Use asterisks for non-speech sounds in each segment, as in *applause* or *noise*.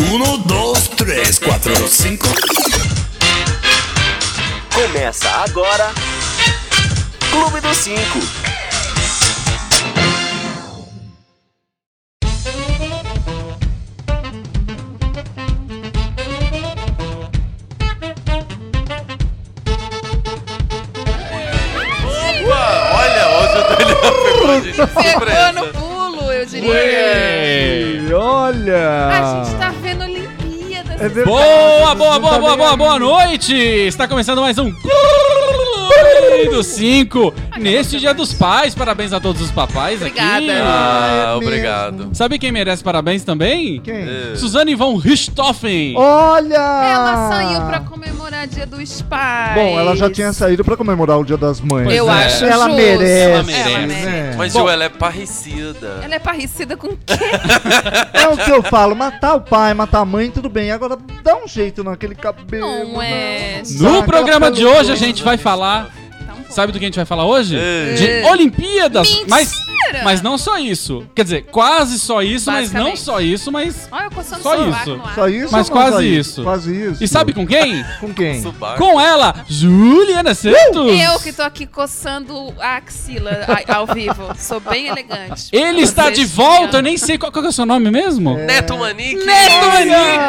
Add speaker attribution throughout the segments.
Speaker 1: Um, dois, três, quatro, cinco.
Speaker 2: Começa agora. Clube dos Cinco.
Speaker 3: Pegando pulo, eu diria.
Speaker 4: Ei,
Speaker 3: A
Speaker 5: Ah.
Speaker 4: Olha!
Speaker 3: gente tá vendo Olimpíadas.
Speaker 4: É verdade,
Speaker 5: Boa,
Speaker 4: vocês
Speaker 5: boa,
Speaker 4: não
Speaker 5: boa,
Speaker 4: tá
Speaker 5: boa,
Speaker 4: nem
Speaker 5: boa,
Speaker 4: aí.
Speaker 5: boa noite! Está começando mais um Clube do 5 neste Dia dos Pais. Parabéns a todos os papais aqui.
Speaker 3: Obrigada.
Speaker 4: Ah, é
Speaker 6: Ah,
Speaker 4: mesmo.
Speaker 6: obrigado.
Speaker 5: Sabe quem merece parabéns também? É.
Speaker 4: Quem?
Speaker 5: Suzane von Richthofen.
Speaker 4: Olha!
Speaker 3: Ela saiu pra comemorar Dia dos Pais.
Speaker 4: Bom, ela já tinha saído pra comemorar o Dia das Mães.
Speaker 3: Eu
Speaker 4: né?
Speaker 3: acho
Speaker 4: Ela
Speaker 3: justo.
Speaker 4: merece.
Speaker 5: é. Ela merece.
Speaker 3: Ela merece.
Speaker 4: Né?
Speaker 6: Mas
Speaker 5: Bom.
Speaker 6: Ju, ela é parricida.
Speaker 3: Ela é parecida com Tá quem?
Speaker 4: É o que eu falo, matar o pai, matar a mãe, tudo bem. Agora dá um jeito naquele cabelo.
Speaker 3: Não é.
Speaker 4: não.
Speaker 5: No
Speaker 4: Saca,
Speaker 5: programa
Speaker 4: pelo
Speaker 5: de hoje a
Speaker 4: doido.
Speaker 5: gente vai falar.
Speaker 3: Tá um pouco.
Speaker 5: Sabe do que a gente vai falar hoje?
Speaker 6: É.
Speaker 5: De Olimpíadas!
Speaker 3: Mentira!
Speaker 5: Mas, mas não só isso. Quer dizer, quase só isso, mas não
Speaker 3: Basicamente.
Speaker 5: só isso, mas.
Speaker 3: Olha, eu coçando
Speaker 5: Só
Speaker 3: o sovaco
Speaker 5: isso.
Speaker 3: no ar.
Speaker 4: Só isso?
Speaker 5: Mas
Speaker 4: ou não
Speaker 5: quase
Speaker 4: só
Speaker 5: isso.
Speaker 4: Quase isso.
Speaker 5: E sabe
Speaker 3: *laughs*
Speaker 5: com quem?
Speaker 4: com quem?
Speaker 6: Subaco.
Speaker 5: Com ela, Juliana Santos!
Speaker 3: Eu que tô aqui coçando a axila a- ao vivo. Sou bem elegante.
Speaker 5: Ele
Speaker 3: Vocês
Speaker 5: está de
Speaker 3: me
Speaker 5: volta, eu
Speaker 3: amam.
Speaker 5: nem sei qual, qual que é o seu nome mesmo.
Speaker 6: Neto Manique.
Speaker 5: Neto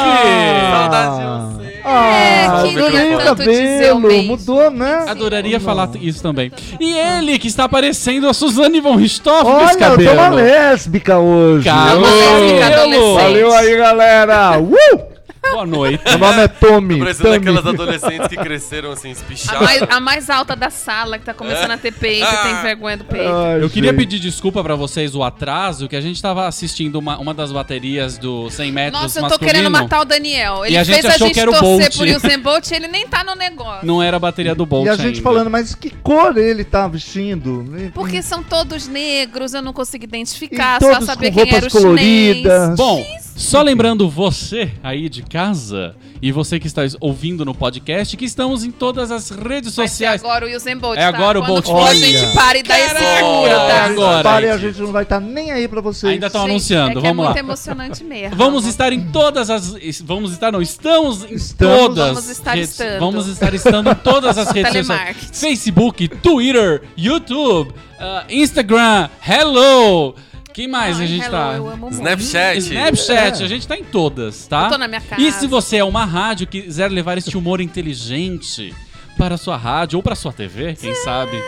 Speaker 5: Manique!
Speaker 4: Ah,
Speaker 6: Saudades de você.
Speaker 4: ah,
Speaker 3: É,
Speaker 6: queria
Speaker 4: adorei o
Speaker 3: tanto dizer o
Speaker 4: cabelo,
Speaker 3: beijo.
Speaker 4: mudou, né?
Speaker 5: Adoraria
Speaker 4: Não.
Speaker 5: falar isso também. E ele que está parecendo a Suzane von Richthofen com esse
Speaker 4: Olha, eu tô uma
Speaker 5: cabelo.
Speaker 4: lésbica hoje.
Speaker 5: Cabelo.
Speaker 3: Uma lésbica adolescente.
Speaker 4: Valeu aí, galera! Uh!
Speaker 5: Boa noite.
Speaker 4: Meu nome é Tommy.
Speaker 6: Tô Parecendo aquelas
Speaker 4: Tommy.
Speaker 6: adolescentes que cresceram assim,
Speaker 3: A
Speaker 6: espichadas.
Speaker 3: mais, a mais alta da sala que tá começando a ter peito
Speaker 5: Ah.
Speaker 3: e tem vergonha do peito.
Speaker 4: Ai,
Speaker 5: Eu queria
Speaker 4: gente.
Speaker 5: pedir desculpa pra vocês o atraso, que a gente tava assistindo uma, uma das baterias do 100 metros
Speaker 3: Nossa, eu tô
Speaker 5: masculino.
Speaker 3: querendo matar o Daniel. Ele
Speaker 5: E a gente
Speaker 3: fez a
Speaker 5: achou
Speaker 3: gente
Speaker 5: que era o
Speaker 3: torcer
Speaker 5: Bolt.
Speaker 3: por Usain Bolt e ele nem tá no negócio.
Speaker 5: Não era a bateria do Bolt
Speaker 4: E a gente
Speaker 5: ainda.
Speaker 4: falando, mas que cor ele tá vestindo?
Speaker 3: Porque são todos negros, eu não consigo identificar,
Speaker 4: E
Speaker 3: só
Speaker 4: todos
Speaker 3: saber
Speaker 4: com
Speaker 3: quem era o
Speaker 4: roupas coloridas.
Speaker 3: chinês.
Speaker 5: Bom, só lembrando você aí de casa e você que está ouvindo no podcast que estamos em todas as redes
Speaker 3: Vai ser
Speaker 5: sociais.
Speaker 3: agora o Usain Bolt, tá?
Speaker 5: É agora o
Speaker 3: Quando
Speaker 5: Bolt.
Speaker 3: for, a
Speaker 4: Olha.
Speaker 3: gente para e dá esse furo,
Speaker 5: Até
Speaker 3: tá?
Speaker 5: agora,
Speaker 4: Pare, a
Speaker 5: gente.
Speaker 4: gente não vai estar nem aí pra vocês.
Speaker 5: Ainda tá
Speaker 3: Gente,
Speaker 5: estão anunciando,
Speaker 3: é que
Speaker 5: vamos
Speaker 3: é
Speaker 5: lá.
Speaker 3: muito emocionante mesmo.
Speaker 5: Vamos estar em todas as. es- Vamos estar, não, estamos em
Speaker 4: Estamos.
Speaker 5: todas.
Speaker 3: Vamos estar
Speaker 5: redes-
Speaker 3: estando.
Speaker 5: Vamos estar estando em todas as redes sociais:
Speaker 3: Telemarketing.
Speaker 5: Facebook, Twitter, YouTube, ah, Instagram, Hello. Quem mais
Speaker 3: Ai,
Speaker 5: a gente
Speaker 3: hello,
Speaker 5: tá?
Speaker 3: eu amo muito.
Speaker 6: Snapchat.
Speaker 5: Snapchat,
Speaker 4: É.
Speaker 5: a gente tá em todas, tá?
Speaker 3: Eu tô na minha casa.
Speaker 5: E se você é uma rádio que quiser levar este humor inteligente para a sua rádio ou para a sua TV, quem sabe?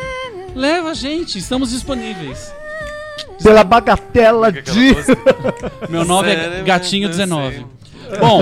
Speaker 5: Leva a gente, estamos disponíveis.
Speaker 4: Pela bagatela
Speaker 6: é Aquela música.
Speaker 4: de.
Speaker 5: Meu nome é
Speaker 6: Sério,
Speaker 5: Gatinho
Speaker 6: eu sei.
Speaker 5: 19. Bom,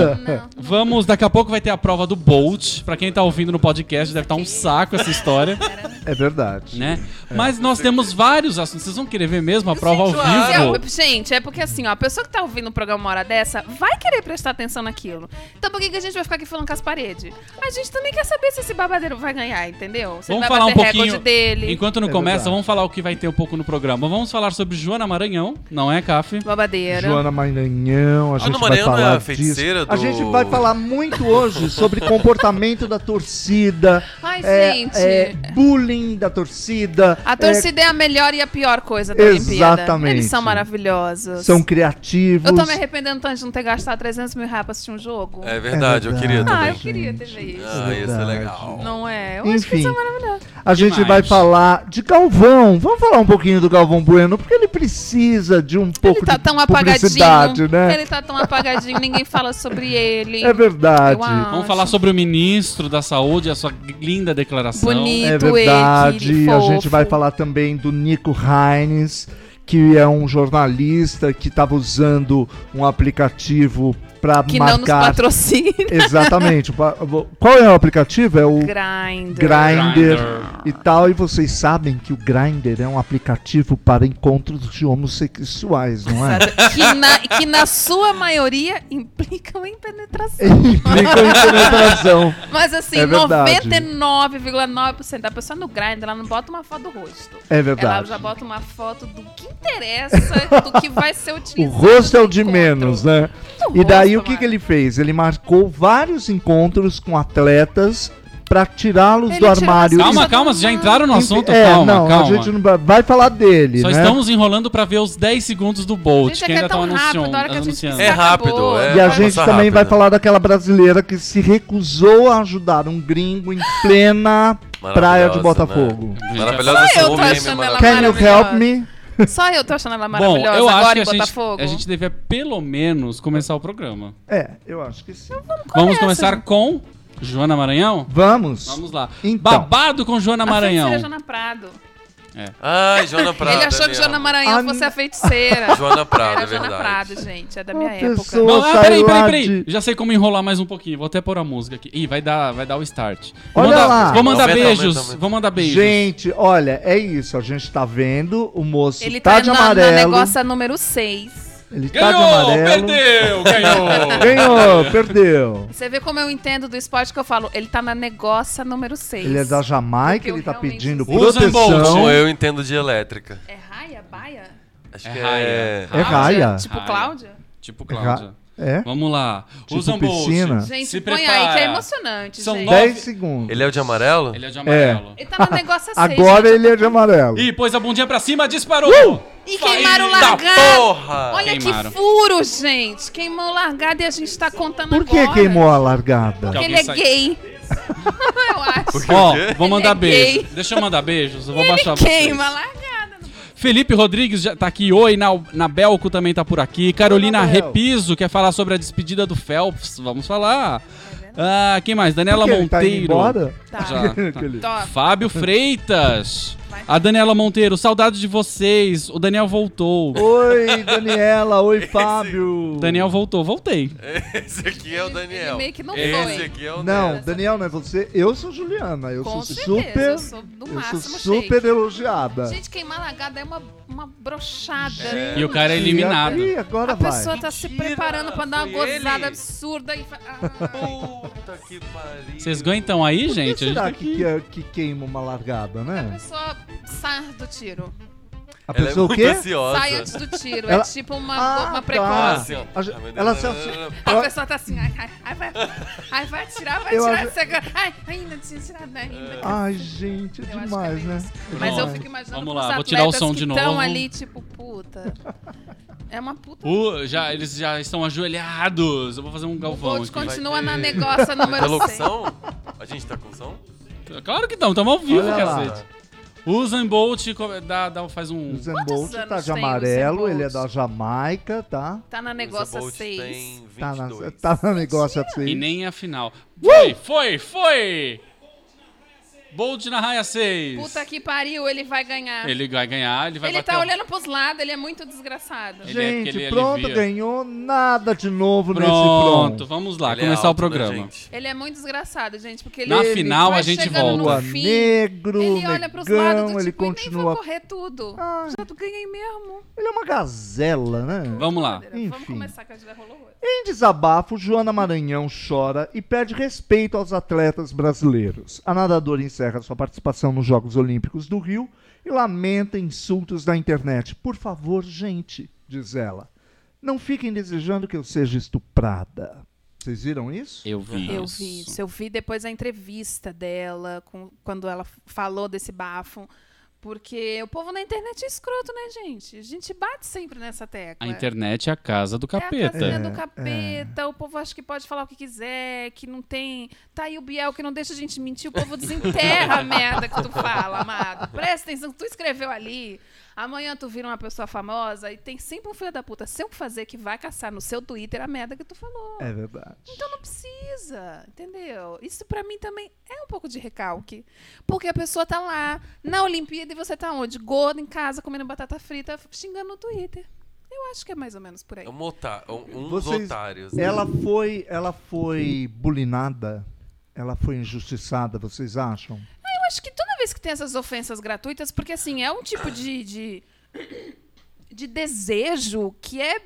Speaker 5: vamos, daqui a pouco vai ter a prova do Bolt. Pra quem tá ouvindo no podcast, deve estar um saco essa
Speaker 3: *laughs*
Speaker 5: história,
Speaker 4: *laughs* É verdade.
Speaker 5: né? Mas nós temos vários assuntos. Vocês vão querer ver mesmo a prova ao
Speaker 3: Não,
Speaker 5: vivo?
Speaker 3: Gente, é porque assim, ó, a pessoa que tá ouvindo o programa uma hora dessa vai querer prestar atenção naquilo. Então por que, que a gente vai ficar aqui falando com as paredes? A gente também quer saber se esse babadeiro vai ganhar, entendeu? Se ele vai
Speaker 5: Vamos falar um
Speaker 3: bater
Speaker 5: pouquinho.
Speaker 3: recorde dele.
Speaker 5: Enquanto não
Speaker 4: É
Speaker 5: começa,
Speaker 4: verdade.
Speaker 5: vamos falar o que vai ter um pouco no programa. Vamos falar sobre Joana Maranhão, não é, Caf?
Speaker 3: Babadeira.
Speaker 4: Joana Maranhão, a gente vai
Speaker 6: Maranhão não é
Speaker 4: falar
Speaker 6: a feiticeira
Speaker 4: disso.
Speaker 6: do-
Speaker 4: A gente vai falar muito
Speaker 6: *laughs*
Speaker 4: hoje sobre comportamento da torcida,
Speaker 3: Ai,
Speaker 4: é,
Speaker 3: gente.
Speaker 4: é, bullying da torcida.
Speaker 3: A torcida é... a melhor e a pior coisa da Olimpíada.
Speaker 4: Exatamente.
Speaker 3: Eles são
Speaker 4: é,
Speaker 3: maravilhosos.
Speaker 4: são criativos.
Speaker 3: Eu tô me arrependendo tanto de não ter gastado 300 mil reais pra assistir um jogo.
Speaker 6: É verdade, eu queria
Speaker 4: verdade.
Speaker 3: ah,
Speaker 6: também.
Speaker 3: eu queria ter visto.
Speaker 6: Ah, ia ser
Speaker 4: Verdade.
Speaker 6: legal.
Speaker 3: Não é? Eu acho que
Speaker 4: Enfim,
Speaker 3: isso é maravilhoso.
Speaker 4: a gente
Speaker 5: Demais.
Speaker 4: vai falar de Galvão. Vamos falar um pouquinho do Galvão Bueno, porque ele precisa de um pouco
Speaker 3: Ele tá
Speaker 4: de
Speaker 3: tão
Speaker 4: publicidade,
Speaker 3: apagadinho.
Speaker 4: né?
Speaker 3: Ele tá tão apagadinho, ninguém fala sobre ele.
Speaker 4: É verdade.
Speaker 3: Eu amo.
Speaker 5: Vamos falar sobre o ministro da Saúde, a sua linda declaração.
Speaker 3: Bonito.
Speaker 4: É
Speaker 3: ele,
Speaker 4: verdade.
Speaker 3: ele,
Speaker 4: A
Speaker 3: fofo.
Speaker 4: gente vai falar também do Nico Hines, que é um jornalista que estava usando um aplicativo para
Speaker 3: Que não nos
Speaker 4: marcar.
Speaker 3: *laughs* patrocina.
Speaker 4: Exatamente. Qual é o aplicativo? É o
Speaker 3: Grind.
Speaker 4: Grindr
Speaker 5: Grindr.
Speaker 4: e tal. E vocês sabem que o Grindr é um aplicativo para encontros de homossexuais, não é? *laughs*
Speaker 3: Que na, que na sua maioria implicam em penetração.
Speaker 4: *laughs* Implica em penetração.
Speaker 3: Mas assim,
Speaker 4: É verdade.
Speaker 3: 99,9% da pessoa no Grindr, ela não bota uma foto do rosto.
Speaker 4: É
Speaker 3: Ela
Speaker 4: verdade.
Speaker 3: já bota uma foto do que interessa, do que vai ser
Speaker 4: *laughs* O
Speaker 3: utilizado.
Speaker 4: rosto é o de
Speaker 3: no
Speaker 4: menos,
Speaker 3: encontro.
Speaker 4: né?
Speaker 3: O
Speaker 4: E daí
Speaker 3: rosto,
Speaker 4: o que, que
Speaker 3: mano.
Speaker 4: ele fez? Ele marcou vários encontros com atletas pra tirá-los
Speaker 3: Ele
Speaker 4: do
Speaker 3: tirou
Speaker 4: armário.
Speaker 3: Eu-
Speaker 5: Calma, calma, vocês já entraram no assunto,
Speaker 4: é,
Speaker 5: calma,
Speaker 4: não,
Speaker 5: calma.
Speaker 4: a gente não vai- vai falar dele,
Speaker 5: Só
Speaker 4: né?
Speaker 5: estamos enrolando pra ver os 10 segundos do Bolt,
Speaker 3: Gente, é
Speaker 5: que
Speaker 3: que é
Speaker 5: ainda
Speaker 3: tão
Speaker 5: tava
Speaker 3: rápido,
Speaker 5: anunciando.
Speaker 3: a hora que a gente
Speaker 5: anunciando.
Speaker 6: É
Speaker 3: Acabou.
Speaker 6: rápido, é.
Speaker 4: E a
Speaker 6: vai
Speaker 4: gente
Speaker 6: passar
Speaker 4: também
Speaker 6: rápido.
Speaker 4: vai falar daquela brasileira que se recusou a ajudar um gringo em plena praia
Speaker 6: Maravilhosa,
Speaker 4: de
Speaker 6: né?
Speaker 4: Botafogo.
Speaker 5: Gente,
Speaker 6: Maravilhosa
Speaker 3: Só eu
Speaker 6: esse
Speaker 3: tô
Speaker 6: homem,
Speaker 3: achando ela
Speaker 6: maravilhosa.
Speaker 4: Can you help me?
Speaker 3: Só eu tô achando ela
Speaker 5: Bom,
Speaker 3: maravilhosa
Speaker 5: eu acho
Speaker 3: agora
Speaker 5: que a
Speaker 3: em
Speaker 5: gente,
Speaker 3: Botafogo.
Speaker 5: a gente devia pelo menos começar o programa.
Speaker 4: É, eu acho que sim.
Speaker 5: Vamos
Speaker 3: Começa,
Speaker 5: começar
Speaker 3: gente.
Speaker 5: com Joana Maranhão?
Speaker 4: Vamos.
Speaker 5: Vamos lá.
Speaker 4: Então.
Speaker 5: Babado com Joana
Speaker 3: A feiticeira
Speaker 5: Maranhão.
Speaker 3: Jona Prado.
Speaker 6: Ai, Joana Prado.
Speaker 3: Ele achou que
Speaker 6: ali, ó.
Speaker 3: Jona Maranhão
Speaker 4: Ah,
Speaker 3: fosse a
Speaker 5: *laughs*
Speaker 3: feiticeira.
Speaker 6: Joana Prado,
Speaker 3: Era
Speaker 6: é
Speaker 3: a Jona
Speaker 6: verdade.
Speaker 3: Prado, gente. É da minha
Speaker 4: Uma
Speaker 3: época.
Speaker 4: pessoa-
Speaker 5: Não, ah, peraí,
Speaker 4: saiu
Speaker 5: peraí,
Speaker 4: lá
Speaker 5: peraí.
Speaker 4: de-
Speaker 5: Já sei como enrolar mais um pouquinho. Vou até pôr a música aqui. Ih, vai dar, vai dar o start. Vou
Speaker 4: Olha
Speaker 5: mandar-
Speaker 4: lá.
Speaker 5: Vou mandar
Speaker 6: Aumenta,
Speaker 5: beijos.
Speaker 6: aumenta, aumenta.
Speaker 5: Vou mandar beijos.
Speaker 4: Gente, olha, é isso. A gente tá vendo, o moço
Speaker 3: Ele
Speaker 4: tá
Speaker 3: tá
Speaker 4: de
Speaker 3: na, na
Speaker 4: amarelo.
Speaker 3: negócio número 6.
Speaker 4: Ele tá de
Speaker 5: Ganhou!
Speaker 4: amarelo. *laughs*
Speaker 5: Perdeu! Ganhou! É
Speaker 6: *laughs*
Speaker 4: Ganhou, perdeu.
Speaker 3: Você vê como eu entendo do esporte que eu falo. Ele tá na negócio número 6.
Speaker 4: Ele é da Jamaica,
Speaker 3: Porque eu
Speaker 4: ele tá
Speaker 3: realmente
Speaker 4: pedindo
Speaker 3: sei.
Speaker 5: Usain Bolt.
Speaker 4: proteção.
Speaker 6: Ou eu entendo de elétrica.
Speaker 3: É raia, baia?
Speaker 6: Acho
Speaker 5: É
Speaker 6: que
Speaker 5: raia.
Speaker 6: é.
Speaker 4: É raia.
Speaker 3: Tipo
Speaker 5: Raia.
Speaker 3: Cláudia?
Speaker 5: Tipo Cláudia.
Speaker 4: É?
Speaker 5: Vamos lá.
Speaker 4: Tipo
Speaker 5: Usain Bolt.
Speaker 4: piscina.
Speaker 3: Gente,
Speaker 5: Se
Speaker 3: põe
Speaker 5: prepara.
Speaker 3: aí que é emocionante,
Speaker 5: São
Speaker 3: gente.
Speaker 5: nove-
Speaker 4: 10 segundos.
Speaker 6: Ele é o de amarelo?
Speaker 5: Ele é de amarelo.
Speaker 3: Ele tá no negócio 6.
Speaker 4: Agora ele é de amarelo.
Speaker 5: Ih, pôs a bundinha pra cima, disparou!
Speaker 3: E queimaram o
Speaker 5: Eita
Speaker 3: largado.
Speaker 6: Porra!
Speaker 3: Olha
Speaker 5: Queimaram.
Speaker 3: que furo, gente. Queimou o largado e a gente tá contando
Speaker 4: Por que
Speaker 3: agora.
Speaker 4: queimou a largada?
Speaker 3: Porque
Speaker 5: Alguém
Speaker 3: ele é
Speaker 5: sai.
Speaker 3: gay. *laughs* eu acho.
Speaker 5: Ó,
Speaker 6: quê?
Speaker 5: vou mandar
Speaker 3: Ele é gay.
Speaker 5: beijos. Deixa eu mandar beijos, eu vou baixar vocês.
Speaker 3: Queima a largada.
Speaker 5: Felipe Rodrigues já tá aqui, oi, na, na Belco também tá por aqui. Carolina
Speaker 4: Oi, Nabel.
Speaker 5: Repiso quer falar sobre a despedida do Phelps, vamos falar. Ah, quem mais? Daniela
Speaker 4: Porque ele
Speaker 5: Monteiro.
Speaker 4: tá indo embora?
Speaker 3: Tá.
Speaker 5: Já, tá.
Speaker 4: Aquele-
Speaker 3: Top.
Speaker 5: Fábio Freitas.
Speaker 3: Vai.
Speaker 5: A Daniela Monteiro, saudade de vocês. O Daniel voltou.
Speaker 4: Oi, Daniela. Oi, Fábio.
Speaker 5: Daniel voltou, voltei.
Speaker 6: Esse aqui é o Daniel.
Speaker 3: Ele meio que não
Speaker 6: Esse
Speaker 3: foi.
Speaker 6: aqui é o
Speaker 4: Não,
Speaker 6: Daniel.
Speaker 4: Daniel não é você. Eu sou Juliana. Eu
Speaker 3: Com
Speaker 4: sou
Speaker 3: certeza,
Speaker 4: super.
Speaker 3: eu sou do máximo
Speaker 4: super elogiada.
Speaker 3: Gente, queimar largada é uma, uma brochada.
Speaker 5: E o cara é eliminado.
Speaker 4: Ih, agora
Speaker 3: A
Speaker 4: vai.
Speaker 3: pessoa tá se
Speaker 6: Mentira,
Speaker 3: preparando pra dar uma
Speaker 6: foi ele.
Speaker 3: gozada absurda e. fa- Ah.
Speaker 6: Puta que pariu.
Speaker 5: Vocês aguentam
Speaker 4: Por
Speaker 5: aí,
Speaker 4: que
Speaker 5: gente? A gente
Speaker 4: será
Speaker 5: tá
Speaker 4: que,
Speaker 5: aqui.
Speaker 4: que, que queima uma largada,
Speaker 3: A
Speaker 4: né?
Speaker 3: pessoa sai do tiro.
Speaker 4: A
Speaker 6: Ela é
Speaker 4: pessoa
Speaker 6: muito
Speaker 4: o quê?
Speaker 3: assim.
Speaker 6: ansiosa.
Speaker 3: Sai antes do tiro.
Speaker 4: Ela-
Speaker 3: É tipo uma,
Speaker 4: Ah,
Speaker 3: uma
Speaker 4: tá.
Speaker 6: Ah, assim,
Speaker 3: precoce.
Speaker 6: ó.
Speaker 4: A- ela se-
Speaker 3: A pessoa tá assim, ai, ai, ai, vai, ai, vai atirar, vai
Speaker 4: Eu
Speaker 3: atirar,
Speaker 4: acho-
Speaker 3: você gan- ai, ainda não tinha tirado, né? Ainda.
Speaker 4: Ai, gente, é
Speaker 3: Eu acho que é
Speaker 4: demais,
Speaker 3: bem
Speaker 4: né?
Speaker 3: isso.
Speaker 4: É
Speaker 3: Mas eu
Speaker 4: demais.
Speaker 3: fico imaginando
Speaker 5: Vamos
Speaker 3: que os
Speaker 5: lá, vou tirar o
Speaker 3: atletas
Speaker 5: som
Speaker 3: que
Speaker 5: de novo.
Speaker 3: Estão ali, tipo, puta. É uma puta.
Speaker 5: Uh, já, eles já estão ajoelhados. Eu vou fazer um
Speaker 3: o
Speaker 5: galvão
Speaker 3: Bolt
Speaker 5: aqui.
Speaker 3: continua
Speaker 6: vai
Speaker 3: na
Speaker 6: ter-
Speaker 3: negócio
Speaker 5: *laughs*
Speaker 6: Tá
Speaker 3: número
Speaker 6: louco
Speaker 3: 100.
Speaker 6: som? A gente tá com som?
Speaker 5: Claro que não, estamos ao vivo,
Speaker 4: Olha lá.
Speaker 5: cacete. Usain Bolt co- dá, dá, faz
Speaker 4: O
Speaker 5: um.
Speaker 4: Usain
Speaker 3: Quantos
Speaker 4: Bolt tá
Speaker 3: anos
Speaker 4: de
Speaker 3: tem o Usain
Speaker 4: amarelo,
Speaker 3: Bolt?
Speaker 4: ele é da Jamaica, tá?
Speaker 3: Tá na
Speaker 6: O
Speaker 3: negócio
Speaker 6: Bolt
Speaker 3: 6.
Speaker 6: Tem 22.
Speaker 4: Tá na, tá na negócio
Speaker 5: E
Speaker 4: assim.
Speaker 5: nem a final. Foi, foi, foi! Bolt na raia 6.
Speaker 3: Puta que pariu, ele vai ganhar. Ele,
Speaker 5: Ele vai ganhar, ele vai bater.
Speaker 3: tá
Speaker 5: o-
Speaker 3: olhando pros lados, ele é muito desgraçado.
Speaker 5: Ele é aquele
Speaker 4: Gente,
Speaker 5: alivia.
Speaker 4: pronto, ganhou nada de novo
Speaker 5: Pronto,
Speaker 4: nesse pronto.
Speaker 5: vamos lá,
Speaker 6: Ele é
Speaker 5: Tá, começar o
Speaker 6: alto, né,
Speaker 5: programa.
Speaker 6: gente?
Speaker 3: Ele é muito desgraçado, gente, porque ele
Speaker 5: Na
Speaker 3: ele
Speaker 5: final
Speaker 3: vai
Speaker 5: a gente
Speaker 3: chegando no
Speaker 4: Lua
Speaker 5: volta.
Speaker 3: fim,
Speaker 4: negro,
Speaker 3: Ele
Speaker 4: negão,
Speaker 3: olha pros lados do
Speaker 4: ele
Speaker 3: tipo, e nem vou
Speaker 4: continua.
Speaker 3: correr tudo.
Speaker 4: Ah.
Speaker 3: Já tu ganhei mesmo.
Speaker 4: Ele é uma gazela, né?
Speaker 5: Vamos lá.
Speaker 4: Enfim.
Speaker 3: Vamos começar que a gente já rolou hoje.
Speaker 4: Em desabafo, Joana Maranhão chora e pede respeito aos atletas brasileiros. A nadadora encerra sua participação nos Jogos Olímpicos do Rio e lamenta insultos da internet. Por favor, gente, diz ela, não fiquem desejando que eu seja estuprada. Vocês viram isso?
Speaker 5: Eu vi.
Speaker 3: Eu vi isso. Eu vi depois a entrevista dela, com- quando ela f- falou desse bafo. Porque o povo na internet é escroto, né, gente? A gente bate sempre nessa tecla.
Speaker 5: A internet é a casa do capeta.
Speaker 3: É a casinha do capeta, o povo acha que pode falar o que quiser, que não tem. Tá aí o Biel que não deixa a gente mentir, o povo desenterra a merda que tu fala, amado. Presta atenção, tu escreveu ali. Amanhã tu vira uma pessoa famosa e tem sempre um filho da puta sem o que fazer que vai caçar no seu Twitter a merda que tu falou.
Speaker 4: É verdade.
Speaker 3: Então não precisa, entendeu? Isso pra mim também é um pouco de recalque. Porque a pessoa tá lá na Olimpíada e você tá onde? Gorda em casa, comendo batata frita, xingando no Twitter. Eu acho que é mais ou menos por aí.
Speaker 6: É um ota- um- uns
Speaker 4: Vocês-
Speaker 6: otários. né?
Speaker 4: Ela foi, ela foi bulinada? Ela foi injustiçada, vocês acham?
Speaker 3: Eu acho que toda vez que tem essas ofensas gratuitas, porque assim, é um tipo de. de, de desejo que é.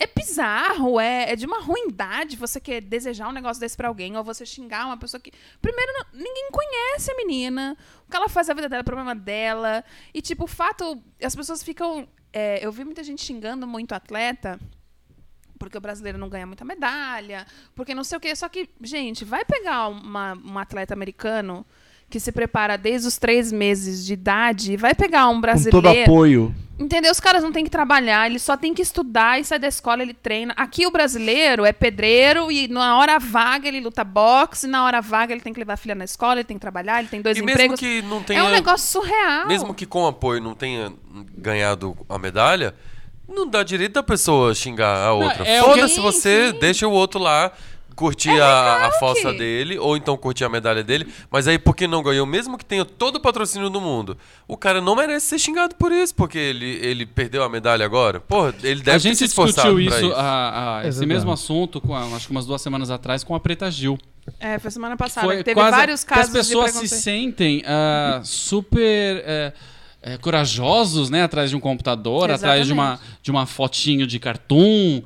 Speaker 3: É bizarro, é, é de uma ruindade você quer desejar um negócio desse pra alguém ou você xingar uma pessoa que. Primeiro, não- ninguém conhece a menina. O que ela faz a vida dela é problema dela. E, tipo, o fato. As pessoas ficam. é, eu vi muita gente xingando muito atleta porque o brasileiro não ganha muita medalha, porque não sei o quê. Só que, gente, vai pegar uma, um atleta americano que se prepara desde os três meses de idade, e vai pegar um
Speaker 4: Com todo
Speaker 3: brasileiro.
Speaker 4: apoio.
Speaker 3: Entendeu? Os caras não têm que trabalhar, ele só tem que estudar e sai da escola, ele treina. Aqui o brasileiro é pedreiro e na hora vaga ele luta boxe, na hora vaga ele tem que levar a filha na escola, ele tem que trabalhar, ele tem dois
Speaker 6: E mesmo
Speaker 3: empregos.
Speaker 6: que não
Speaker 3: É
Speaker 6: tenha-
Speaker 3: um negócio
Speaker 5: Ah,
Speaker 3: surreal.
Speaker 6: Mesmo que com apoio não tenha ganhado a medalha, não dá direito da pessoa xingar a outra.
Speaker 5: é o que- É
Speaker 6: Foda-se
Speaker 3: Sim,
Speaker 6: você,
Speaker 3: sim.
Speaker 6: deixa o outro lá curtir a, a
Speaker 3: claro
Speaker 6: falsa
Speaker 3: que-
Speaker 6: dele, ou então curtir a medalha dele, mas aí porque não ganhou, mesmo que tenha todo o patrocínio do mundo, o cara não merece ser xingado por isso, porque ele, ele perdeu a medalha agora. Porra, ele deve
Speaker 5: a
Speaker 6: ter
Speaker 5: gente
Speaker 6: se esforçado
Speaker 5: discutiu
Speaker 6: pra
Speaker 5: isso,
Speaker 6: isso.
Speaker 5: a- a-
Speaker 7: É
Speaker 5: esse
Speaker 7: verdade.
Speaker 5: mesmo assunto, com a- acho que umas duas semanas atrás, com a Preta Gil.
Speaker 3: É, foi semana passada.
Speaker 5: Foi
Speaker 3: que teve
Speaker 5: quase-
Speaker 3: vários
Speaker 5: que
Speaker 3: casos
Speaker 5: as pessoas
Speaker 3: de
Speaker 5: se
Speaker 3: preconceito.
Speaker 5: sentem ah, super eh, eh, corajosos, né? Atrás de um computador, atrás de uma, de uma fotinho de cartoon.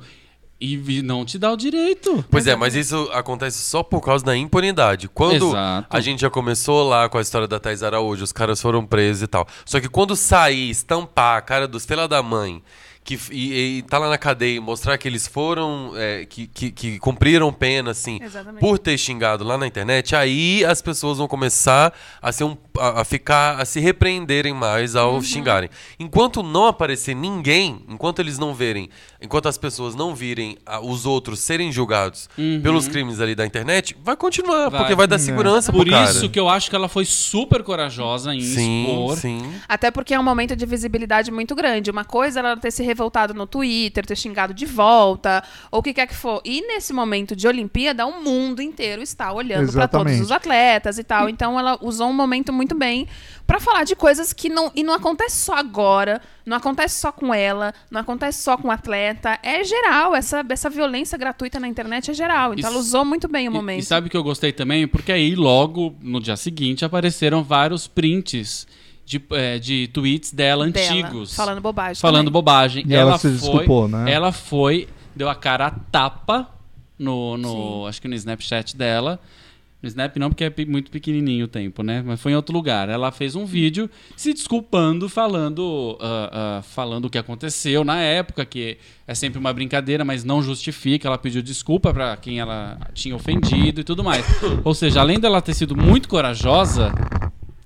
Speaker 5: E vi- não te dá o direito.
Speaker 6: Pois é, mas isso acontece só por causa da impunidade. Quando
Speaker 5: Exato.
Speaker 6: a gente já começou lá com a história da Thais Araújo, os caras foram presos e tal. Só que quando sair, estampar a cara dos filha da mãe que, f- e, e tá lá na cadeia e mostrar que eles foram, é, que, que, que cumpriram pena, assim,
Speaker 3: Exatamente.
Speaker 6: por ter xingado lá na internet, aí as pessoas vão começar a, ser um, a, a ficar, a se repreenderem mais ao xingarem. Enquanto não aparecer ninguém, enquanto eles não verem, enquanto as pessoas não virem a- os outros serem julgados pelos crimes ali da internet, vai continuar,
Speaker 5: Vai.
Speaker 6: porque vai dar segurança
Speaker 5: Por
Speaker 6: pro Tipo, cara.
Speaker 5: isso que eu acho que ela foi super corajosa em
Speaker 6: Sim,
Speaker 5: expor.
Speaker 6: sim.
Speaker 3: Até porque é um momento de visibilidade muito grande. Uma coisa é ela ter se revoltado no Twitter, ter xingado de volta, ou o que quer que for. E nesse momento de Olimpíada, o mundo inteiro está olhando para todos
Speaker 4: Exatamente.
Speaker 3: os atletas e tal. Então ela usou um momento muito bem para falar de coisas que não e não acontece só agora, não acontece só com ela, não acontece só com o atleta, é geral essa essa violência gratuita na internet é geral. Então
Speaker 5: E
Speaker 3: ela
Speaker 5: s-
Speaker 3: usou muito bem o
Speaker 5: E-
Speaker 3: momento.
Speaker 5: E, sabe o que eu gostei também? Porque aí, logo no dia seguinte, apareceram vários prints de, eh, de tweets dela,
Speaker 3: Dela,
Speaker 5: antigos.
Speaker 3: falando bobagem.
Speaker 5: falando
Speaker 3: também.
Speaker 5: bobagem.
Speaker 4: E ela se desculpou, né?
Speaker 5: Ela foi, deu a cara a tapa no, no acho que no Snapchat dela. No Snap não, porque é pe- muito pequenininho o tempo, né? Mas foi em outro lugar. Ela fez um vídeo se desculpando, falando, ah, ah, falando o que aconteceu na época, que é sempre uma brincadeira, mas não justifica. Ela pediu desculpa pra quem ela tinha ofendido e tudo mais. Ou seja, além dela ter sido muito corajosa,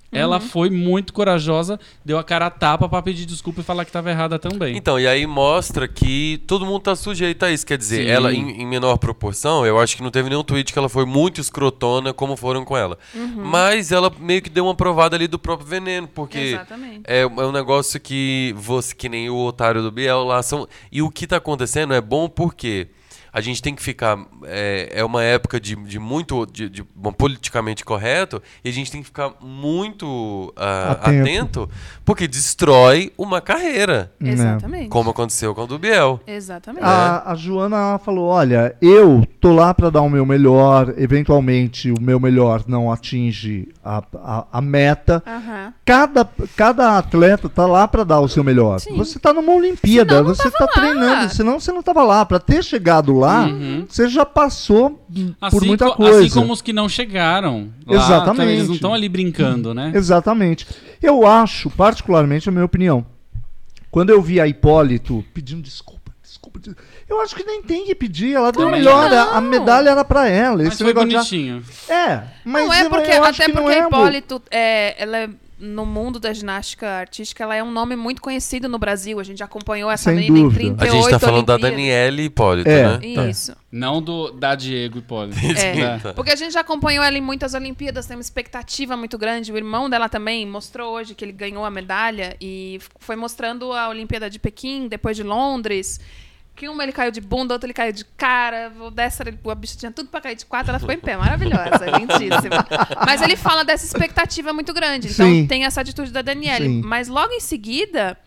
Speaker 5: ela foi muito corajosa, deu a cara a tapa pra pedir desculpa e falar que tava errada também.
Speaker 6: Então, e aí mostra que todo mundo tá sujeito a isso. Quer dizer,
Speaker 5: Sim.
Speaker 6: ela, em, em menor proporção, eu acho que não teve nenhum tweet que ela foi muito escrotona como foram com ela. Mas ela meio que deu uma provada ali do próprio veneno, porque
Speaker 3: Exatamente.
Speaker 6: é, um- é um negócio que você, que nem o otário do Biel lá são. E o que tá acontecendo é bom porque. A gente tem que ficar. É, é uma época de, de muito. De, de- bom, politicamente correto. E a gente tem que ficar muito ah,
Speaker 4: Atento.
Speaker 6: atento, porque destrói uma carreira.
Speaker 4: né?
Speaker 3: Exatamente. É.
Speaker 6: Como aconteceu com o do Biel.
Speaker 3: Exatamente.
Speaker 4: A, a Joana falou: olha, eu tô lá pra dar o meu melhor, eventualmente o meu melhor não atinge a, a, a meta.
Speaker 5: Ah.
Speaker 3: Aham.
Speaker 4: Cada, cada atleta tá lá pra dar o seu melhor.
Speaker 3: Sim.
Speaker 4: Você tá numa Olimpíada,
Speaker 3: Senão não
Speaker 4: você
Speaker 3: tava
Speaker 4: tá
Speaker 3: lá.
Speaker 4: treinando, senão você não tava lá. Pra ter chegado lá, você já passou hum, por muita
Speaker 5: co-
Speaker 4: coisa.
Speaker 5: Uhum. assim como os que não chegaram. lá,
Speaker 4: Exatamente.
Speaker 5: também Eles não estão ali brincando, né?
Speaker 4: Exatamente. Eu acho, particularmente, a minha opinião. Quando eu vi a Hipólito pedindo desculpa, desculpa, desculpa, eu acho que nem tem que pedir. Ela deu melhor. a- A medalha era pra ela.
Speaker 5: Mas
Speaker 4: esse
Speaker 5: foi
Speaker 4: negócio de-
Speaker 5: bonitinho.
Speaker 4: É, mas
Speaker 3: não é
Speaker 4: eu-
Speaker 3: porque
Speaker 4: eu acho
Speaker 3: até
Speaker 4: que não
Speaker 3: porque
Speaker 4: é,
Speaker 3: a
Speaker 4: amor.
Speaker 3: Hipólito é, ela é- no mundo da ginástica artística, ela é um nome muito conhecido no Brasil. A gente acompanhou essa
Speaker 4: Sem
Speaker 3: menina
Speaker 4: dúvida.
Speaker 3: em 38
Speaker 6: A gente tá falando da
Speaker 3: Olimpíadas.
Speaker 6: Daniele Hipólito,
Speaker 4: É.
Speaker 6: né?
Speaker 3: Isso.
Speaker 5: Não do da Diego
Speaker 3: *laughs*
Speaker 5: Hipólito.
Speaker 3: É,
Speaker 5: Tá.
Speaker 3: porque a gente já acompanhou ela em muitas Olimpíadas, tem uma expectativa muito grande. O irmão dela também mostrou hoje que ele ganhou a medalha e f- foi mostrando a Olimpíada de Pequim, depois de Londres. Que uma ele caiu de bunda, outra ele caiu de cara. O dessa, ele- a bicha tinha tudo pra cair de quatro, ela ficou em pé. Maravilhosa, lindíssima. Mas ele fala dessa expectativa muito grande. Então
Speaker 4: Sim.
Speaker 3: tem essa atitude da Daniele.
Speaker 4: Sim.
Speaker 3: Mas logo em seguida,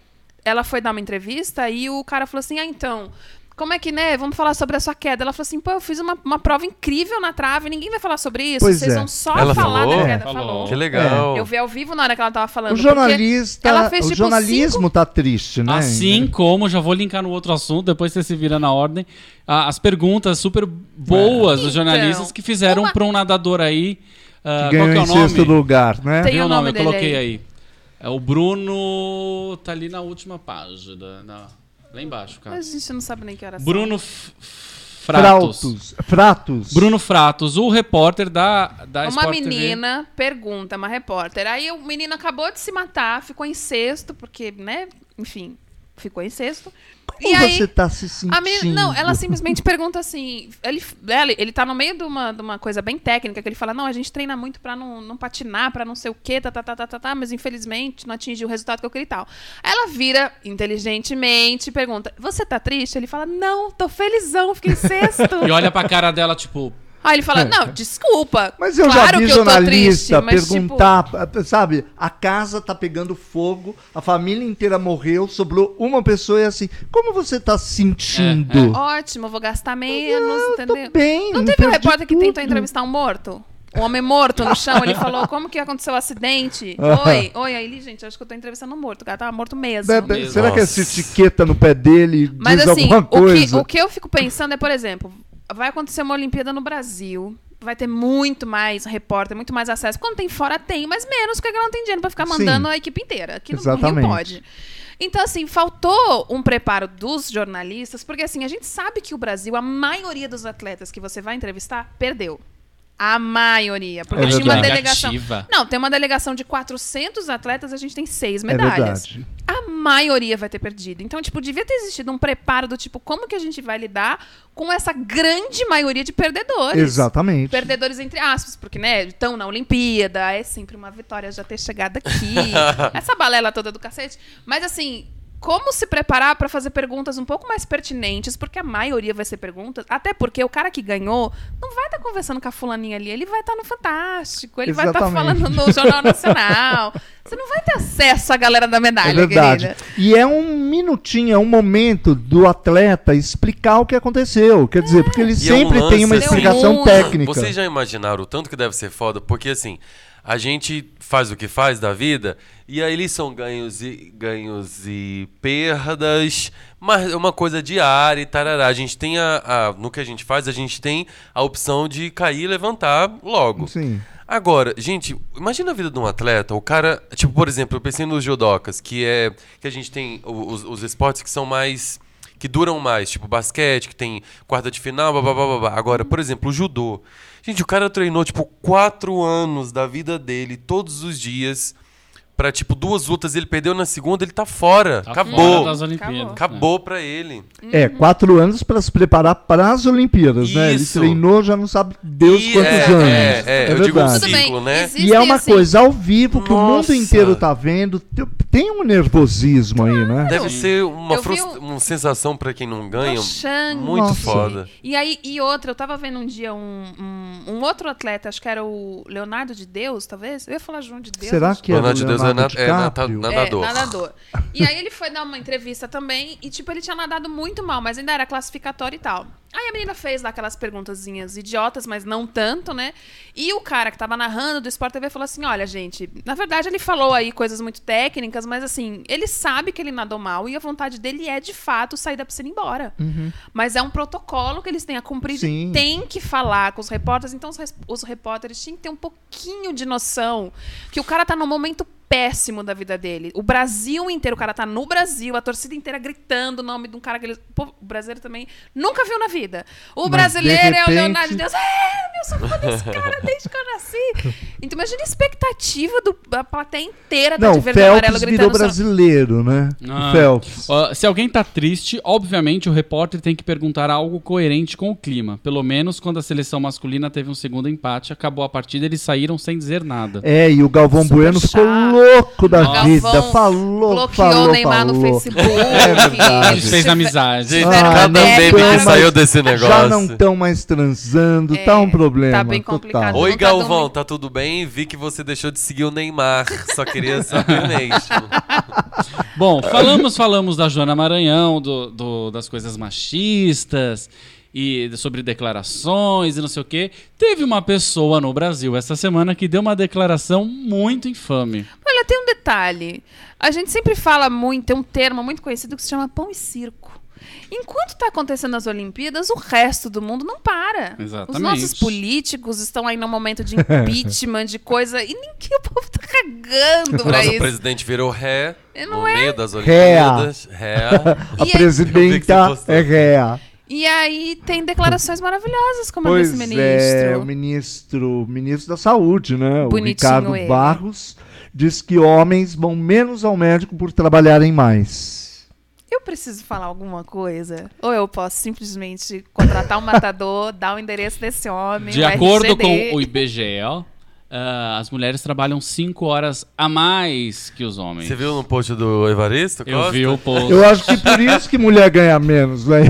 Speaker 3: ela foi dar uma entrevista e o cara falou assim: Ah, então, como é que, né? Vamos falar sobre a sua queda. Ela falou assim: pô, eu fiz uma, uma prova incrível na trave, ninguém vai falar sobre isso.
Speaker 4: Pois
Speaker 3: Vocês
Speaker 4: é.
Speaker 3: vão só
Speaker 6: Ela
Speaker 3: falar
Speaker 6: falou?
Speaker 3: da queda.
Speaker 5: Falou.
Speaker 6: Que legal.
Speaker 3: É. Eu vi ao vivo na hora que ela tava falando.
Speaker 4: O
Speaker 3: porque
Speaker 4: jornalista,
Speaker 3: ela fez,
Speaker 4: o
Speaker 3: tipo,
Speaker 4: jornalismo tá triste, né?
Speaker 5: Assim como, já vou linkar no outro assunto, depois você se vira na ordem, a- as perguntas super boas dos
Speaker 3: Então,
Speaker 5: jornalistas que fizeram
Speaker 3: uma-
Speaker 5: pra um nadador aí. ah,
Speaker 4: Que ganhou
Speaker 5: qual que é
Speaker 4: em
Speaker 5: o nome?
Speaker 4: sexto lugar, né?
Speaker 3: Tem
Speaker 5: Vê
Speaker 3: o
Speaker 5: o
Speaker 3: nome
Speaker 5: nome, eu
Speaker 3: dele
Speaker 5: coloquei
Speaker 3: aí.
Speaker 5: aí. É o Bruno. Tá ali na última página. na- Lá embaixo, cara.
Speaker 3: Mas é a gente não sabe nem que horas são.
Speaker 5: Bruno F- F- Fratos.
Speaker 4: Frautos. Fratos.
Speaker 5: Bruno Fratos, o repórter da,
Speaker 3: Uma
Speaker 5: da Sport TV.
Speaker 3: menina pergunta, uma repórter. Aí o menino acabou de se matar, ficou em sexto, porque, né? Enfim, ficou em sexto. e
Speaker 4: Como
Speaker 3: aí,
Speaker 4: você tá se sentindo?
Speaker 3: a menina, não, ela simplesmente pergunta assim. Ele, ele, ele tá no meio de uma, de uma coisa bem técnica, que ele fala: não, a gente treina muito pra não, não patinar, pra não sei o quê, tá, tá, tá, tá, tá, tá, mas infelizmente não atingiu o resultado que eu queria e tal. Ela vira inteligentemente e pergunta: você tá triste? Ele fala: não, tô felizão, fiquei em sexto.
Speaker 5: *laughs* E olha pra cara dela, tipo,
Speaker 3: Aí ele fala: não, desculpa.
Speaker 4: Mas eu
Speaker 3: claro
Speaker 4: já vi
Speaker 3: que eu tô triste,
Speaker 4: jornalista
Speaker 3: mas, tipo,
Speaker 4: perguntar, eh, sabe? A casa tá pegando fogo, a família inteira morreu, sobrou uma pessoa e assim, como você tá se sentindo?
Speaker 5: É, é.
Speaker 3: Ótimo, vou gastar menos,
Speaker 4: Eu
Speaker 3: entendeu?
Speaker 4: tô bem.
Speaker 3: Não teve um
Speaker 4: perdi
Speaker 3: repórter que
Speaker 4: tudo.
Speaker 3: tentou entrevistar um morto? Um homem morto no chão, ele falou, como que aconteceu o
Speaker 4: *laughs*
Speaker 3: acidente? Oi, oi, aí, ele, gente, acho que eu tô entrevistando um morto, o cara tava morto mesmo.
Speaker 4: Be- be-
Speaker 5: mesmo.
Speaker 4: Será que
Speaker 6: Nossa.
Speaker 4: essa etiqueta no pé dele
Speaker 3: Mas
Speaker 4: diz
Speaker 3: assim,
Speaker 4: alguma
Speaker 3: o que,
Speaker 4: coisa?
Speaker 3: o que eu fico pensando é, por exemplo, vai acontecer uma Olimpíada no Brasil, vai ter muito mais repórter, muito mais acesso. Quando tem fora, tem, mas menos, porque ela não tem dinheiro pra ficar
Speaker 4: Sim.
Speaker 3: mandando a equipe inteira. Aqui no Rio
Speaker 4: Exatamente.
Speaker 3: pode. Então, assim, faltou um preparo dos jornalistas, porque assim, a gente sabe que o Brasil, a maioria dos atletas que você vai entrevistar, perdeu. A maioria. Porque
Speaker 4: É
Speaker 3: tinha uma
Speaker 4: verdade.
Speaker 3: delegação.
Speaker 5: Negativa.
Speaker 3: Não, tem uma delegação de 400 atletas, a gente tem seis
Speaker 4: É
Speaker 3: medalhas
Speaker 4: verdade.
Speaker 3: a maioria vai ter perdido. Então, tipo, devia ter existido um preparo do tipo, como que a gente vai lidar com essa grande maioria de perdedores?
Speaker 4: Exatamente.
Speaker 3: Perdedores entre aspas, porque, né, estão na Olimpíada, é sempre uma vitória já ter chegado aqui. essa balela toda do cacete. Mas, assim, como se preparar para fazer perguntas um pouco mais pertinentes, porque a maioria vai ser perguntas, até porque o cara que ganhou não vai estar conversando com a fulaninha ali, ele vai estar no Fantástico, ele vai estar
Speaker 4: Exatamente.
Speaker 3: falando no Jornal Nacional. Você não vai ter acesso à galera da medalha,
Speaker 4: É verdade.
Speaker 3: querida.
Speaker 4: E é um minutinho, é um momento do atleta explicar o que aconteceu. Quer dizer, porque ele
Speaker 6: E é um
Speaker 4: sempre
Speaker 6: lance,
Speaker 4: tem uma
Speaker 6: assim,
Speaker 4: explicação
Speaker 3: Deu um-
Speaker 4: técnica.
Speaker 6: Vocês já imaginaram o tanto que deve ser foda? Porque assim, a gente faz o que faz da vida e aí eles são ganhos e, ganhos e perdas, mas é uma coisa diária e tarará. A gente tem a, a- No que a gente faz, a gente tem a opção de cair e levantar logo.
Speaker 4: Sim.
Speaker 6: Agora, gente, imagina a vida de um atleta, o cara, tipo, por exemplo, eu pensei nos judocas, que é que a gente tem o- os, os esportes que são mais que duram mais, tipo basquete, que tem quarta de final, blá, blá, blá, blá, blá. Agora, por exemplo, o judô. Gente, o cara treinou tipo quatro anos da vida dele todos os dias pra, tipo duas lutas, ele perdeu na segunda, ele tá fora.
Speaker 5: tá fora
Speaker 6: acabou.
Speaker 5: das Olimpíadas. né?
Speaker 6: Acabou pra ele.
Speaker 4: É, quatro anos para se preparar para as Olimpíadas, né? Ele
Speaker 6: Isso.
Speaker 4: treinou, já não sabe Deus
Speaker 6: E-
Speaker 4: quantos
Speaker 6: é,
Speaker 4: anos.
Speaker 6: é, é, eu digo
Speaker 4: verdade.
Speaker 6: um ciclo, né?
Speaker 4: E é
Speaker 3: existem,
Speaker 4: uma
Speaker 3: assim,
Speaker 4: coisa ao vivo que o mundo
Speaker 6: Nossa.
Speaker 4: inteiro tá vendo. Te- Tem um nervosismo aí, né?
Speaker 6: Deve
Speaker 3: Sim.
Speaker 6: ser uma,
Speaker 3: um- Eu vi um-
Speaker 6: frustra- uma sensação pra quem não ganha
Speaker 3: Xande.
Speaker 6: muito
Speaker 4: Nossa.
Speaker 6: foda.
Speaker 3: E aí, e outra, eu tava vendo um dia um, um, um outro atleta, acho que era o Leonardo de Deus, talvez? Eu ia falar João de Deus.
Speaker 4: Será
Speaker 3: acho
Speaker 4: que era o
Speaker 6: Leonardo de Deus é
Speaker 4: Leonardo
Speaker 6: na- é na-
Speaker 4: DiCaprio?
Speaker 6: na- nadador.
Speaker 3: É, nadador. E aí ele foi dar uma entrevista também e, tipo, ele tinha nadado muito mal, mas ainda era classificatório e tal. Aí a menina fez lá aquelas perguntazinhas idiotas, mas não tanto, né? E o cara que tava narrando do Sport TV falou assim: olha, gente, na verdade ele falou aí coisas muito técnicas, mas assim, ele sabe que ele nadou mal e a vontade dele é, de fato, sair da piscina e ir embora. Mas é um protocolo que eles têm a cumprir.
Speaker 4: Sim.
Speaker 3: Tem que falar com os repórteres. Então, os, res- os repórteres tinham que ter um pouquinho de noção que o cara tá num momento péssimo da vida dele. O Brasil inteiro, o cara tá no Brasil, a torcida inteira gritando o nome de um cara que ele... Pô, o brasileiro também nunca viu na vida. O
Speaker 4: Mas,
Speaker 3: brasileiro
Speaker 4: de
Speaker 3: é o
Speaker 4: repente-
Speaker 3: Leonardo de Deus. É, meu, sou fã desse cara desde que eu
Speaker 4: *laughs*
Speaker 3: nasci. Então, imagina a expectativa do, da plateia inteira da
Speaker 4: Não,
Speaker 3: de
Speaker 4: o
Speaker 3: verde e amarelo
Speaker 4: Phelps virou
Speaker 3: gritando. seu-
Speaker 4: brasileiro, né?
Speaker 5: Ah.
Speaker 4: O Phelps.
Speaker 5: Ó, se alguém tá triste, obviamente o repórter tem que perguntar algo coerente com o clima. Pelo menos quando a seleção masculina teve um segundo empate, acabou a partida, eles saíram sem dizer nada.
Speaker 4: É, e o Galvão
Speaker 3: Super
Speaker 4: Bueno ficou
Speaker 3: chato.
Speaker 4: louco da
Speaker 3: Galvão
Speaker 4: vida. Falou,
Speaker 3: bloqueou
Speaker 4: falou,
Speaker 3: o Neymar
Speaker 4: falou.
Speaker 3: no Facebook.
Speaker 4: É verdade.
Speaker 5: Eles fez amizade.
Speaker 6: Gente,
Speaker 4: Ah,
Speaker 6: cada
Speaker 4: né?
Speaker 6: meme que
Speaker 4: Mas
Speaker 6: saiu desse
Speaker 4: Já não
Speaker 6: negócio.
Speaker 4: estão mais transando, tá um problema.
Speaker 3: tá bem complicado.
Speaker 4: Total.
Speaker 6: Oi,
Speaker 3: Não tá
Speaker 6: Galvão,
Speaker 3: dormindo.
Speaker 6: tá tudo bem? Vi que você deixou de seguir o Neymar. Só
Speaker 4: *laughs*
Speaker 6: queria saber mesmo.
Speaker 5: Bom, falamos, falamos da Joana Maranhão, do, do- das coisas machistas e de- sobre declarações e não sei o quê. Teve uma pessoa no Brasil essa semana que deu uma declaração muito infame.
Speaker 3: Olha, tem um detalhe. A gente sempre fala muito, tem um termo muito conhecido que se chama pão e circo. Enquanto está acontecendo as Olimpíadas, o resto do mundo não para.
Speaker 5: Exatamente.
Speaker 3: Os nossos políticos estão aí num momento de impeachment, de coisa, e nem que o povo tá cagando pra
Speaker 6: Nosso
Speaker 3: isso.
Speaker 6: presidente virou ré
Speaker 3: Não
Speaker 6: no
Speaker 3: é?
Speaker 6: meio das Olimpíadas. *laughs* Ré.
Speaker 4: A
Speaker 3: E aí-
Speaker 6: Eu vi
Speaker 4: presidenta
Speaker 6: que você postou.
Speaker 4: é réa.
Speaker 3: E aí tem declarações maravilhosas como a
Speaker 4: Pois
Speaker 3: desse ministro.
Speaker 4: é, o ministro, o ministro da saúde, né? o
Speaker 3: Bonitinho
Speaker 4: Ricardo
Speaker 3: ele.
Speaker 4: Barros diz que homens vão menos ao médico por trabalharem mais.
Speaker 3: Eu preciso falar alguma coisa? Ou eu posso simplesmente contratar um
Speaker 4: *laughs*
Speaker 3: matador, dar o endereço desse homem?
Speaker 5: De
Speaker 3: o
Speaker 5: acordo
Speaker 3: RGD?
Speaker 5: com o IBGE, ah, as mulheres trabalham 5 horas a mais que os homens.
Speaker 6: Você viu no post do Evaristo?
Speaker 5: Eu
Speaker 6: Costa?
Speaker 5: vi o post.
Speaker 4: Eu acho
Speaker 3: *laughs*
Speaker 4: que por isso que mulher ganha menos, né?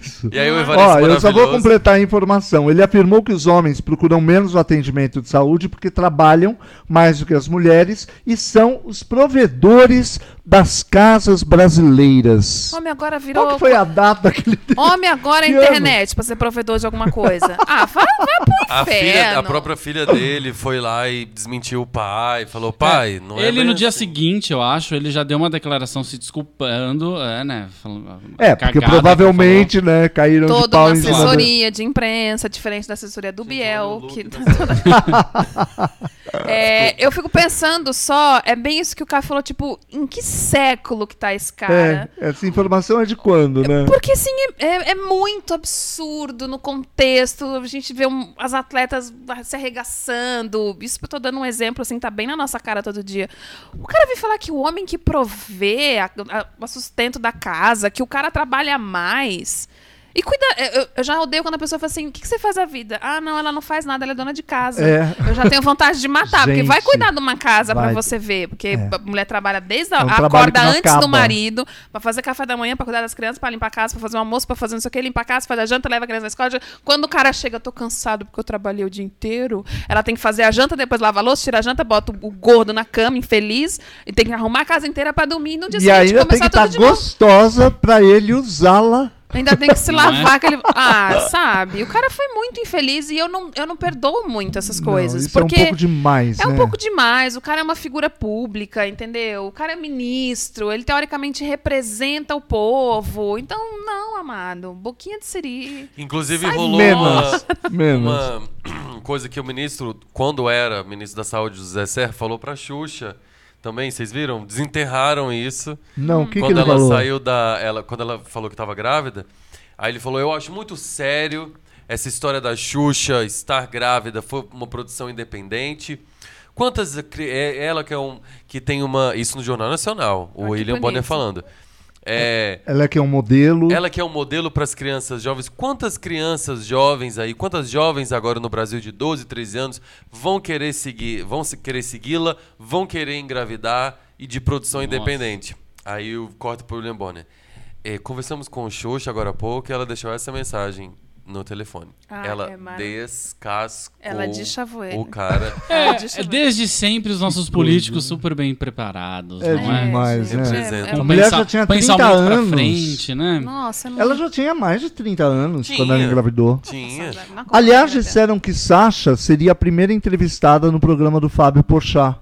Speaker 4: Isso.
Speaker 6: E aí o Evaristo
Speaker 4: Ó, eu só vou
Speaker 6: maravilhoso.
Speaker 4: completar a informação. Ele afirmou que os homens procuram menos o atendimento de saúde porque trabalham mais do que as mulheres e são os provedores das casas brasileiras.
Speaker 3: Homem agora virou.
Speaker 4: Qual que foi a data que ele
Speaker 3: Homem agora é
Speaker 4: Que ano?
Speaker 3: internet pra ser provedor de alguma
Speaker 4: *laughs*
Speaker 3: coisa. Ah, vai, vai pro inferno.
Speaker 6: A, filha, a própria filha dele foi lá e desmentiu o pai. Falou, pai, não é
Speaker 5: ele
Speaker 6: bem
Speaker 5: no dia
Speaker 6: assim."
Speaker 5: seguinte, eu acho, ele já deu uma declaração se desculpando, é, né? falando-
Speaker 4: É, porque
Speaker 5: cagada que
Speaker 4: provavelmente, né, caíram de
Speaker 3: Toda
Speaker 4: pau
Speaker 3: uma
Speaker 4: em cima do-
Speaker 3: assessoria de imprensa, diferente da assessoria do Biel.
Speaker 6: olha o
Speaker 3: Que... *laughs*
Speaker 6: look
Speaker 4: *laughs*
Speaker 3: É, eu fico pensando só, é bem isso que o cara falou, tipo, em que século que tá esse cara?
Speaker 4: É, essa informação é de quando, né?
Speaker 3: Porque assim, é, é- é muito absurdo no contexto. A gente vê um- as atletas se arregaçando. Isso eu tô dando um exemplo, assim, tá bem na nossa cara todo dia. O cara vem falar que o homem que provê a- a- o sustento da casa, que o cara trabalha mais. E cuida. Eu, eu- eu já odeio quando a pessoa fala assim: o que, que você faz da vida? Ah, não, ela não faz nada, ela é dona de casa.
Speaker 4: É.
Speaker 3: Eu já tenho vontade de matar, porque vai
Speaker 4: Gente,
Speaker 3: cuidar de uma casa pra
Speaker 4: vai.
Speaker 3: você ver. Porque
Speaker 4: É.
Speaker 3: a mulher trabalha desde a.
Speaker 4: É um trabalho que
Speaker 3: acorda
Speaker 4: não
Speaker 3: antes do
Speaker 4: acaba.
Speaker 3: marido marido, pra fazer café da manhã, pra cuidar das crianças, pra limpar a casa, pra fazer o almoço, pra fazer não sei o que, limpar a casa, fazer a janta, leva a criança na escola. Quando o cara chega, eu tô cansado porque eu trabalhei o dia inteiro, ela tem que fazer a janta, depois lava a louça, tira a janta, bota o gordo na cama, infeliz, e tem que arrumar a casa inteira pra dormir no dia
Speaker 4: E
Speaker 3: seguinte
Speaker 4: ainda
Speaker 3: começar
Speaker 4: tem que tá
Speaker 3: tudo
Speaker 4: estar
Speaker 3: de novo.
Speaker 4: gostosa pra ele usá-la.
Speaker 3: Ainda tem que se
Speaker 5: Não é?
Speaker 3: lavar aquele. Ah, sabe? O cara foi muito infeliz e eu não, eu não perdoo muito essas coisas.
Speaker 4: Não, isso
Speaker 3: porque
Speaker 4: é um pouco demais,
Speaker 3: é
Speaker 4: né?
Speaker 3: um pouco demais. O cara é uma figura pública, entendeu? O cara é ministro, ele teoricamente representa o povo. Então, não, amado. Boquinha de siri.
Speaker 6: assim." Inclusive
Speaker 3: Sai
Speaker 6: rolou
Speaker 4: *laughs* Menos, menos.
Speaker 6: uma, uma *clears throat* coisa que o ministro, quando era ministro da saúde, José Serra, falou pra Xuxa. Também, vocês viram? Desenterraram isso.
Speaker 4: Não, o que, que
Speaker 6: quando
Speaker 4: ele
Speaker 6: ela
Speaker 4: falou?
Speaker 6: saiu da. Ela, quando ela falou que tava grávida, aí ele falou: Eu acho muito sério essa história da Xuxa estar grávida. Foi uma produção independente. Quantas. cri- é Ela que é um. que tem uma. Isso no Jornal Nacional, o
Speaker 3: Ah, que
Speaker 6: William
Speaker 3: bonito.
Speaker 6: Bonner falando. É.
Speaker 4: Ela que é um modelo.
Speaker 6: Ela que é um modelo para as crianças jovens. Quantas crianças jovens aí, quantas jovens agora no Brasil de 12, 13 anos vão querer seguir, vão se- querer segui-la, vão querer engravidar e de produção independente? Aí eu corto pro William Bonner. É, conversamos com o Xuxa agora há pouco e ela deixou essa mensagem no telefone.
Speaker 3: Ah,
Speaker 6: ela
Speaker 3: é marav-
Speaker 6: descascou
Speaker 3: Ela é deschavou ele.
Speaker 6: o
Speaker 3: *laughs*
Speaker 6: cara.
Speaker 3: Ah, deixa
Speaker 5: É,
Speaker 3: eu ver.
Speaker 5: desde sempre os nossos políticos super bem preparados,
Speaker 4: É
Speaker 5: não é?
Speaker 4: demais, né?
Speaker 6: Representa.
Speaker 5: Com
Speaker 4: A mulher
Speaker 5: pensa-
Speaker 4: já tinha
Speaker 5: pensar
Speaker 4: 30
Speaker 5: muito
Speaker 4: anos.
Speaker 5: pra frente, né?
Speaker 3: Nossa, é muito...
Speaker 4: Ela já tinha mais de 30 anos
Speaker 6: Tinha.
Speaker 4: quando ela engravidou.
Speaker 6: Tinha.
Speaker 3: Nossa, na conta,
Speaker 4: Aliás, é
Speaker 3: né?
Speaker 4: disseram que Sasha seria a primeira entrevistada no programa do Fábio Porchat.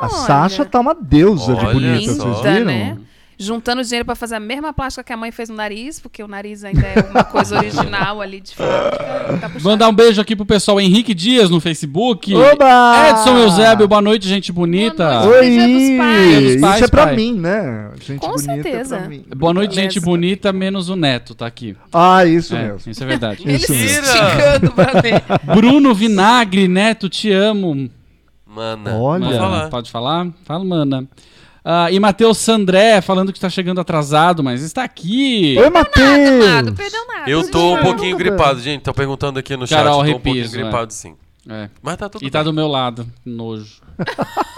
Speaker 4: A
Speaker 3: Olha.
Speaker 4: Sasha tá uma deusa de
Speaker 6: Olha
Speaker 4: bonita,
Speaker 6: só.
Speaker 4: vocês
Speaker 3: Linda,
Speaker 4: viram?
Speaker 3: né? Juntando dinheiro pra fazer a mesma plástica que a mãe fez no nariz, porque o nariz ainda é uma
Speaker 4: *laughs*
Speaker 3: coisa original ali de fábrica. Tá puxado.
Speaker 5: Mandar um beijo aqui pro pessoal Henrique Dias no Facebook.
Speaker 3: né?
Speaker 4: Oba!
Speaker 5: Edson Eusébio, boa noite, gente bonita.
Speaker 3: Boa noite.
Speaker 4: Oi!
Speaker 3: Dia é dos pais.
Speaker 5: Dia Ah. dos pais,
Speaker 4: Isso é pra
Speaker 5: pai.
Speaker 4: mim, né? Gente
Speaker 3: Com
Speaker 4: bonita
Speaker 3: certeza.
Speaker 4: é pra mim.
Speaker 5: Boa noite,
Speaker 3: Beleza.
Speaker 5: gente bonita, menos o Neto, tá aqui.
Speaker 4: Ah, isso
Speaker 5: É,
Speaker 4: mesmo.
Speaker 5: isso é verdade.
Speaker 3: Ele
Speaker 4: Isso
Speaker 3: se
Speaker 6: mesmo.
Speaker 3: esticando pra ver.
Speaker 5: Bruno Vinagre, Neto, te amo.
Speaker 6: Mana.
Speaker 4: Olha.
Speaker 6: pode
Speaker 5: Mana,
Speaker 6: falar.
Speaker 5: Pode falar? Fala, mana. Ah, e Matheus Sandré falando que está chegando atrasado, mas está aqui.
Speaker 4: Oi,
Speaker 3: Amado,
Speaker 4: Matheus!
Speaker 3: perdeu nada.
Speaker 6: Eu tô um
Speaker 4: Não,
Speaker 6: pouquinho
Speaker 4: não,
Speaker 6: gripado, gente. Tô perguntando aqui no chat.
Speaker 5: Carol
Speaker 6: tô um pouquinho
Speaker 5: Repiso, é.
Speaker 6: gripado, sim.
Speaker 5: É.
Speaker 6: Mas tá tudo
Speaker 5: E tá
Speaker 6: bem.
Speaker 5: do meu lado, nojo.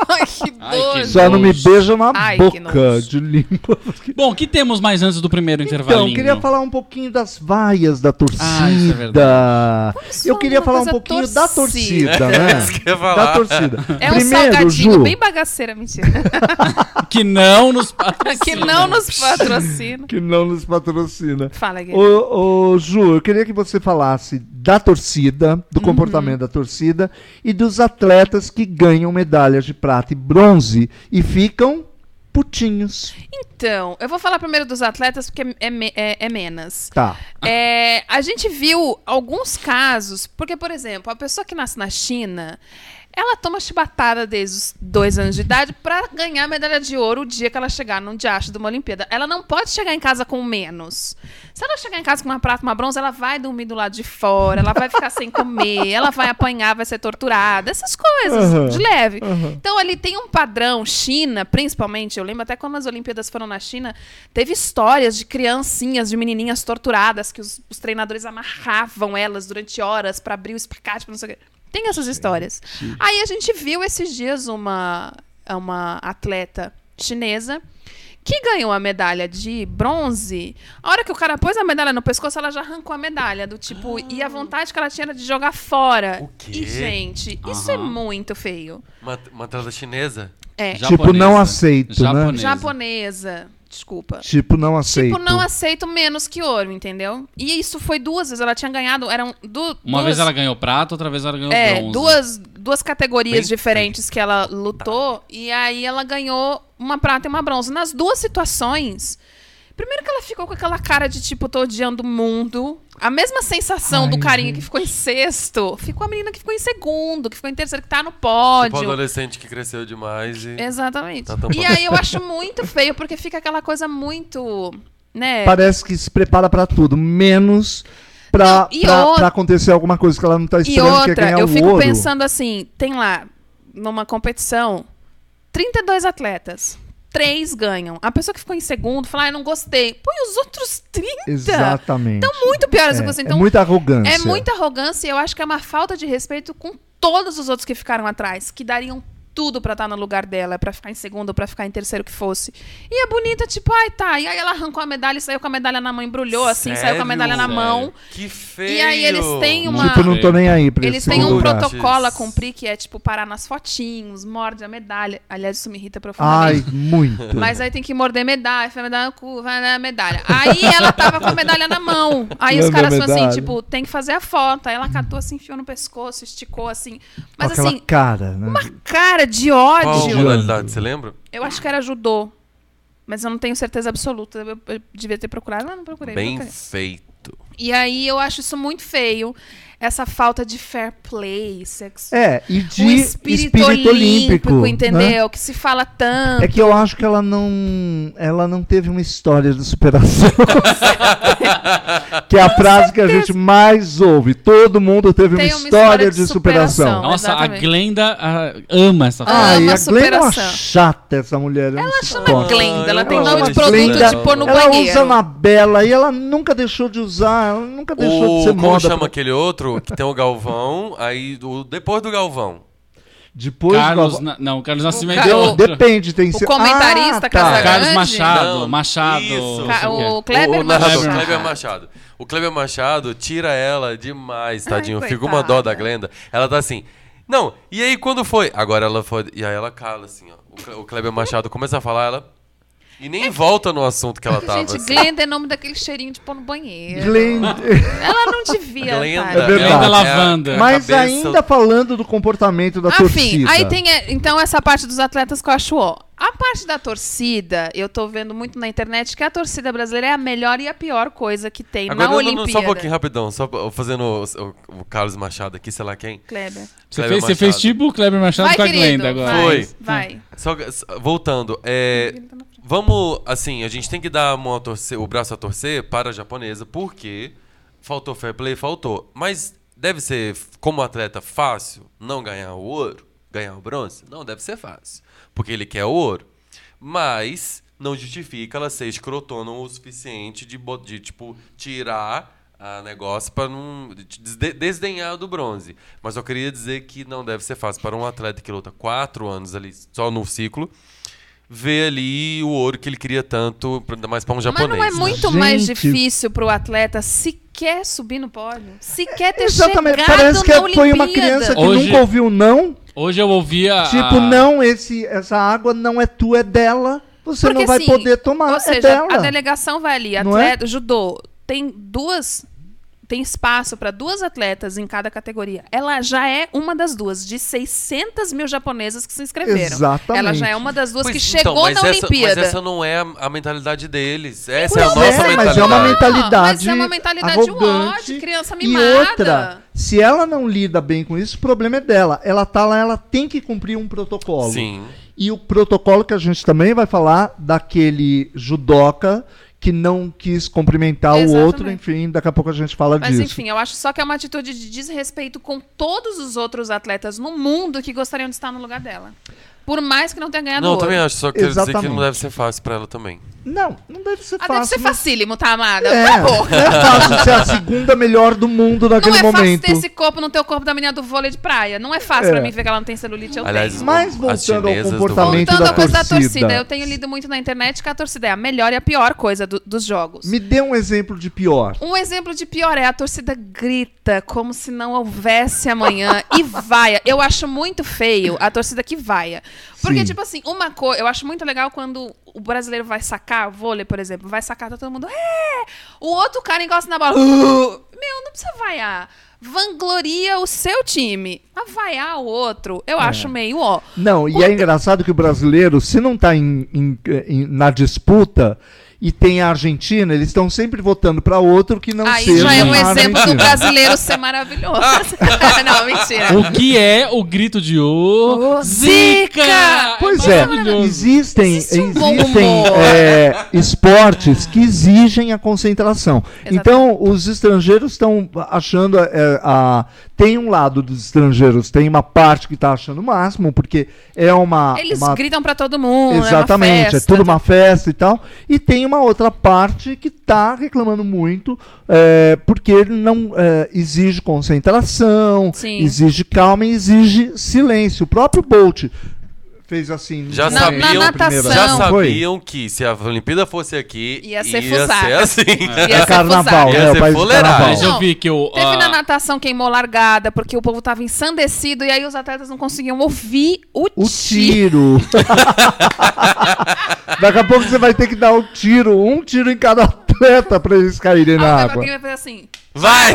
Speaker 3: Ai, que
Speaker 5: Ai, que
Speaker 3: doido.
Speaker 4: Só não me
Speaker 5: nojo.
Speaker 4: beija na
Speaker 3: Ai, que
Speaker 4: boca
Speaker 3: nojo.
Speaker 4: de língua. *laughs*
Speaker 5: Bom, o que temos mais antes do primeiro
Speaker 4: Então,
Speaker 5: intervalinho?
Speaker 4: queria falar um pouquinho das vaias da torcida.
Speaker 5: Ah, isso é verdade.
Speaker 4: eu
Speaker 3: falar
Speaker 4: queria
Speaker 3: uma
Speaker 4: falar um
Speaker 3: coisa
Speaker 4: pouquinho da
Speaker 3: torcida.
Speaker 5: *laughs*
Speaker 4: torcida,
Speaker 6: É *laughs* isso
Speaker 4: né?
Speaker 6: que eu ia falar.
Speaker 4: Da torcida.
Speaker 3: É um
Speaker 4: Primeiro,
Speaker 3: salgadinho
Speaker 4: Ju,
Speaker 3: bem bagaceira,
Speaker 4: *laughs*
Speaker 3: mentira.
Speaker 5: Que não nos patrocina.
Speaker 3: *laughs* que não nos patrocina.
Speaker 4: que não nos patrocina.
Speaker 3: Fala, Gui.
Speaker 4: Ô, ô, Ju, eu queria que você falasse da torcida,
Speaker 3: Uhum.
Speaker 4: do comportamento da torcida e dos atletas que ganham medalhas de prata e bronze e ficam putinhos.
Speaker 3: Então, eu vou falar primeiro dos atletas porque é, me- é- é menos.
Speaker 4: Tá.
Speaker 3: É, a gente viu alguns casos, porque, por exemplo, a pessoa que nasce na China, ela toma chibatada desde os dois anos de idade pra ganhar a medalha de ouro o dia que ela chegar num diacho de uma Olimpíada. Ela não pode chegar em casa com menos. Se ela chegar em casa com uma prata, uma bronze, ela vai dormir do lado de fora, ela vai ficar sem comer, ela vai apanhar, vai ser torturada, essas coisas
Speaker 4: Aham.
Speaker 3: de leve.
Speaker 4: Aham.
Speaker 3: Então ali tem um padrão, China, principalmente, eu lembro até quando as Olimpíadas foram na China, teve histórias de criancinhas, de menininhas torturadas, que os, os treinadores amarravam elas durante horas para abrir o espacate, pra não sei o quê. Tem essas histórias. Aí a gente viu esses dias uma, uma atleta chinesa que ganhou a medalha de bronze. A hora que o cara pôs a medalha no pescoço, ela já arrancou a medalha, do tipo, e a vontade que ela tinha era de jogar fora.
Speaker 6: Ah. O quê?
Speaker 3: E, gente, isso é
Speaker 5: Aham.
Speaker 3: muito feio.
Speaker 6: Uma, uma atleta chinesa?
Speaker 3: É.
Speaker 4: Tipo, não aceito, né?
Speaker 5: Japonesa.
Speaker 3: Japonesa. Desculpa.
Speaker 4: Tipo, não aceito.
Speaker 3: Tipo, não aceito menos que ouro, entendeu? E isso foi duas vezes. Ela tinha ganhado. Eram du
Speaker 5: Uma
Speaker 3: duas,
Speaker 5: vez ela ganhou prata, outra vez ela ganhou
Speaker 3: É,
Speaker 5: bronze.
Speaker 3: duas, duas categorias
Speaker 6: Bem
Speaker 3: diferentes que ela lutou. E aí ela ganhou uma prata e uma bronze. Nas duas situações. Primeiro que ela ficou com aquela cara de tipo, tô odiando o mundo. A mesma sensação do carinha que ficou em sexto. Ficou a menina que ficou em segundo, que ficou em terceiro, que tá no pódio.
Speaker 6: Tipo, adolescente que cresceu demais e...
Speaker 3: Exatamente.
Speaker 6: Tá tão
Speaker 3: e aí eu acho muito feio, porque fica aquela coisa muito. Né?
Speaker 4: Parece que se prepara pra tudo, menos
Speaker 3: Não,
Speaker 4: pra,
Speaker 3: e
Speaker 4: pra-
Speaker 3: o-
Speaker 4: pra acontecer alguma coisa que ela não tá
Speaker 3: E
Speaker 4: esperando, que é
Speaker 3: outra,
Speaker 4: ganhar
Speaker 3: eu
Speaker 4: o
Speaker 3: fico
Speaker 4: ouro.
Speaker 3: pensando assim: tem lá, numa competição, 32 atletas. Três ganham. A pessoa que ficou em segundo fala, ah, eu não gostei. Põe os outros 30.
Speaker 4: Exatamente.
Speaker 3: Então, muito piores
Speaker 4: é,
Speaker 3: do que você.
Speaker 4: é
Speaker 3: Então,
Speaker 4: muita arrogância.
Speaker 3: É muita arrogância e eu acho que é uma falta de respeito com todos os outros que ficaram atrás, que dariam tudo pra estar no lugar dela, pra ficar em segundo, pra ficar em terceiro que fosse. E a bonita, tipo, ai tá. E aí ela arrancou a medalha e saiu com a medalha na mão, embrulhou assim, saiu com a medalha na
Speaker 5: Sério?
Speaker 3: mão.
Speaker 6: Que feio!
Speaker 3: E aí eles têm um uma-
Speaker 4: Tipo, não tô nem aí pra
Speaker 3: Eles
Speaker 4: esse
Speaker 3: têm um
Speaker 4: lugar.
Speaker 6: proto-
Speaker 3: protocolo a cumprir que é, tipo, parar nas fotinhos, morde a medalha. Aliás, isso me irrita
Speaker 4: Ai,
Speaker 3: profundamente.
Speaker 4: muito.
Speaker 3: Mas aí tem que morder medalha, vai medalha no cu, vai na medalha. Aí ela tava com a medalha na mão. Aí os
Speaker 4: Lambe a
Speaker 3: caras foram assim,
Speaker 4: medalha.
Speaker 3: tipo, tem que fazer a foto. Aí ela catou assim, enfiou no pescoço, esticou assim.
Speaker 4: Com
Speaker 3: Mas
Speaker 4: aquela
Speaker 3: assim,
Speaker 4: cara, né?
Speaker 3: cara de
Speaker 6: Qual
Speaker 3: ódio.
Speaker 6: modalidade, você lembra?
Speaker 3: Eu acho que era judô. Mas eu não tenho certeza absoluta. Eu, eu devia ter procurado, mas não procurei.
Speaker 6: Bem
Speaker 3: procurei.
Speaker 6: feito.
Speaker 3: E aí eu acho isso muito feio. Essa falta de fair play, sexo.
Speaker 4: É, e de
Speaker 3: um espírito, olímpico,
Speaker 4: né?
Speaker 3: entendeu? Que se fala tanto.
Speaker 4: É que eu acho que ela não, ela não teve uma história
Speaker 3: *laughs*
Speaker 4: de superação. que é a frase que a gente mais ouve. Todo mundo teve uma
Speaker 3: Tem
Speaker 4: história,
Speaker 3: uma história
Speaker 4: de,
Speaker 3: de
Speaker 4: superação.
Speaker 3: superação.
Speaker 5: Nossa,
Speaker 3: Exatamente.
Speaker 5: a Glenda ah, ama essa frase.
Speaker 3: Ah,
Speaker 4: Ai,
Speaker 3: ama
Speaker 4: a Glenda é uma
Speaker 3: superação.
Speaker 4: chata essa mulher. Ela
Speaker 3: chama Glenda, ela tem
Speaker 4: Ela
Speaker 3: nome
Speaker 4: chama
Speaker 3: de produto
Speaker 4: Glenda.
Speaker 3: de pôr no
Speaker 4: Ela
Speaker 3: banheiro.
Speaker 4: usa na bela e ela nunca deixou de usar, ela nunca deixou de
Speaker 6: O,
Speaker 4: ser
Speaker 6: como
Speaker 4: moda.
Speaker 6: chama
Speaker 4: pra-
Speaker 6: aquele outro? Que tem o Galvão, aí o, depois do Galvão.
Speaker 4: Depois
Speaker 5: Carlos,
Speaker 4: do-
Speaker 5: Na- não, Carlos Nascimento
Speaker 3: Ca-
Speaker 5: é
Speaker 3: o-
Speaker 5: outro.
Speaker 4: Depende, tem
Speaker 3: O comentarista
Speaker 4: ah, tá.
Speaker 3: Casagrande?
Speaker 5: Carlos Machado,
Speaker 6: Não,
Speaker 5: Machado.
Speaker 6: isso.
Speaker 5: não
Speaker 3: Ca-
Speaker 5: sei o
Speaker 3: o
Speaker 5: quê.
Speaker 3: Kleber
Speaker 6: o, o narrador,
Speaker 3: Machado.
Speaker 6: Kleber Machado. O Kleber Machado tira ela demais, tadinho. Fica uma
Speaker 3: coitada.
Speaker 6: dó da Glenda. Ela tá assim. Não, e aí quando foi? Agora ela foi. E aí ela cala, assim, ó. O Cle- O Kleber Machado começa a falar, ela. E nem volta no assunto
Speaker 3: *laughs*
Speaker 6: que ela tava.
Speaker 3: É Gente,
Speaker 6: assim.
Speaker 3: Glenda é nome daquele cheirinho de pôr no banheiro. *laughs*
Speaker 4: Glenda.
Speaker 3: Ela não devia,
Speaker 6: *laughs* Glenda.
Speaker 3: tadinha.
Speaker 4: É verdade.
Speaker 6: Glenda
Speaker 5: Lavanda.
Speaker 6: *laughs* a
Speaker 4: Mas
Speaker 6: cabeça-
Speaker 4: ainda falando do comportamento da
Speaker 3: Enfim,
Speaker 4: torcida.
Speaker 3: aí tem é, então essa parte dos atletas que eu acho ó. A parte da torcida, eu tô vendo muito na internet que a torcida brasileira é a melhor e a pior coisa que tem
Speaker 6: Agora,
Speaker 3: na
Speaker 6: não, não,
Speaker 3: Olimpíada.
Speaker 6: só um pouquinho, rapidão. Só pra- fazendo o- o- o Carlos Machado aqui, sei lá quem.
Speaker 3: Kleber.
Speaker 5: Você
Speaker 6: Kleber
Speaker 5: fez, você fez
Speaker 6: Machado.
Speaker 5: tipo o Kleber Machado
Speaker 3: Vai,
Speaker 5: com a
Speaker 3: querido.
Speaker 5: Glenda agora.
Speaker 3: Vai,
Speaker 6: Foi.
Speaker 4: Hum.
Speaker 3: vai.
Speaker 6: Só, s- voltando, é, vamos, assim, a gente tem que dar a mão a torcer, o braço a torcer para a japonesa, porque faltou fair play, faltou. Mas deve ser, como atleta, fácil não ganhar o ouro, ganhar o bronze? Não, deve ser fácil, porque ele quer o ouro. Mas não justifica ela ser escrotona o suficiente de, bo- de tipo, tirar a negócio para não de- desde- desdenhar do bronze. Mas eu queria dizer que não deve ser fácil para um atleta que luta quatro anos ali só no ciclo ver ali o ouro que ele queria tanto, pra- ainda mais para um
Speaker 3: Mas
Speaker 6: japonês.
Speaker 3: não é
Speaker 6: né?
Speaker 3: muito mais
Speaker 4: Gente.
Speaker 3: difícil pro atleta sequer subir no pódio? Sequer ter
Speaker 4: Exatamente,
Speaker 3: chegado
Speaker 4: parece que é-
Speaker 3: na
Speaker 4: foi uma
Speaker 3: Olimpíada.
Speaker 4: criança que
Speaker 5: Hoje-
Speaker 4: nunca ouviu não.
Speaker 5: Hoje eu ouvi
Speaker 6: Ah.
Speaker 5: a...
Speaker 4: Tipo, não, esse, essa água não é tua, é dela. Você
Speaker 3: Porque,
Speaker 4: não vai
Speaker 3: assim,
Speaker 4: poder tomar,
Speaker 3: Ou
Speaker 4: é
Speaker 3: seja,
Speaker 4: dela.
Speaker 3: a delegação vai ali,
Speaker 4: Não é?
Speaker 3: atleta, judô, tem duas tem espaço para duas atletas em cada categoria. Ela já é uma das duas, de 600 mil japonesas que se inscreveram.
Speaker 4: Exatamente.
Speaker 3: Ela já é uma das duas
Speaker 6: Pois,
Speaker 3: que
Speaker 6: então,
Speaker 3: chegou
Speaker 6: mas
Speaker 3: na
Speaker 6: essa,
Speaker 3: Olimpíada.
Speaker 6: Mas essa não é a, a mentalidade deles. Essa é a
Speaker 4: Pois
Speaker 6: nossa
Speaker 4: é,
Speaker 6: mentalidade.
Speaker 4: mas é uma
Speaker 3: Mas
Speaker 4: mentalidade.
Speaker 3: é uma mentalidade
Speaker 4: arrogante,
Speaker 3: uó, de criança
Speaker 4: E
Speaker 3: mimada.
Speaker 4: outra, se ela não lida bem com isso, o problema é dela. Ela tá lá, ela tem que cumprir um protocolo.
Speaker 6: Sim.
Speaker 4: E o protocolo que a gente também vai falar daquele judoca que não quis cumprimentar o
Speaker 3: Exatamente.
Speaker 4: outro, enfim, daqui a pouco a gente fala
Speaker 3: Mas
Speaker 4: disso.
Speaker 3: enfim, eu acho só que é uma atitude de desrespeito com todos os outros atletas no mundo que gostariam de estar no lugar dela. Por mais que não tenha ganhado
Speaker 6: Não, eu
Speaker 3: ouro.
Speaker 6: também acho, só que eu quero dizer que não
Speaker 4: Exatamente.
Speaker 6: deve ser fácil pra ela também.
Speaker 4: Não, não deve ser
Speaker 3: Ah,
Speaker 4: fácil.
Speaker 3: deve ser
Speaker 4: mas-
Speaker 3: facílimo, tá, amada?
Speaker 4: É,
Speaker 3: Por favor.
Speaker 4: não é fácil ser a segunda melhor do mundo
Speaker 3: Não
Speaker 4: naquele
Speaker 3: é fácil
Speaker 4: momento.
Speaker 3: ter esse corpo no teu corpo da menina do vôlei de praia. Não é fácil
Speaker 4: É.
Speaker 3: pra mim ver que ela não tem celulite, eu
Speaker 6: Aliás,
Speaker 3: tenho.
Speaker 4: Mas
Speaker 6: As
Speaker 4: voltando ao
Speaker 6: chinesas do
Speaker 4: comportamento
Speaker 3: Voltando
Speaker 4: da
Speaker 3: à coisa
Speaker 4: torcida,
Speaker 3: da torcida, eu tenho lido muito na internet que a torcida é a melhor e a pior coisa do- dos jogos.
Speaker 4: me dê um exemplo de pior.
Speaker 3: Um exemplo de pior é a torcida grita como se não houvesse amanhã e vaia. Eu acho muito feio a torcida que vaia. Porque,
Speaker 4: Sim.
Speaker 3: tipo assim, uma coisa. Eu acho muito legal quando o brasileiro vai sacar, vôlei, por exemplo, vai sacar, tá todo mundo. É! O outro cara encosta na bola. "Uh!" Meu, não precisa vaiar. Vangloria o seu time. Mas vaiar o outro,
Speaker 4: É.
Speaker 3: eu acho meio ó.
Speaker 4: Não, e é engraçado que o brasileiro, se não tá em- em- em- na disputa e tem a Argentina, eles estão sempre votando pra outro que não
Speaker 3: Aí
Speaker 4: seja
Speaker 3: já é um
Speaker 4: a
Speaker 3: exemplo do
Speaker 4: Argentina.
Speaker 3: brasileiro ser maravilhoso. *laughs* não, mentira.
Speaker 5: O que é o grito de ô?
Speaker 3: Ô, Zica!
Speaker 4: Pois
Speaker 5: É
Speaker 4: é,
Speaker 5: maravilhoso.
Speaker 4: existem,
Speaker 3: Existe um bom
Speaker 4: existem
Speaker 3: humor.
Speaker 4: é, esportes que exigem a concentração.
Speaker 3: Exatamente.
Speaker 4: Então, os estrangeiros estão achando. é, a, tem um lado dos estrangeiros, tem uma parte que está achando o máximo, porque é uma.
Speaker 3: Eles
Speaker 4: uma-
Speaker 3: gritam pra todo mundo. é,
Speaker 4: Exatamente, é,
Speaker 3: uma festa,
Speaker 4: tudo uma festa e tal. E tem uma outra parte que tá reclamando muito, é, porque ele não é, exige concentração,
Speaker 3: Sim.
Speaker 4: exige calma e exige silêncio. O próprio Bolt fez assim.
Speaker 6: Já
Speaker 4: na-
Speaker 6: sabiam-
Speaker 4: na primeira-
Speaker 3: natação.
Speaker 6: Já
Speaker 3: Não.
Speaker 4: Foi?
Speaker 6: sabiam que se a Olimpíada fosse aqui,
Speaker 3: Ia ser fusada.
Speaker 6: *laughs* assim.
Speaker 3: Ia
Speaker 4: É
Speaker 3: ser
Speaker 4: carnaval,
Speaker 3: fusada.
Speaker 6: Ia
Speaker 4: né?
Speaker 6: ser
Speaker 4: O país do
Speaker 6: fuleiragem.
Speaker 4: carnaval.
Speaker 5: Mas eu
Speaker 3: Não,
Speaker 5: vi que o.
Speaker 3: Teve
Speaker 5: a-
Speaker 4: Ah.
Speaker 3: na natação queimou largada, porque o povo tava ensandecido e aí os atletas não conseguiam ouvir o,
Speaker 4: O
Speaker 3: tiro. *laughs*
Speaker 4: tiro. Daqui a pouco você vai ter que dar um tiro, um tiro em cada atleta pra eles caírem na
Speaker 3: Ah,
Speaker 4: água.
Speaker 3: alguém vai fazer assim,
Speaker 6: Vai!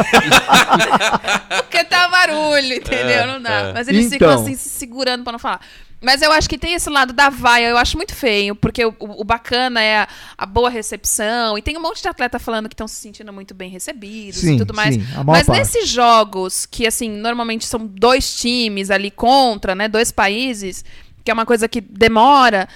Speaker 3: porque tá
Speaker 5: É,
Speaker 3: barulho, entendeu? Não dá. Mas eles ficam
Speaker 4: Então.
Speaker 3: assim se segurando pra não falar. Mas eu acho que tem esse lado da vaia, eu acho muito feio, porque o, o bacana é a, a boa recepção, e tem um monte de atleta falando que estão se sentindo muito bem recebidos
Speaker 4: Sim,
Speaker 3: e tudo mais.
Speaker 4: sim, a maior
Speaker 3: Mas
Speaker 4: parte.
Speaker 3: nesses jogos, que assim, normalmente são dois times ali contra, né? Dois países, que é uma coisa que demora.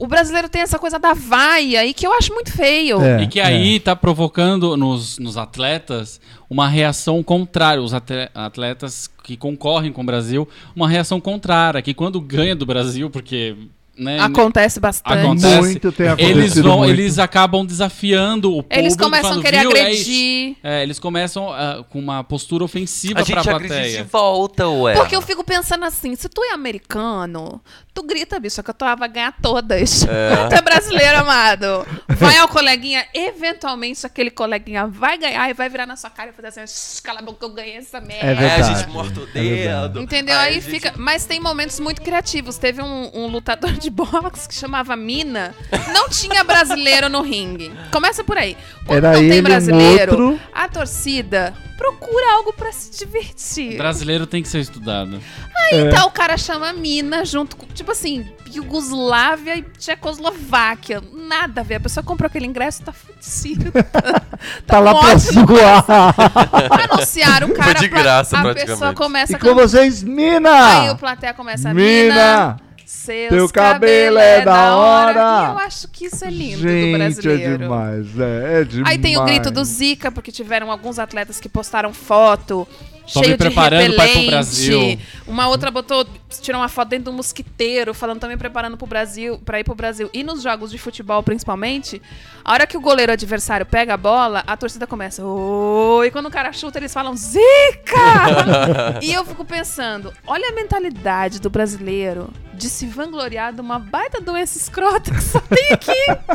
Speaker 3: O brasileiro tem essa coisa da vaia e que eu acho muito feio.
Speaker 4: É,
Speaker 5: E que
Speaker 4: é.
Speaker 5: aí tá provocando nos, nos atletas uma reação contrária. Os ate- atletas que concorrem com o Brasil, uma reação contrária. Que quando ganha do Brasil, porque. Né,
Speaker 3: Acontece bastante.
Speaker 5: acontece,
Speaker 4: Muito tem É, acontecido
Speaker 5: eles vão,
Speaker 4: muito.
Speaker 5: eles acabam desafiando o público.
Speaker 3: Eles começam
Speaker 5: falando,
Speaker 3: a querer
Speaker 5: "Viu? É isso."
Speaker 3: agredir.
Speaker 5: É, eles começam ah, com uma postura ofensiva
Speaker 6: A
Speaker 5: pra
Speaker 6: gente acredita de
Speaker 5: plateia.
Speaker 6: volta, ué.
Speaker 3: Porque eu fico pensando assim, se tu é americano, tu grita, bicho, que eu tava a ganhar todas. *laughs* tu é brasileiro, amado. Vai ao coleguinha, eventualmente aquele coleguinha vai ganhar e vai virar na sua cara e fazer assim, "Shh, cala a boca, eu ganhei essa merda.
Speaker 4: É
Speaker 6: Aí a
Speaker 4: verdade.
Speaker 6: gente morta o
Speaker 4: É verdade.
Speaker 6: dedo.
Speaker 3: Entendeu? Aí,
Speaker 6: a gente-
Speaker 3: fica. Mas tem momentos muito criativos. Teve um, um lutador de boxe que chamava Mina. Não tinha brasileiro no ringue. Começa por aí. Quando
Speaker 4: Era
Speaker 3: não
Speaker 4: ele,
Speaker 3: tem
Speaker 4: um
Speaker 3: brasileiro,
Speaker 4: outro.
Speaker 3: a torcida procura algo pra se divertir.
Speaker 5: Brasileiro tem que ser estudado.
Speaker 3: Então o cara chama Mina junto com, tipo assim, Iugoslávia e Tchecoslováquia. Nada a ver. A pessoa comprou aquele ingresso e tá fudido.
Speaker 4: Tá lá
Speaker 3: com
Speaker 4: pra
Speaker 3: ótimo.
Speaker 4: zoar.
Speaker 3: Anunciaram o cara.
Speaker 6: de
Speaker 3: pra-
Speaker 6: graça,
Speaker 3: a pessoa
Speaker 6: praticamente.
Speaker 3: começa
Speaker 4: *laughs* E
Speaker 3: a
Speaker 4: com
Speaker 3: cantar.
Speaker 4: vocês,
Speaker 3: Aí o
Speaker 4: Mina!
Speaker 3: plateia começa a
Speaker 4: Mina!
Speaker 3: Seus
Speaker 4: Teu cabelo
Speaker 3: cabelo
Speaker 4: é
Speaker 3: é
Speaker 4: da
Speaker 3: da hora.
Speaker 4: hora.
Speaker 3: E eu acho que isso é lindo do
Speaker 4: Gente, é
Speaker 3: brasileiro.
Speaker 4: demais. É, é demais.
Speaker 3: Aí tem o grito do Zika, porque tiveram alguns atletas que postaram foto.
Speaker 5: Tô me
Speaker 3: cheio de
Speaker 5: preparando
Speaker 3: repelente.
Speaker 5: pra ir pro Brasil.
Speaker 3: Uma outra botou, tirou uma foto dentro do mosquiteiro, falando também preparando pro Brasil, para ir pro Brasil. E nos jogos de futebol, principalmente, a hora que o goleiro adversário pega a bola, a torcida começa. "Ô", E quando o cara chuta, eles falam
Speaker 5: *laughs*
Speaker 3: Zika! e eu fico pensando, olha a mentalidade do brasileiro de se vangloriar de uma baita doença escrota que só tem aqui.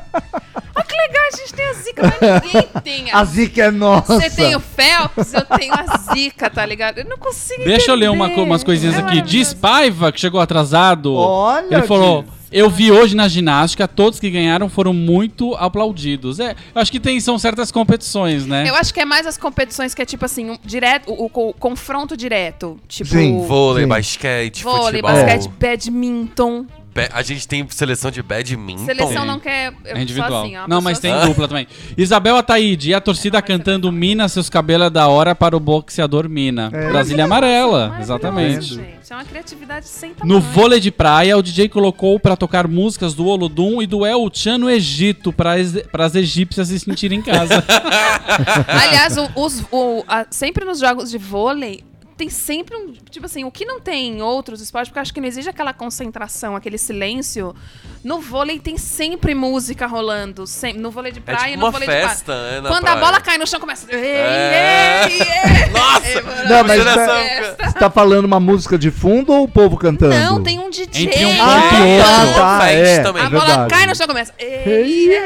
Speaker 3: Olha que legal, a gente tem a Zika, mas ninguém tem
Speaker 4: A zica é nossa.
Speaker 3: você tem o Phelps, eu tenho a Zika, tá ligado? Eu não consigo
Speaker 5: Deixa eu ler uma
Speaker 3: entender.
Speaker 5: co- umas coisinhas
Speaker 3: É
Speaker 5: aqui. Diz
Speaker 3: maravilhoso.
Speaker 5: Paiva, que chegou atrasado.
Speaker 4: Olha,
Speaker 5: Ele falou:
Speaker 4: Diz.
Speaker 5: Eu vi hoje na ginástica, todos que ganharam foram muito aplaudidos. É, eu acho que tem, são certas competições, né?
Speaker 3: Eu acho que é mais as competições que é tipo assim, um direto, o, o- o confronto direto. Tipo,
Speaker 4: Sim,
Speaker 6: Vôlei,
Speaker 4: Sim.
Speaker 6: basquete,
Speaker 3: vôlei,
Speaker 6: futebol.
Speaker 3: basquete, badminton.
Speaker 6: Ba- A gente tem seleção de badminton.
Speaker 3: Seleção
Speaker 5: Sim.
Speaker 3: não quer. Eu,
Speaker 5: É individual.
Speaker 3: Só assim, é uma
Speaker 5: não, mas tem
Speaker 3: pessoa assim.
Speaker 5: dupla também. Isabel Ataíde e a torcida cantando Mina, seus cabelos é da hora para o boxeador Mina.
Speaker 4: É.
Speaker 5: Brasília Amarela,
Speaker 3: Maravilhoso,
Speaker 5: exatamente.
Speaker 3: gente. É uma criatividade sem tamanho.
Speaker 5: No vôlei de praia, o DJ colocou pra tocar músicas do Olodum e do El Chan no Egito, para as egípcias se sentirem
Speaker 3: *laughs*
Speaker 5: em casa.
Speaker 3: *laughs* Aliás, o- os- o- a- sempre nos jogos de vôlei tem sempre um. Tipo assim, o que não tem em outros esportes, porque eu acho que não exige aquela concentração, aquele silêncio. No vôlei tem sempre música rolando. sem- no vôlei de
Speaker 6: É
Speaker 3: praia e
Speaker 6: tipo
Speaker 3: no
Speaker 6: uma
Speaker 3: vôlei de
Speaker 6: festa,
Speaker 3: praia.
Speaker 6: né? na
Speaker 3: Quando a
Speaker 6: praia.
Speaker 3: bola É, cai no chão, começa.
Speaker 6: É.
Speaker 3: "Ei, ei, ei".
Speaker 6: Nossa!
Speaker 4: Não, mas
Speaker 6: Seleção,
Speaker 4: tá-
Speaker 6: cara.
Speaker 4: você tá falando uma música de fundo ou o povo cantando?
Speaker 3: Não, tem um DJ.
Speaker 5: Entre um
Speaker 4: Ah,
Speaker 5: ponto e
Speaker 4: tá,
Speaker 5: outro.
Speaker 4: tá, é,
Speaker 6: também.
Speaker 3: a
Speaker 4: é
Speaker 3: bola
Speaker 4: verdade.
Speaker 3: cai no chão, começa. "Ei,
Speaker 4: Ei, ei,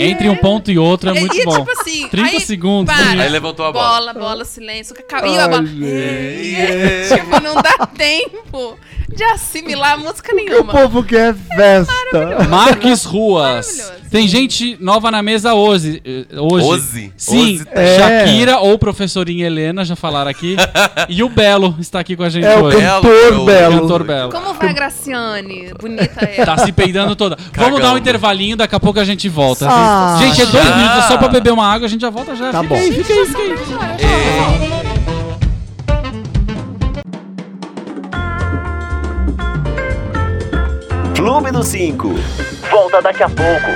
Speaker 4: ei.
Speaker 5: Entre um ponto e outro é muito
Speaker 3: e,
Speaker 5: bom.
Speaker 3: tipo assim,
Speaker 5: 30
Speaker 3: aí,
Speaker 5: segundos.
Speaker 3: para.
Speaker 6: Aí levantou a bola.
Speaker 3: Bola, bola, silêncio. Caiu a bola.
Speaker 4: Ai,
Speaker 3: "Ei, ei".
Speaker 4: gente.
Speaker 3: *laughs* Tipo, não dá tempo de assimilar música
Speaker 4: O
Speaker 3: nenhuma.
Speaker 4: povo quer festa.
Speaker 3: *laughs*
Speaker 5: Marques Ruas.
Speaker 3: Maravilhoso.
Speaker 5: Tem gente nova na mesa hoje. eh, Hoje.
Speaker 6: Oze?
Speaker 5: Sim,
Speaker 6: Oze tá-
Speaker 4: É.
Speaker 5: Shakira ou professorinha Helena já falaram aqui. e o Belo está aqui com a gente
Speaker 4: É o
Speaker 5: hoje.
Speaker 4: cantor
Speaker 6: Belo,
Speaker 4: belo.
Speaker 5: Cantor Belo.
Speaker 3: Como vai, Graciane? Bonita é ela.
Speaker 5: Tá se peidando toda. Vamos dar um
Speaker 6: Cagando.
Speaker 5: intervalinho, daqui a pouco a gente volta.
Speaker 4: Ah,
Speaker 5: gente, é dois
Speaker 6: já.
Speaker 5: minutos, é só pra beber uma água, a gente já volta já.
Speaker 4: Tá
Speaker 5: Fica
Speaker 4: bom.
Speaker 5: aí, fica aí, fica aí.
Speaker 2: Clube do 5. Volta daqui a pouco.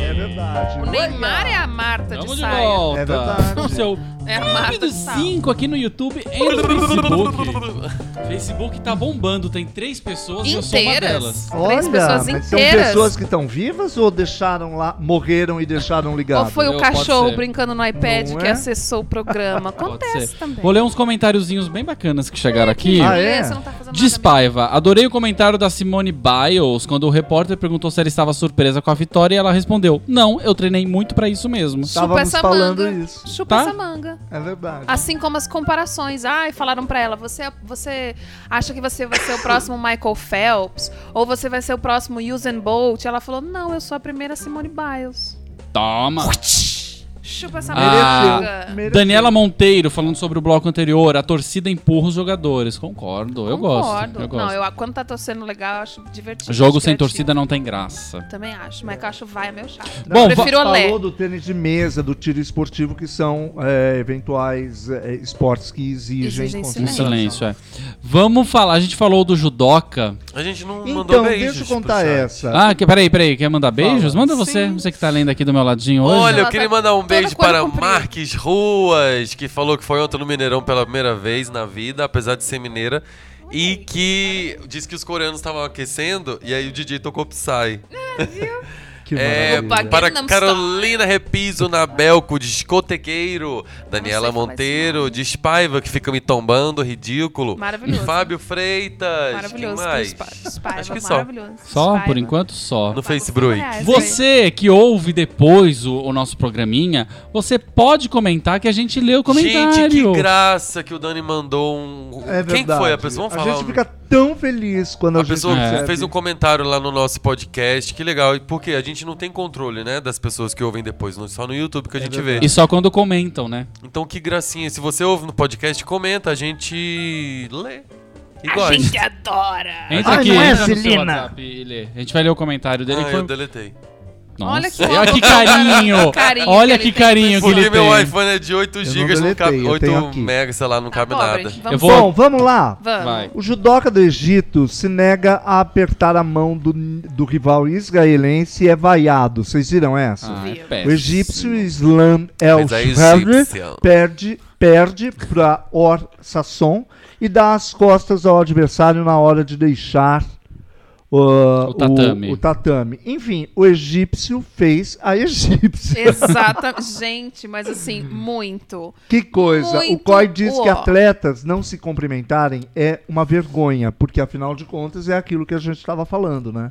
Speaker 4: É verdade.
Speaker 3: O Neymar é a Marta
Speaker 5: Vamos
Speaker 3: de
Speaker 5: de
Speaker 3: saia.
Speaker 5: volta.
Speaker 4: É verdade.
Speaker 5: O seu
Speaker 3: É a
Speaker 5: Clube
Speaker 3: Marta
Speaker 5: do
Speaker 3: de saia.
Speaker 5: 5 aqui no YouTube e no Facebook. Facebook tá bombando, tem três pessoas e eu sou uma
Speaker 3: Inteiras?
Speaker 5: delas.
Speaker 3: Três
Speaker 4: Olha,
Speaker 3: pessoas
Speaker 4: mas são
Speaker 3: inteiras.
Speaker 4: pessoas que estão vivas ou deixaram lá, morreram e deixaram ligado?
Speaker 3: Ou foi o
Speaker 5: Não, pode
Speaker 3: cachorro
Speaker 5: ser.
Speaker 3: brincando no iPad
Speaker 4: Não
Speaker 3: que
Speaker 4: é?
Speaker 3: acessou o programa.
Speaker 5: Pode
Speaker 3: Acontece
Speaker 5: ser.
Speaker 3: também.
Speaker 5: Vou ler uns comentáriozinhos bem bacanas que chegaram aqui.
Speaker 4: Ah, é?
Speaker 3: Você não tá fazendo nada
Speaker 5: Despaiva, adorei o comentário da Simone Biles quando o repórter perguntou se ela estava surpresa com a vitória e ela respondeu: Não, eu treinei muito pra isso mesmo.
Speaker 4: Estávamos
Speaker 3: essa
Speaker 4: falando
Speaker 3: manga.
Speaker 4: isso.
Speaker 3: mesmo. Chupa
Speaker 5: Tá?
Speaker 3: essa manga.
Speaker 4: É verdade.
Speaker 3: Assim como as comparações. Ai, falaram pra ela, você, é, você acha que você vai ser o próximo Michael Phelps? Ou você vai ser o próximo Usain Bolt? Ela falou, não, eu sou a primeira Simone Biles.
Speaker 5: Toma!
Speaker 3: Chupa essa
Speaker 5: Ah.
Speaker 3: manga.
Speaker 4: Mereceu.
Speaker 5: Daniela Monteiro falando sobre o bloco anterior, a torcida empurra os jogadores. Concordo, eu
Speaker 3: Concordo.
Speaker 5: gosto. Eu gosto.
Speaker 3: Não, eu, quando tá torcendo legal, eu acho divertido.
Speaker 5: Jogo
Speaker 3: acho
Speaker 5: sem
Speaker 3: criativo.
Speaker 5: torcida não tem graça.
Speaker 3: Também acho, mas que eu acho vai é meio chato.
Speaker 5: Bom,
Speaker 3: eu prefiro
Speaker 4: Falou
Speaker 3: olé.
Speaker 4: do tênis de mesa, do tiro esportivo, que são é, eventuais é, esportes que exigem,
Speaker 3: Exigem
Speaker 5: Um
Speaker 3: Silêncio.
Speaker 5: silêncio, é. Vamos falar, a gente falou do judoca.
Speaker 6: A gente não mandou
Speaker 4: Então,
Speaker 6: beijos.
Speaker 4: deixa eu
Speaker 6: pro
Speaker 4: contar
Speaker 6: chat.
Speaker 4: essa.
Speaker 5: Ah, que, peraí, peraí, quer mandar beijos? Manda
Speaker 6: Sim.
Speaker 5: você, você que tá lendo aqui do meu ladinho hoje.
Speaker 6: Olha,
Speaker 3: Ela
Speaker 6: eu queria
Speaker 3: tá
Speaker 6: mandar um
Speaker 3: toda
Speaker 6: beijo
Speaker 3: com o olho
Speaker 6: para
Speaker 3: comprido.
Speaker 6: Marques Ruas, que falou que foi ontem no Mineirão pela primeira vez na vida, apesar de ser mineira. E que disse que os coreanos estavam aquecendo e aí o DJ tocou Psy.
Speaker 4: que
Speaker 6: É,
Speaker 4: maravilha.
Speaker 6: para
Speaker 3: Gangnam
Speaker 6: Carolina Repiso, Nabelco, discotequeiro, Daniela
Speaker 3: sei falar esse
Speaker 6: Monteiro, Despaiva, que fica me tombando, ridículo.
Speaker 3: Maravilhoso.
Speaker 6: Fábio Freitas.
Speaker 3: Maravilhoso.
Speaker 6: Quem mais?
Speaker 3: Cris Paiva,
Speaker 6: Acho que é só.
Speaker 3: maravilhoso.
Speaker 5: Só, por
Speaker 3: Paiva.
Speaker 5: enquanto, só.
Speaker 6: No
Speaker 3: Pagou
Speaker 6: Facebook.
Speaker 3: cinco é reais, né?
Speaker 5: Você que ouve depois o, o nosso programinha, você pode comentar que a gente lê o comentário.
Speaker 6: Gente, que graça que o Dani mandou um.
Speaker 4: É
Speaker 6: Quem
Speaker 4: verdade.
Speaker 6: foi a pessoa? Vamos
Speaker 4: a
Speaker 6: falar.
Speaker 4: gente
Speaker 6: o-
Speaker 4: fica tão feliz quando a,
Speaker 6: um. A pessoa
Speaker 4: gente
Speaker 5: É.
Speaker 4: recebe.
Speaker 6: fez um comentário lá no nosso podcast, que legal. E Porque a gente não tem controle, né, das pessoas que ouvem depois, não- é só no YouTube que
Speaker 4: É
Speaker 6: a gente vê.
Speaker 5: E só quando comentam, né?
Speaker 6: Então que gracinha. Se você ouve no podcast, comenta, a gente lê e
Speaker 3: A
Speaker 6: gosta.
Speaker 3: gente adora.
Speaker 5: Entra
Speaker 4: Ai,
Speaker 5: aqui,
Speaker 4: não é,
Speaker 5: entra no seu
Speaker 4: Celina?
Speaker 5: WhatsApp e lê. A gente vai ler o comentário dele. que
Speaker 6: Ah,
Speaker 5: foi-
Speaker 6: eu deletei.
Speaker 5: Nossa,
Speaker 3: Olha que
Speaker 5: olha que
Speaker 3: foto.
Speaker 5: carinho.
Speaker 3: Carinho que
Speaker 5: Olha que
Speaker 3: ele tem.
Speaker 5: carinho que ele
Speaker 6: Porque
Speaker 5: tem.
Speaker 6: meu iPhone é de 8
Speaker 4: não
Speaker 6: GB, não
Speaker 4: deletei,
Speaker 6: cabe,
Speaker 4: eu tenho
Speaker 6: 8
Speaker 4: aqui.
Speaker 6: MB, sei lá, não
Speaker 3: Tá
Speaker 6: cabe
Speaker 3: pobre.
Speaker 6: nada.
Speaker 3: Vamos,
Speaker 5: Eu vou-
Speaker 4: Bom, vamos lá.
Speaker 3: vamos.
Speaker 5: Vai.
Speaker 4: O judoca do Egito se nega a apertar a mão do, do rival israelense e é vaiado. Vocês viram essa?
Speaker 5: Ah, é
Speaker 4: O
Speaker 5: péssimo.
Speaker 4: egípcio Islam El
Speaker 6: Mas é
Speaker 4: Shahri
Speaker 6: egípcio.
Speaker 4: perde, perde para Or Sasson e dá as costas ao adversário na hora de deixar o,
Speaker 5: O tatame.
Speaker 4: o- o tatame. Enfim, o egípcio fez a *laughs* egípcia.
Speaker 3: Exata, gente, mas assim, muito.
Speaker 4: Que coisa! O
Speaker 3: Muito
Speaker 4: COI diz que
Speaker 3: uó.
Speaker 4: atletas não se cumprimentarem é uma vergonha, porque afinal de contas é aquilo que a gente estava falando, né?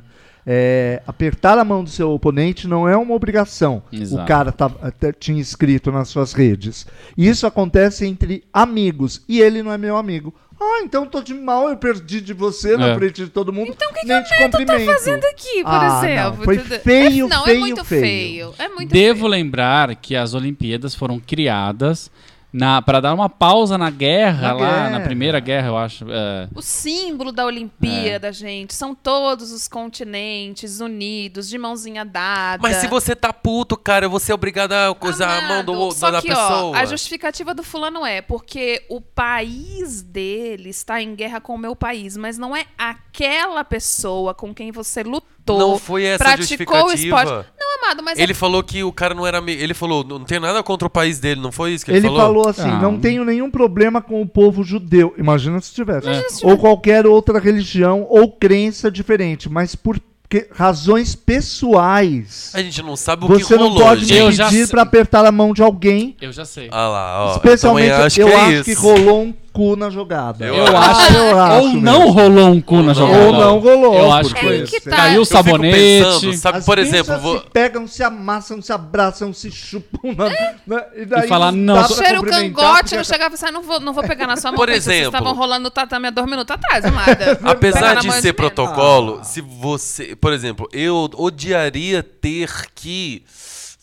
Speaker 4: É, apertar a mão do seu oponente não é uma obrigação.
Speaker 5: Exato.
Speaker 4: O cara tá- até tinha escrito nas suas redes. E isso acontece entre amigos. E ele não é meu amigo. Ah, então tô de mal, eu perdi de você na
Speaker 5: É.
Speaker 4: frente de todo mundo.
Speaker 3: Então o que, que
Speaker 4: nem
Speaker 3: o
Speaker 4: te
Speaker 3: Neto tá
Speaker 4: cumprimento.
Speaker 3: fazendo aqui, por
Speaker 4: Ah, não,
Speaker 3: exemplo?
Speaker 4: foi
Speaker 3: Tudo-
Speaker 4: feio,
Speaker 3: é, não,
Speaker 4: feio,
Speaker 3: é muito
Speaker 4: feio.
Speaker 3: feio. É muito
Speaker 5: Devo
Speaker 3: feio.
Speaker 5: lembrar que as Olimpíadas foram criadas na, para dar uma pausa na guerra
Speaker 4: Na
Speaker 5: lá, na
Speaker 4: guerra.
Speaker 5: Primeira Guerra, eu acho. é.
Speaker 3: O símbolo da Olimpíada, gente, são todos os continentes unidos, de mãozinha dada.
Speaker 6: Mas se você tá puto, cara, você é obrigado a coisar a mão
Speaker 3: Amado,
Speaker 6: do,
Speaker 3: Só
Speaker 6: da, da
Speaker 3: que,
Speaker 6: pessoa.
Speaker 3: Ó, a justificativa do fulano é porque o país dele está em guerra com o meu país, mas não é aquela pessoa com quem você lutou.
Speaker 6: Não foi essa a
Speaker 3: praticou o
Speaker 6: justificativa.
Speaker 3: esporte. Não, amado, mas
Speaker 6: Ele
Speaker 3: é...
Speaker 6: falou que o cara não era. ami- Ele falou, não tem nada contra o país dele, não foi isso que ele,
Speaker 4: Ele falou, assim:
Speaker 5: Ah,
Speaker 4: não
Speaker 5: não.
Speaker 4: tenho nenhum problema com o povo judeu. Imagina se tivesse.
Speaker 3: Imagina se tivesse.
Speaker 4: Ou qualquer outra religião ou crença diferente, mas por que- razões pessoais.
Speaker 6: A gente não sabe o que
Speaker 4: Você não
Speaker 6: rolou,
Speaker 4: pode
Speaker 6: gente.
Speaker 5: Eu
Speaker 4: me
Speaker 5: já
Speaker 4: pedir
Speaker 5: sei.
Speaker 4: pra apertar a mão de alguém,
Speaker 5: Eu já sei.
Speaker 6: Ah lá, ó.
Speaker 4: especialmente
Speaker 6: eu
Speaker 4: eu
Speaker 6: também
Speaker 4: acho, que,
Speaker 6: é isso. Ah,
Speaker 4: rolou um cu na jogada.
Speaker 6: Eu
Speaker 5: Eu acho.
Speaker 4: Eu acho
Speaker 5: Ou
Speaker 4: mesmo.
Speaker 5: não rolou um cu na
Speaker 6: Ou
Speaker 5: jogada.
Speaker 4: Ou não rolou.
Speaker 5: Eu acho
Speaker 4: porque
Speaker 5: que
Speaker 3: foi isso. É que tá.
Speaker 5: Caiu o
Speaker 3: Eu assim,
Speaker 6: Eu fico pensando,
Speaker 5: sabonete.
Speaker 6: sabe,
Speaker 4: As
Speaker 6: por
Speaker 4: pessoas
Speaker 6: exemplo, vou-
Speaker 4: se pegam, se amassam, se abraçam, se chupam. *laughs* na- na- e, daí
Speaker 5: falar, não,
Speaker 4: dá
Speaker 5: só-
Speaker 4: pra
Speaker 3: Cheira o
Speaker 4: cumprimentar,
Speaker 3: cangote,
Speaker 4: porque- é
Speaker 3: não chegava e falava, não vou, não vou pegar na sua mão.
Speaker 6: Por
Speaker 3: porque Vocês
Speaker 6: exemplo.
Speaker 3: estavam rolando o tatame há dois minutos
Speaker 6: *laughs*
Speaker 3: atrás, amada. Pega
Speaker 6: Apesar
Speaker 3: na
Speaker 6: de
Speaker 3: mão
Speaker 6: ser
Speaker 3: menos.
Speaker 4: Ah.
Speaker 6: protocolo, se você. Por exemplo, eu odiaria ter que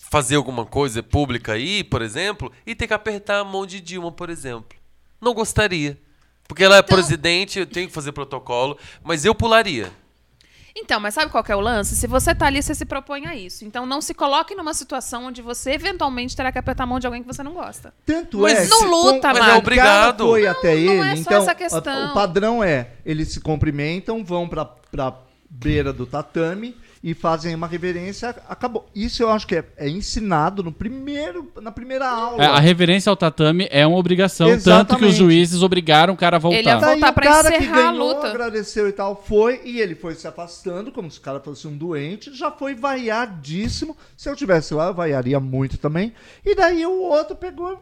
Speaker 6: fazer alguma coisa pública aí, por exemplo, e ter que apertar a mão de Dilma, por exemplo. Não gostaria. Porque ela é presidente, eu tenho que fazer protocolo, mas eu pularia.
Speaker 3: Então, mas sabe qual que é o lance? Se você tá ali, você se propõe a isso. Então não se coloque numa situação onde você eventualmente terá que apertar a mão de alguém que você não gosta.
Speaker 4: Tanto
Speaker 6: Mas
Speaker 4: é.
Speaker 6: não
Speaker 4: se-
Speaker 3: luta,
Speaker 4: com-
Speaker 3: Mas é
Speaker 4: o
Speaker 6: obrigado.
Speaker 4: cara foi até
Speaker 3: não
Speaker 4: ele,
Speaker 3: é só
Speaker 4: então
Speaker 3: essa
Speaker 4: a-
Speaker 3: questão.
Speaker 4: o padrão é, eles se cumprimentam, vão pra, pra beira do tatame e fazem uma reverência, acabou. Isso eu acho que é, é ensinado no primeiro, na primeira aula.
Speaker 5: É, a reverência ao tatame é uma obrigação, tanto que
Speaker 4: Exatamente.
Speaker 5: os juízes obrigaram o cara a voltar.
Speaker 3: Ele é vo-
Speaker 4: Daí
Speaker 3: voltar
Speaker 4: Tá, o
Speaker 3: pra
Speaker 4: cara que
Speaker 3: encerrar a
Speaker 4: ganhou,
Speaker 3: luta.
Speaker 4: agradeceu e tal, foi, e ele foi se afastando, como se o cara fosse um doente, já foi vaiadíssimo. Se eu tivesse lá, eu vaiaria muito também. E daí o outro pegou, hum,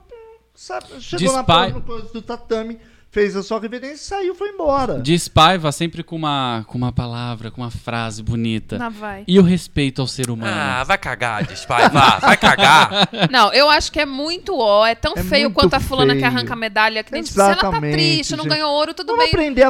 Speaker 4: sabe, chegou na
Speaker 5: Despai-
Speaker 4: porta coisa do tatame, fez a sua reverência, saiu e foi embora.
Speaker 5: Diz Paiva sempre com uma, com uma palavra, com uma frase
Speaker 6: Tá.
Speaker 5: bonita.
Speaker 3: Não é. vai.
Speaker 5: E o respeito ao ser humano.
Speaker 6: Ah, vai cagar, despai, vá, vai
Speaker 4: *laughs*
Speaker 6: cagar.
Speaker 3: *laughs* Não, eu acho que é muito ó. É tão
Speaker 4: É
Speaker 3: feio
Speaker 4: muito
Speaker 3: quanto a fulana que
Speaker 4: feio.
Speaker 3: arranca a medalha. Que nem, tipo, se ela tá
Speaker 4: Exatamente,
Speaker 3: triste, não
Speaker 4: gente.
Speaker 3: ganhou ouro, tudo
Speaker 4: Vamos
Speaker 3: bem.
Speaker 4: aprender a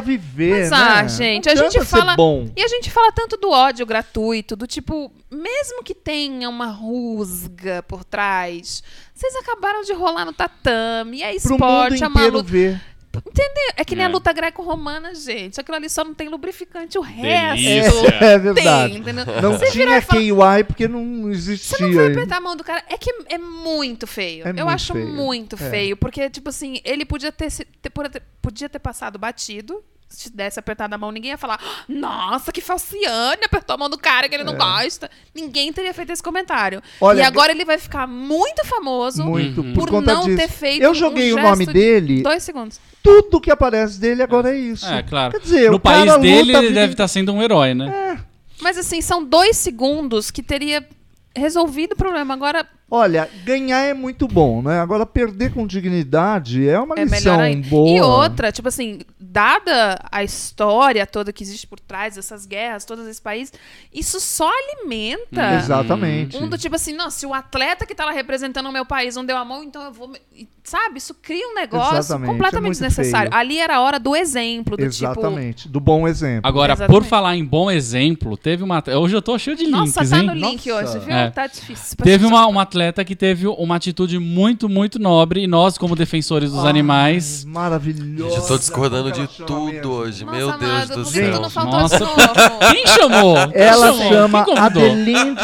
Speaker 3: Mas,
Speaker 4: viver, né?
Speaker 3: ah, gente,
Speaker 4: Não
Speaker 3: a gente
Speaker 4: adianta ser
Speaker 3: fala.
Speaker 4: bom.
Speaker 3: E a gente fala tanto do ódio gratuito, do tipo, mesmo que tenha uma rusga por trás, vocês acabaram de rolar no tatame, é
Speaker 4: Pro
Speaker 3: esporte, é
Speaker 4: mundo
Speaker 3: uma
Speaker 4: inteiro
Speaker 3: luta.
Speaker 4: ver.
Speaker 3: Entendeu? É que nem
Speaker 5: É.
Speaker 3: a luta greco-romana, gente. Aquilo ali só não tem lubrificante, o resto.
Speaker 5: Delícia.
Speaker 4: É,
Speaker 3: Tem,
Speaker 4: verdade.
Speaker 3: entendeu?
Speaker 4: Não
Speaker 3: Você
Speaker 4: tinha
Speaker 3: e fala-
Speaker 4: KY porque não existia.
Speaker 3: Você não vai
Speaker 4: ainda.
Speaker 3: apertar a mão do cara. É que é muito feio.
Speaker 4: É
Speaker 3: eu
Speaker 4: muito
Speaker 3: acho
Speaker 4: feio.
Speaker 3: muito
Speaker 4: É.
Speaker 3: feio. Porque, tipo assim, ele podia ter, se- ter- por- ter- podia ter passado batido. Se desse apertado a mão, ninguém ia falar Nossa, que falciane, apertou a mão do cara que ele não gosta. Ninguém teria feito esse comentário.
Speaker 4: É. Olha,
Speaker 3: e agora ele vai ficar muito famoso
Speaker 4: Muito, por,
Speaker 3: por,
Speaker 4: conta
Speaker 3: não
Speaker 4: disso.
Speaker 3: ter feito
Speaker 4: Eu joguei
Speaker 3: um
Speaker 4: o nome
Speaker 3: gesto de
Speaker 4: dele
Speaker 3: Dois segundos.
Speaker 4: tudo que aparece dele agora é isso.
Speaker 3: Ah,
Speaker 5: É, claro.
Speaker 4: Quer dizer,
Speaker 5: no
Speaker 4: o cara
Speaker 5: país dele,
Speaker 4: luta a
Speaker 5: ele
Speaker 4: vida É,
Speaker 5: deve estar sendo um herói, né?
Speaker 3: Mas assim, são dois segundos que teria resolvido o problema. Agora,
Speaker 4: Olha, ganhar é muito bom, né? Agora perder com dignidade é uma
Speaker 3: É
Speaker 4: lição
Speaker 3: melhor ainda.
Speaker 4: boa.
Speaker 3: E outra, tipo assim, dada a história toda que existe por trás, essas guerras, todos esses países, isso só alimenta
Speaker 4: Hum, Exatamente.
Speaker 3: um do tipo assim, não, se o atleta que tá lá representando o meu país não deu a mão, então eu vou. me- e, Sabe? Isso cria um negócio
Speaker 4: Exatamente, é
Speaker 3: completamente
Speaker 4: muito
Speaker 3: desnecessário.
Speaker 4: feio.
Speaker 3: Ali era a hora do exemplo, do tipo,
Speaker 4: Exatamente, do bom exemplo.
Speaker 5: Agora, por
Speaker 3: Exatamente.
Speaker 5: falar em bom exemplo, teve uma. Hoje eu tô cheio de
Speaker 3: tipo.
Speaker 5: links,
Speaker 3: Nossa, tá
Speaker 5: hein?
Speaker 3: no link
Speaker 4: Nossa.
Speaker 3: hoje, viu?
Speaker 5: É.
Speaker 3: Tá difícil.
Speaker 5: Teve uma, uma atleta que teve uma atitude muito, muito nobre. E nós, como defensores dos animais.
Speaker 4: Ai, maravilhosa.
Speaker 6: Gente, eu tô discordando
Speaker 4: Como
Speaker 6: de
Speaker 4: ela chama
Speaker 6: tudo
Speaker 4: mesmo?
Speaker 6: hoje,
Speaker 3: Nossa,
Speaker 6: meu Deus
Speaker 3: amado,
Speaker 6: do
Speaker 3: por que tu
Speaker 6: céu.
Speaker 3: não faltou
Speaker 5: Nossa.
Speaker 3: de novo?
Speaker 5: Quem chamou? Quem
Speaker 4: Ela
Speaker 5: chamou?
Speaker 4: chama
Speaker 5: Quem convidou?
Speaker 4: Adelinde.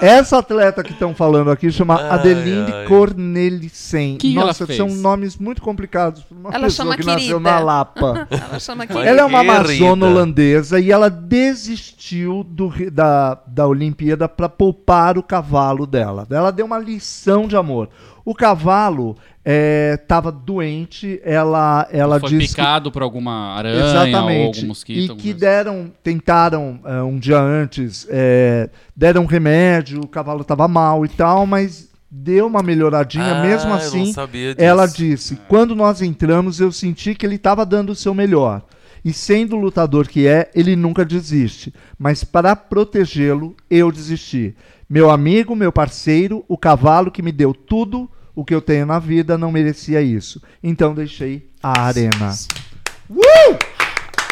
Speaker 4: Essa atleta que estão falando aqui chama
Speaker 6: Ai,
Speaker 4: Adelinde
Speaker 6: ai.
Speaker 4: Cornelissen.
Speaker 5: Que ela
Speaker 4: Nossa,
Speaker 5: fez?
Speaker 4: são nomes muito complicados. pra Uma
Speaker 3: Ela
Speaker 4: pessoa
Speaker 3: chama
Speaker 4: que
Speaker 3: querida.
Speaker 4: nasceu na
Speaker 3: *laughs*
Speaker 4: Lapa.
Speaker 3: Ela chama aqui.
Speaker 4: Ela é uma
Speaker 6: Guerreira.
Speaker 4: amazona holandesa e ela desistiu do re- da, da Olimpíada para poupar o cavalo dela. Ela deu uma lição de amor. O cavalo estava doente, ela, ela
Speaker 5: Foi
Speaker 4: disse que
Speaker 5: picado por alguma aranha ou algum mosquito.
Speaker 4: e
Speaker 5: alguma
Speaker 4: que
Speaker 5: coisa.
Speaker 4: deram, tentaram ah, um dia antes, eh, deram remédio, o cavalo estava mal e tal, mas deu uma melhoradinha.
Speaker 6: Ah, eu
Speaker 4: Mesmo
Speaker 6: não
Speaker 4: assim,
Speaker 6: sabia disso.
Speaker 4: ela disse: "Ah." quando nós entramos, eu senti que ele estava dando o seu melhor. E sendo o lutador que é, ele nunca desiste. Mas para protegê-lo, eu desisti. Meu amigo, meu parceiro, o cavalo que me deu tudo o que eu tenho na vida não merecia isso. Então deixei a arena.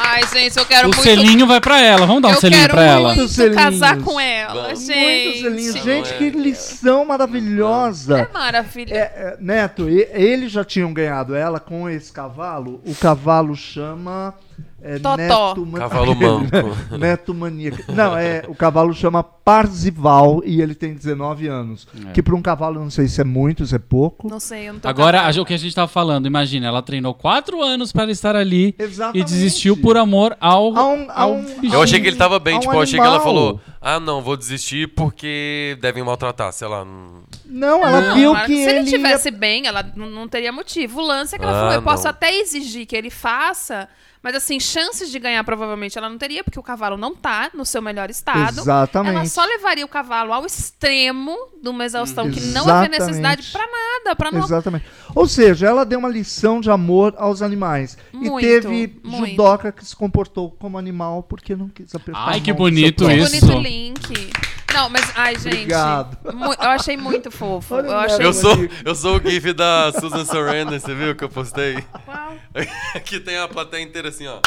Speaker 7: Ai, gente, eu quero
Speaker 5: assim. O
Speaker 7: muito.
Speaker 5: selinho vai pra ela. Vamos dar um
Speaker 7: eu
Speaker 5: selinho
Speaker 7: quero
Speaker 5: pra ela.
Speaker 7: muito
Speaker 4: Muitos selinhos.
Speaker 7: casar com ela,
Speaker 6: Vamos.
Speaker 7: gente.
Speaker 4: Muitos
Speaker 6: Sim.
Speaker 4: selinhos. Gente, que lição
Speaker 3: É
Speaker 4: maravilhosa.
Speaker 3: maravilha.
Speaker 4: É, é, Neto, e- eles já tinham ganhado ela com esse cavalo. O cavalo chama. É,
Speaker 7: Totó.
Speaker 4: Neto Man-
Speaker 6: Cavalo manco.
Speaker 4: *laughs* Neto maníaco. Não, é, o cavalo chama Parzival e ele tem 19 anos.
Speaker 5: É.
Speaker 4: Que para um cavalo, eu não sei se é muito, se é pouco.
Speaker 3: Não sei, eu não tô
Speaker 5: Agora, a- o que a gente tava falando, imagina, ela treinou quatro anos para estar ali
Speaker 4: Exatamente.
Speaker 5: e desistiu por amor ao,
Speaker 4: A um- a
Speaker 5: ao
Speaker 4: um-
Speaker 5: bichinho.
Speaker 6: Eu achei que ele tava bem,
Speaker 4: É um
Speaker 6: tipo, eu achei que ela
Speaker 4: animal.
Speaker 6: falou: Ah, não, vou desistir porque devem maltratar, sei lá. hum.
Speaker 4: Tipo Não, ela
Speaker 3: Não,
Speaker 4: viu
Speaker 3: claro
Speaker 4: que
Speaker 3: se ele
Speaker 4: ele. ia-
Speaker 3: tivesse bem, ela n- não teria motivo. O lance é que ela
Speaker 6: Ah,
Speaker 3: falou, eu
Speaker 6: não.
Speaker 3: posso até exigir que ele faça, mas assim, chances de ganhar provavelmente ela não teria, porque o cavalo não tá no seu melhor estado.
Speaker 4: Exatamente.
Speaker 3: Ela só levaria o cavalo ao extremo de uma exaustão que não havia
Speaker 4: Exatamente.
Speaker 3: necessidade pra nada, pra não
Speaker 4: Exatamente. Ou seja, ela deu uma lição de amor aos animais.
Speaker 3: Muito,
Speaker 4: e teve
Speaker 3: muito.
Speaker 4: judoca que se comportou como animal porque não quis apertar.
Speaker 5: Ai,
Speaker 4: a mão
Speaker 5: que
Speaker 4: do seu
Speaker 5: bonito
Speaker 4: próximo.
Speaker 5: isso.
Speaker 3: bonito link. Não, mas ai, gente,
Speaker 4: Obrigado.
Speaker 3: mu- eu achei muito fofo.
Speaker 4: Olha
Speaker 3: Eu
Speaker 4: o
Speaker 3: achei
Speaker 6: Eu sou,
Speaker 4: bonito.
Speaker 6: eu sou o GIF da Susan Sarandon, você viu que eu postei? *laughs* que tem a plateia inteira assim, ó.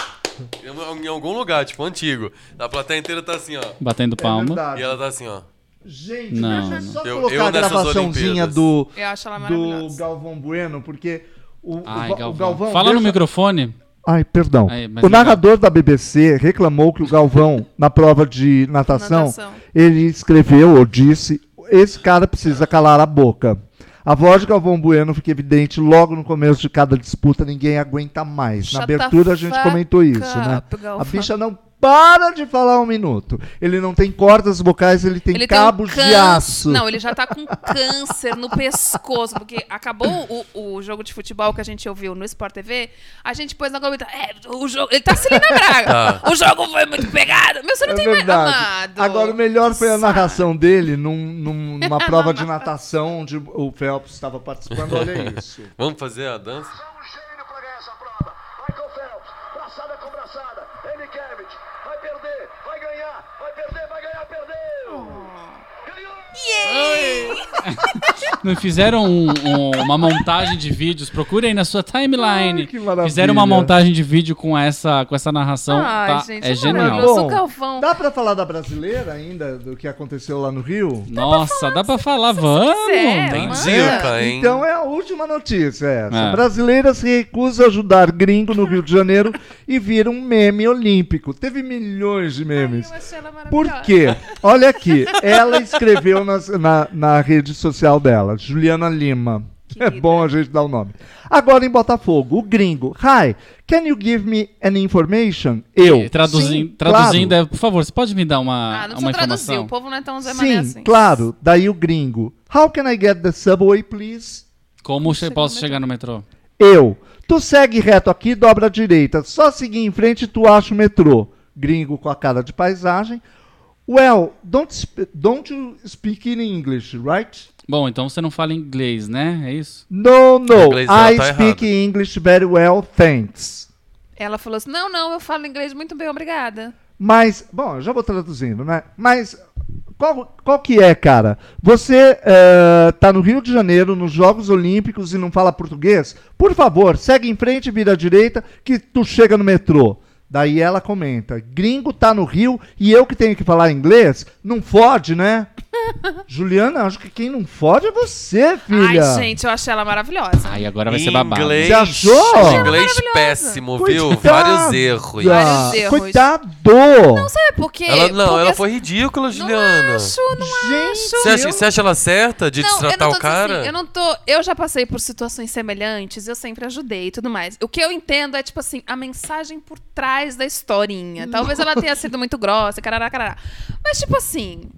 Speaker 6: Em em algum lugar, tipo, antigo. A plateia inteira tá assim, ó.
Speaker 5: Batendo
Speaker 4: É
Speaker 5: palma.
Speaker 4: verdade.
Speaker 6: E ela tá assim, ó.
Speaker 4: Gente,
Speaker 5: Não,
Speaker 4: deixa eu só
Speaker 6: Eu-
Speaker 4: colocar
Speaker 6: eu
Speaker 4: a
Speaker 6: nessas
Speaker 4: gravaçãozinha
Speaker 6: Olimpíadas.
Speaker 4: do,
Speaker 3: Eu acho ela
Speaker 4: do
Speaker 3: Tá maravilhosa.
Speaker 4: Galvão Bueno, porque o, o
Speaker 5: Ai,
Speaker 4: Ga- o
Speaker 5: Galvão.
Speaker 4: Galvão.
Speaker 5: Fala no
Speaker 4: deixa-
Speaker 5: microfone.
Speaker 4: Ai, perdão.
Speaker 5: Aí, mas
Speaker 4: o
Speaker 5: legal.
Speaker 4: narrador da BBC reclamou que o Galvão, na prova de natação,
Speaker 3: Natação.
Speaker 4: ele escreveu ou disse: esse cara precisa calar a boca. A voz de Galvão Bueno fica evidente logo no começo de cada disputa, ninguém aguenta mais. Na
Speaker 3: Shut
Speaker 4: abertura a
Speaker 3: the
Speaker 4: gente
Speaker 3: fuck
Speaker 4: comentou isso, né?
Speaker 3: up, Galvão.
Speaker 4: A bicha não para de falar um minuto. Ele não tem cordas vocais, ele tem
Speaker 3: Ele
Speaker 4: cabos
Speaker 3: tem um
Speaker 4: de
Speaker 3: cân-
Speaker 4: aço.
Speaker 3: Não, ele já tá com câncer no pescoço, porque acabou o, o jogo de futebol que a gente ouviu no Sport TV, a gente pôs na Globo e tá, é, o jogo, ele tá se lendo Braga. O jogo foi muito pegado. Meu, você não
Speaker 4: É
Speaker 3: tem
Speaker 4: verdade.
Speaker 3: mais amado.
Speaker 4: Agora, o melhor foi a
Speaker 3: Sabe?
Speaker 4: narração dele num-
Speaker 3: *laughs*
Speaker 4: num- numa prova de natação onde o Phelps estava participando. Olha isso.
Speaker 6: Vamos fazer a dança?
Speaker 8: Um gênio para ganhar essa prova. Michael Phelps, braçada com braçada. Enikevich, vai perder, vai ganhar, vai perder, vai ganhar, perdeu. Ganhou!
Speaker 5: Não fizeram um- um- uma montagem de vídeos. Procure aí na sua timeline.
Speaker 4: Ai, que maravilha.
Speaker 5: Fizeram uma montagem de vídeo com essa, com essa narração.
Speaker 3: Ai,
Speaker 5: tá?
Speaker 3: gente,
Speaker 5: é
Speaker 3: é
Speaker 5: genial.
Speaker 3: maravilhoso. o Galvão.
Speaker 4: Dá pra falar da brasileira ainda, do que aconteceu lá no Rio?
Speaker 5: Nossa, dá pra falar, vamos.
Speaker 3: quiser,
Speaker 5: tá?
Speaker 3: manda.
Speaker 6: Dica, hein?
Speaker 4: Ah, Então é a última notícia essa.
Speaker 5: É.
Speaker 4: Brasileira se recusa a ajudar gringo no Rio de Janeiro *laughs* e vira um meme olímpico. Teve milhões de memes.
Speaker 3: Eu achei ela
Speaker 4: Por
Speaker 3: maravilhosa.
Speaker 4: quê? Olha aqui, ela escreveu nas- na, na rede social dela, Juliana Lima. É
Speaker 3: Querida.
Speaker 4: bom a gente dar o nome. Agora em Botafogo, o gringo. Hi, can you give me an information? Eu.
Speaker 5: E Traduzindo,
Speaker 4: Sim, claro.
Speaker 5: traduzindo é, por favor, você pode me dar uma,
Speaker 3: Ah, não
Speaker 5: uma
Speaker 3: precisa traduzir,
Speaker 5: informação?
Speaker 3: o povo não é tão Zé Mané
Speaker 4: Sim,
Speaker 3: assim.
Speaker 4: claro. Daí o gringo. How can I get the subway, please?
Speaker 5: Como che- posso chegar no metrô?
Speaker 4: Eu. Tu segue reto aqui, dobra à direita. Só seguir em frente tu acha o metrô. Gringo com a cara de paisagem. Well, don't, sp- don't you speak in English, right?
Speaker 5: Bom, então você não fala inglês, né? É isso?
Speaker 4: No,
Speaker 6: O
Speaker 4: no.
Speaker 6: inglês dela
Speaker 4: I
Speaker 6: tá
Speaker 4: speak
Speaker 6: errado.
Speaker 4: English very well, thanks.
Speaker 3: Ela falou assim: não, não, eu falo inglês muito bem, obrigada.
Speaker 4: Mas, bom, eu já vou traduzindo, né? Mas qual, qual que é, cara? Você eh, tá no Rio de Janeiro, nos Jogos Olímpicos e não fala português? Por favor, segue em frente, vira à direita, que tu chega no metrô. Daí ela comenta: gringo tá no Rio e eu que tenho que falar inglês? Não
Speaker 3: *laughs*
Speaker 4: fode, né? Juliana, acho que quem não fode é você, filha.
Speaker 3: Ai, gente, eu achei ela maravilhosa.
Speaker 5: Aí agora vai ser é babado.
Speaker 6: Inglês,
Speaker 4: Você achou?
Speaker 6: Inglês
Speaker 3: Maravilhosa.
Speaker 6: péssimo, viu?
Speaker 4: Coitada.
Speaker 6: Vários erros.
Speaker 3: Vários erros.
Speaker 4: Ah, Coitado!
Speaker 3: É porque.
Speaker 6: Ela, não,
Speaker 3: porque
Speaker 6: ela
Speaker 3: assim,
Speaker 6: foi ridícula,
Speaker 3: Não
Speaker 6: Juliana.
Speaker 3: acho, não
Speaker 4: Gente,
Speaker 6: Você acha, você acha ela certa de
Speaker 3: Não, eu
Speaker 6: destratar
Speaker 3: não tô
Speaker 6: o cara?
Speaker 3: dizendo assim, eu não tô. Eu já passei por situações semelhantes, eu sempre ajudei e tudo mais. O que eu entendo é, tipo assim, a mensagem por trás da historinha. Talvez ela tenha sido muito grossa, carará, carará. Mas, tipo assim.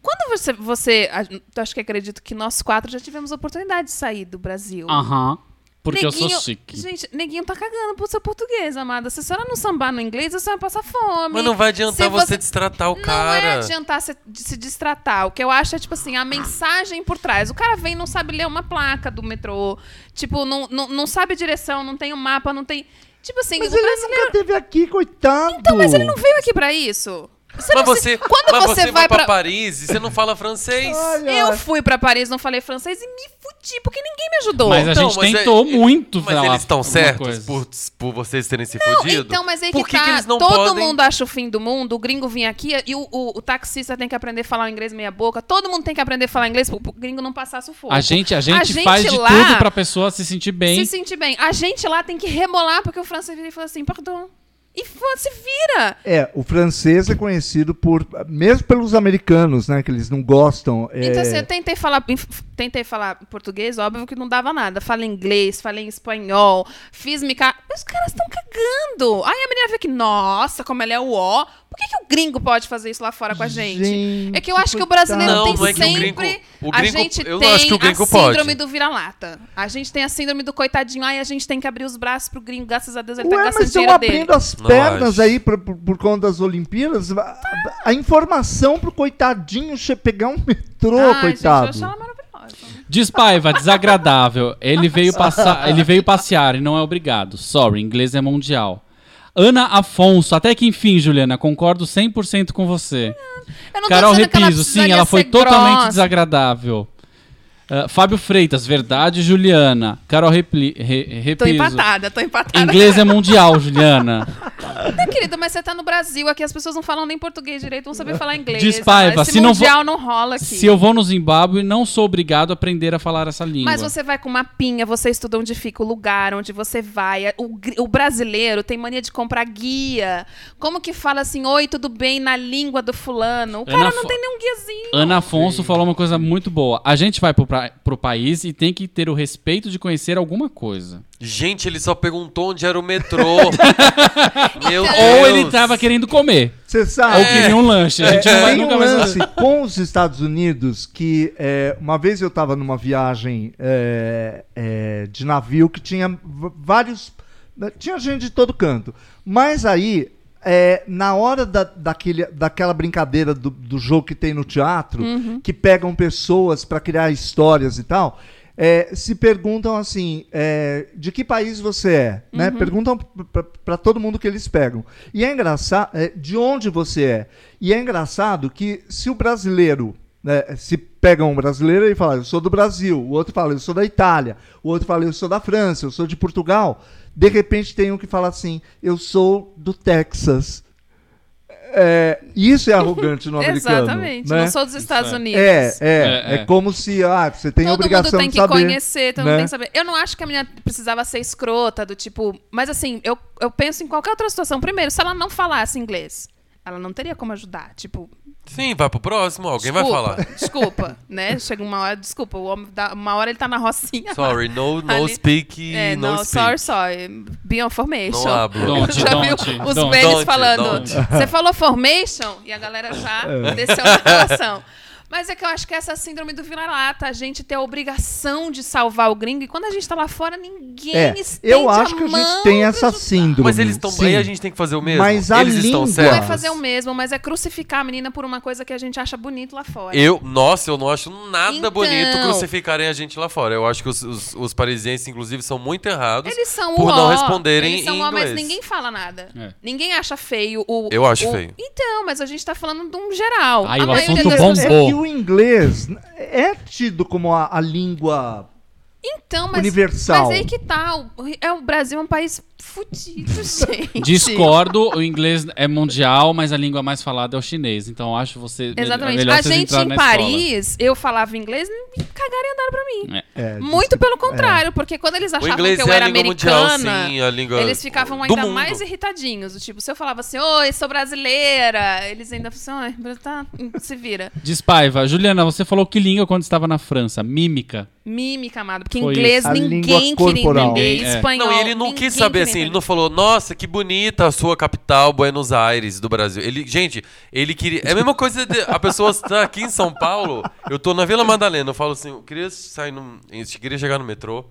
Speaker 3: Quando você. você a- acho que acredito que nós quatro já tivemos a oportunidade de sair do Brasil.
Speaker 5: Aham. Ah, Porque eu
Speaker 3: Neguinho-
Speaker 5: sou chique.
Speaker 3: Gente, neguinho tá cagando pro seu português, amada. Se a senhora não sambar no inglês, a senhora passa fome.
Speaker 6: Mas não vai adiantar
Speaker 3: Se
Speaker 6: você, destratar o
Speaker 3: Não é
Speaker 6: cara.
Speaker 3: adiantar se, de se distratar. O que eu acho é, tipo assim, a mensagem por trás. O cara vem e não sabe ler uma placa do metrô. Tipo, não, não, não sabe direção, não tem o mapa, não tem. Tipo
Speaker 6: é
Speaker 3: assim,
Speaker 4: Mas
Speaker 3: o
Speaker 4: ele
Speaker 3: brasileiro.
Speaker 4: nunca teve aqui, coitado.
Speaker 3: Então, mas ele não veio aqui pra isso. Você
Speaker 6: Mas
Speaker 3: não se-
Speaker 6: você,
Speaker 3: Quando
Speaker 6: mas
Speaker 3: você, vai
Speaker 6: pra né?
Speaker 3: pra.
Speaker 6: Paris e você não fala francês.
Speaker 4: Olha.
Speaker 3: Eu fui pra Paris, não falei francês e me fudi, porque ninguém me ajudou.
Speaker 5: Mas a
Speaker 6: Então,
Speaker 5: gente
Speaker 6: mas é-
Speaker 5: tentou muito
Speaker 6: Mas
Speaker 5: falar
Speaker 6: eles estão
Speaker 5: alguma
Speaker 6: certos
Speaker 5: coisa.
Speaker 6: por, por vocês terem se
Speaker 3: Não,
Speaker 6: fudido?
Speaker 3: então, mas aí
Speaker 6: por
Speaker 3: que, tá.
Speaker 6: eles não
Speaker 3: todo
Speaker 6: podem...
Speaker 3: mundo acha o fim do mundo, o gringo vinha aqui e o, o- o taxista tem que aprender a falar o inglês meia boca. Todo mundo tem que aprender a falar inglês pro, pro gringo não passar sufoco.
Speaker 5: A gente, a gente,
Speaker 3: A gente
Speaker 5: faz de
Speaker 3: lá-
Speaker 5: tudo pra pessoa se sentir bem.
Speaker 3: Se sentir bem. A gente lá tem que remolar porque o francês vira e fala assim, pardon. E fo- se vira.
Speaker 4: É, o francês é conhecido por. Mesmo pelos americanos, né? Que eles não gostam. é,
Speaker 3: Então, assim, eu tentei falar, inf- tentei falar português, óbvio que não dava nada. Falei inglês, falei em espanhol, fiz me ca... Mas os caras estão cagando. Aí a menina vê que, nossa, como ela é o ó. Por que, que o gringo pode fazer isso lá fora tá com a gente?
Speaker 4: Gente,
Speaker 3: é que eu acho que o brasileiro
Speaker 6: coitado.
Speaker 3: tem
Speaker 6: Não, não é que o
Speaker 3: sempre.
Speaker 6: gringo- o
Speaker 3: a
Speaker 6: gringo-
Speaker 3: gente
Speaker 6: eu
Speaker 3: tem
Speaker 6: acho que o gringo
Speaker 3: a síndrome
Speaker 6: pode.
Speaker 3: do vira-lata. A gente tem a síndrome do coitadinho. Ai, a gente tem que abrir os braços pro gringo. Graças a Deus ele tá
Speaker 4: Ué,
Speaker 3: gastando
Speaker 4: mas estão
Speaker 3: dinheiro dele.
Speaker 4: abrindo as
Speaker 6: Não
Speaker 4: pernas
Speaker 6: acho.
Speaker 4: aí pra- por, por conta das Olimpíadas. A- A, a informação pro coitadinho che- pegar um metrô,
Speaker 3: Ai,
Speaker 4: coitado.
Speaker 3: Gente, eu acho ela maravilhosa.
Speaker 5: Diz Paiva, desagradável.
Speaker 3: *laughs*
Speaker 5: Ele veio, passar, ele veio passear e não é obrigado. Sorry, inglês é mundial. Ana Afonso, até que enfim, Juliana, concordo 100% com você.
Speaker 3: Eu não tô
Speaker 5: Carol
Speaker 3: dizendo que
Speaker 5: Repiso, sim,
Speaker 3: precisaria
Speaker 5: ela foi
Speaker 3: ser
Speaker 5: totalmente
Speaker 3: grossa.
Speaker 5: desagradável. Ah, Fábio Freitas, verdade, Juliana. Carol Repli, Re-
Speaker 3: Tô
Speaker 5: Repiso.
Speaker 3: empatada, tô empatada.
Speaker 5: Inglês é
Speaker 3: *laughs*
Speaker 5: mundial, Juliana.
Speaker 3: Não, querido, mas você tá no Brasil aqui, as pessoas não falam nem português direito, não
Speaker 6: *laughs*
Speaker 3: sabem falar inglês.
Speaker 5: Diz Paiva,
Speaker 3: Esse
Speaker 5: se não
Speaker 3: mundial não, rola aqui.
Speaker 5: Se eu vou no Zimbábue, não sou obrigado a aprender a falar essa língua.
Speaker 3: Mas você vai com mapinha, você estuda onde fica o lugar, onde você vai. O, gr- o brasileiro tem mania de comprar guia. Como que fala assim, oi, tudo bem, na língua do fulano? O cara
Speaker 5: Ana
Speaker 3: não
Speaker 5: Fo-
Speaker 3: tem nenhum guiazinho.
Speaker 5: Ana Afonso falou uma coisa muito boa. A gente vai pro, pra- pro país e tem que ter o respeito de conhecer alguma coisa.
Speaker 6: Gente, ele só perguntou onde era o metrô.
Speaker 3: *laughs*
Speaker 6: Meu Deus.
Speaker 5: Ou ele tava querendo comer.
Speaker 4: Você
Speaker 3: Ah,
Speaker 4: sabe.
Speaker 6: É.
Speaker 3: é.
Speaker 5: Ou queria um lanche. A gente não
Speaker 4: Tem
Speaker 5: vai
Speaker 4: um
Speaker 5: nunca mais.
Speaker 4: lance com os Estados Unidos que é, uma vez eu estava numa viagem é, é, de navio que tinha v- vários. Tinha gente de todo canto. Mas aí, é, na hora da, daquele, daquela brincadeira do, do jogo que tem no teatro, que pegam pessoas para criar histórias e tal. é, se perguntam assim, é, de que país você é? Né?
Speaker 3: Uhum.
Speaker 4: Perguntam para todo mundo que eles pegam. E é engraçado, de onde você é? E é engraçado que se o brasileiro, né, se pega um brasileiro e fala, eu sou do Brasil, o outro fala, eu sou da Itália, o outro fala, eu sou da França, eu sou de Portugal, de repente tem um que fala assim, eu sou do Texas. É, isso é
Speaker 3: *laughs*
Speaker 4: arrogante no americano.
Speaker 3: Exatamente,
Speaker 4: né?
Speaker 3: não sou dos Estados Unidos.
Speaker 4: É, é,
Speaker 5: É,
Speaker 4: é,
Speaker 5: é.
Speaker 4: como se ah, você tem
Speaker 3: todo
Speaker 4: obrigação
Speaker 3: mundo tem
Speaker 4: de
Speaker 3: que
Speaker 4: saber,
Speaker 3: conhecer, todo mundo
Speaker 4: né?
Speaker 3: tem que saber. Eu não acho que a menina precisava ser escrota, do tipo. Mas assim, eu, eu penso em qualquer outra situação. Primeiro, se ela não falasse inglês, ela não teria como ajudar. Tipo,
Speaker 6: Sim, vai pro próximo. Alguém
Speaker 3: desculpa,
Speaker 6: vai falar.
Speaker 3: Desculpa, né? Chega uma hora, desculpa, o homem dá- uma hora ele tá na rocinha.
Speaker 6: Sorry, no, no
Speaker 3: Ali-
Speaker 6: speak,
Speaker 3: É,
Speaker 6: no,
Speaker 3: não,
Speaker 6: speak.
Speaker 3: sorry, sorry. Be on formation.
Speaker 6: Não hablo.
Speaker 3: *laughs*
Speaker 5: *laughs* Don't,
Speaker 3: Já viu
Speaker 5: don't,
Speaker 3: os
Speaker 5: don't.
Speaker 3: velhos
Speaker 6: Don't,
Speaker 3: falando?
Speaker 6: don't. É.
Speaker 3: Você falou formation e a galera já desceu na relação. Mas é que eu acho que essa é a síndrome do vira-lata, a gente ter a obrigação de salvar o gringo. E quando a gente tá lá fora, ninguém
Speaker 4: É,
Speaker 3: estende
Speaker 4: eu acho
Speaker 3: a
Speaker 4: que a
Speaker 3: mão
Speaker 4: gente tem
Speaker 3: pra
Speaker 4: essa
Speaker 3: ajudar.
Speaker 4: síndrome.
Speaker 6: Mas eles estão.
Speaker 4: sim.
Speaker 6: Aí a gente tem que fazer o mesmo.
Speaker 4: Mas a
Speaker 6: eles estão
Speaker 4: língua-
Speaker 6: certos.
Speaker 3: Vai fazer o mesmo, mas é crucificar a menina por uma coisa que a gente acha bonito lá fora.
Speaker 6: Eu, nossa, eu não acho nada
Speaker 3: Então.
Speaker 6: bonito crucificarem a gente lá fora. Eu acho que os, os, os parisienses, inclusive, são muito errados
Speaker 3: Eles são
Speaker 6: por
Speaker 3: o
Speaker 6: não
Speaker 3: ó.
Speaker 6: responderem
Speaker 3: Eles são
Speaker 6: em
Speaker 3: o ó,
Speaker 6: inglês.
Speaker 3: mas ninguém fala nada.
Speaker 5: É.
Speaker 3: Ninguém acha feio o.
Speaker 6: Eu acho
Speaker 3: o-
Speaker 6: feio.
Speaker 3: Então, mas a gente tá falando de um geral.
Speaker 5: Ai,
Speaker 3: A
Speaker 5: o
Speaker 3: maioria
Speaker 5: assunto
Speaker 3: das
Speaker 5: bom.
Speaker 3: pessoas-
Speaker 4: É que o inglês é tido como a, a língua.
Speaker 3: Então, mas.
Speaker 4: Universal.
Speaker 3: Mas aí que tá. O, é, o Brasil é um país fudido, *laughs* gente.
Speaker 5: Discordo, o inglês é mundial, mas a língua mais falada é o chinês. Então eu acho você. mel-
Speaker 3: Exatamente.
Speaker 5: É melhor
Speaker 3: a
Speaker 5: vocês
Speaker 3: gente
Speaker 5: entrarem
Speaker 3: em
Speaker 5: na escola.
Speaker 3: Paris, eu falava inglês e cagaram e andaram pra mim.
Speaker 4: É,
Speaker 3: Muito pelo contrário, porque quando eles
Speaker 6: O
Speaker 3: achavam
Speaker 6: inglês
Speaker 3: que eu
Speaker 6: é a
Speaker 3: era
Speaker 6: língua
Speaker 3: americana,
Speaker 6: mundial, sim, a língua
Speaker 3: eles ficavam
Speaker 6: do
Speaker 3: ainda
Speaker 6: mundo.
Speaker 3: mais irritadinhos. do Tipo, se eu falava assim, oi, sou brasileira, eles ainda falavam assim, "Ai, tá, se vira.
Speaker 5: Diz Paiva, Juliana, você falou que língua quando estava na França? Mímica.
Speaker 3: Mímica, amado. Porque
Speaker 5: Foi
Speaker 3: inglês
Speaker 5: isso.
Speaker 4: A língua
Speaker 3: ninguém queria
Speaker 4: corporal.
Speaker 3: entender.
Speaker 5: Ninguém, é.
Speaker 3: Espanhol.
Speaker 6: Não, e ele não
Speaker 3: ninguém
Speaker 6: quis saber
Speaker 3: queria
Speaker 6: assim, ele não falou, nossa, que bonita a sua capital, Buenos Aires, do Brasil. Ele, gente, ele queria. É a mesma coisa, de- a pessoa está aqui em São Paulo, eu tô na Vila Madalena, eu falo assim, eu queria sair num. Eu queria chegar no metrô.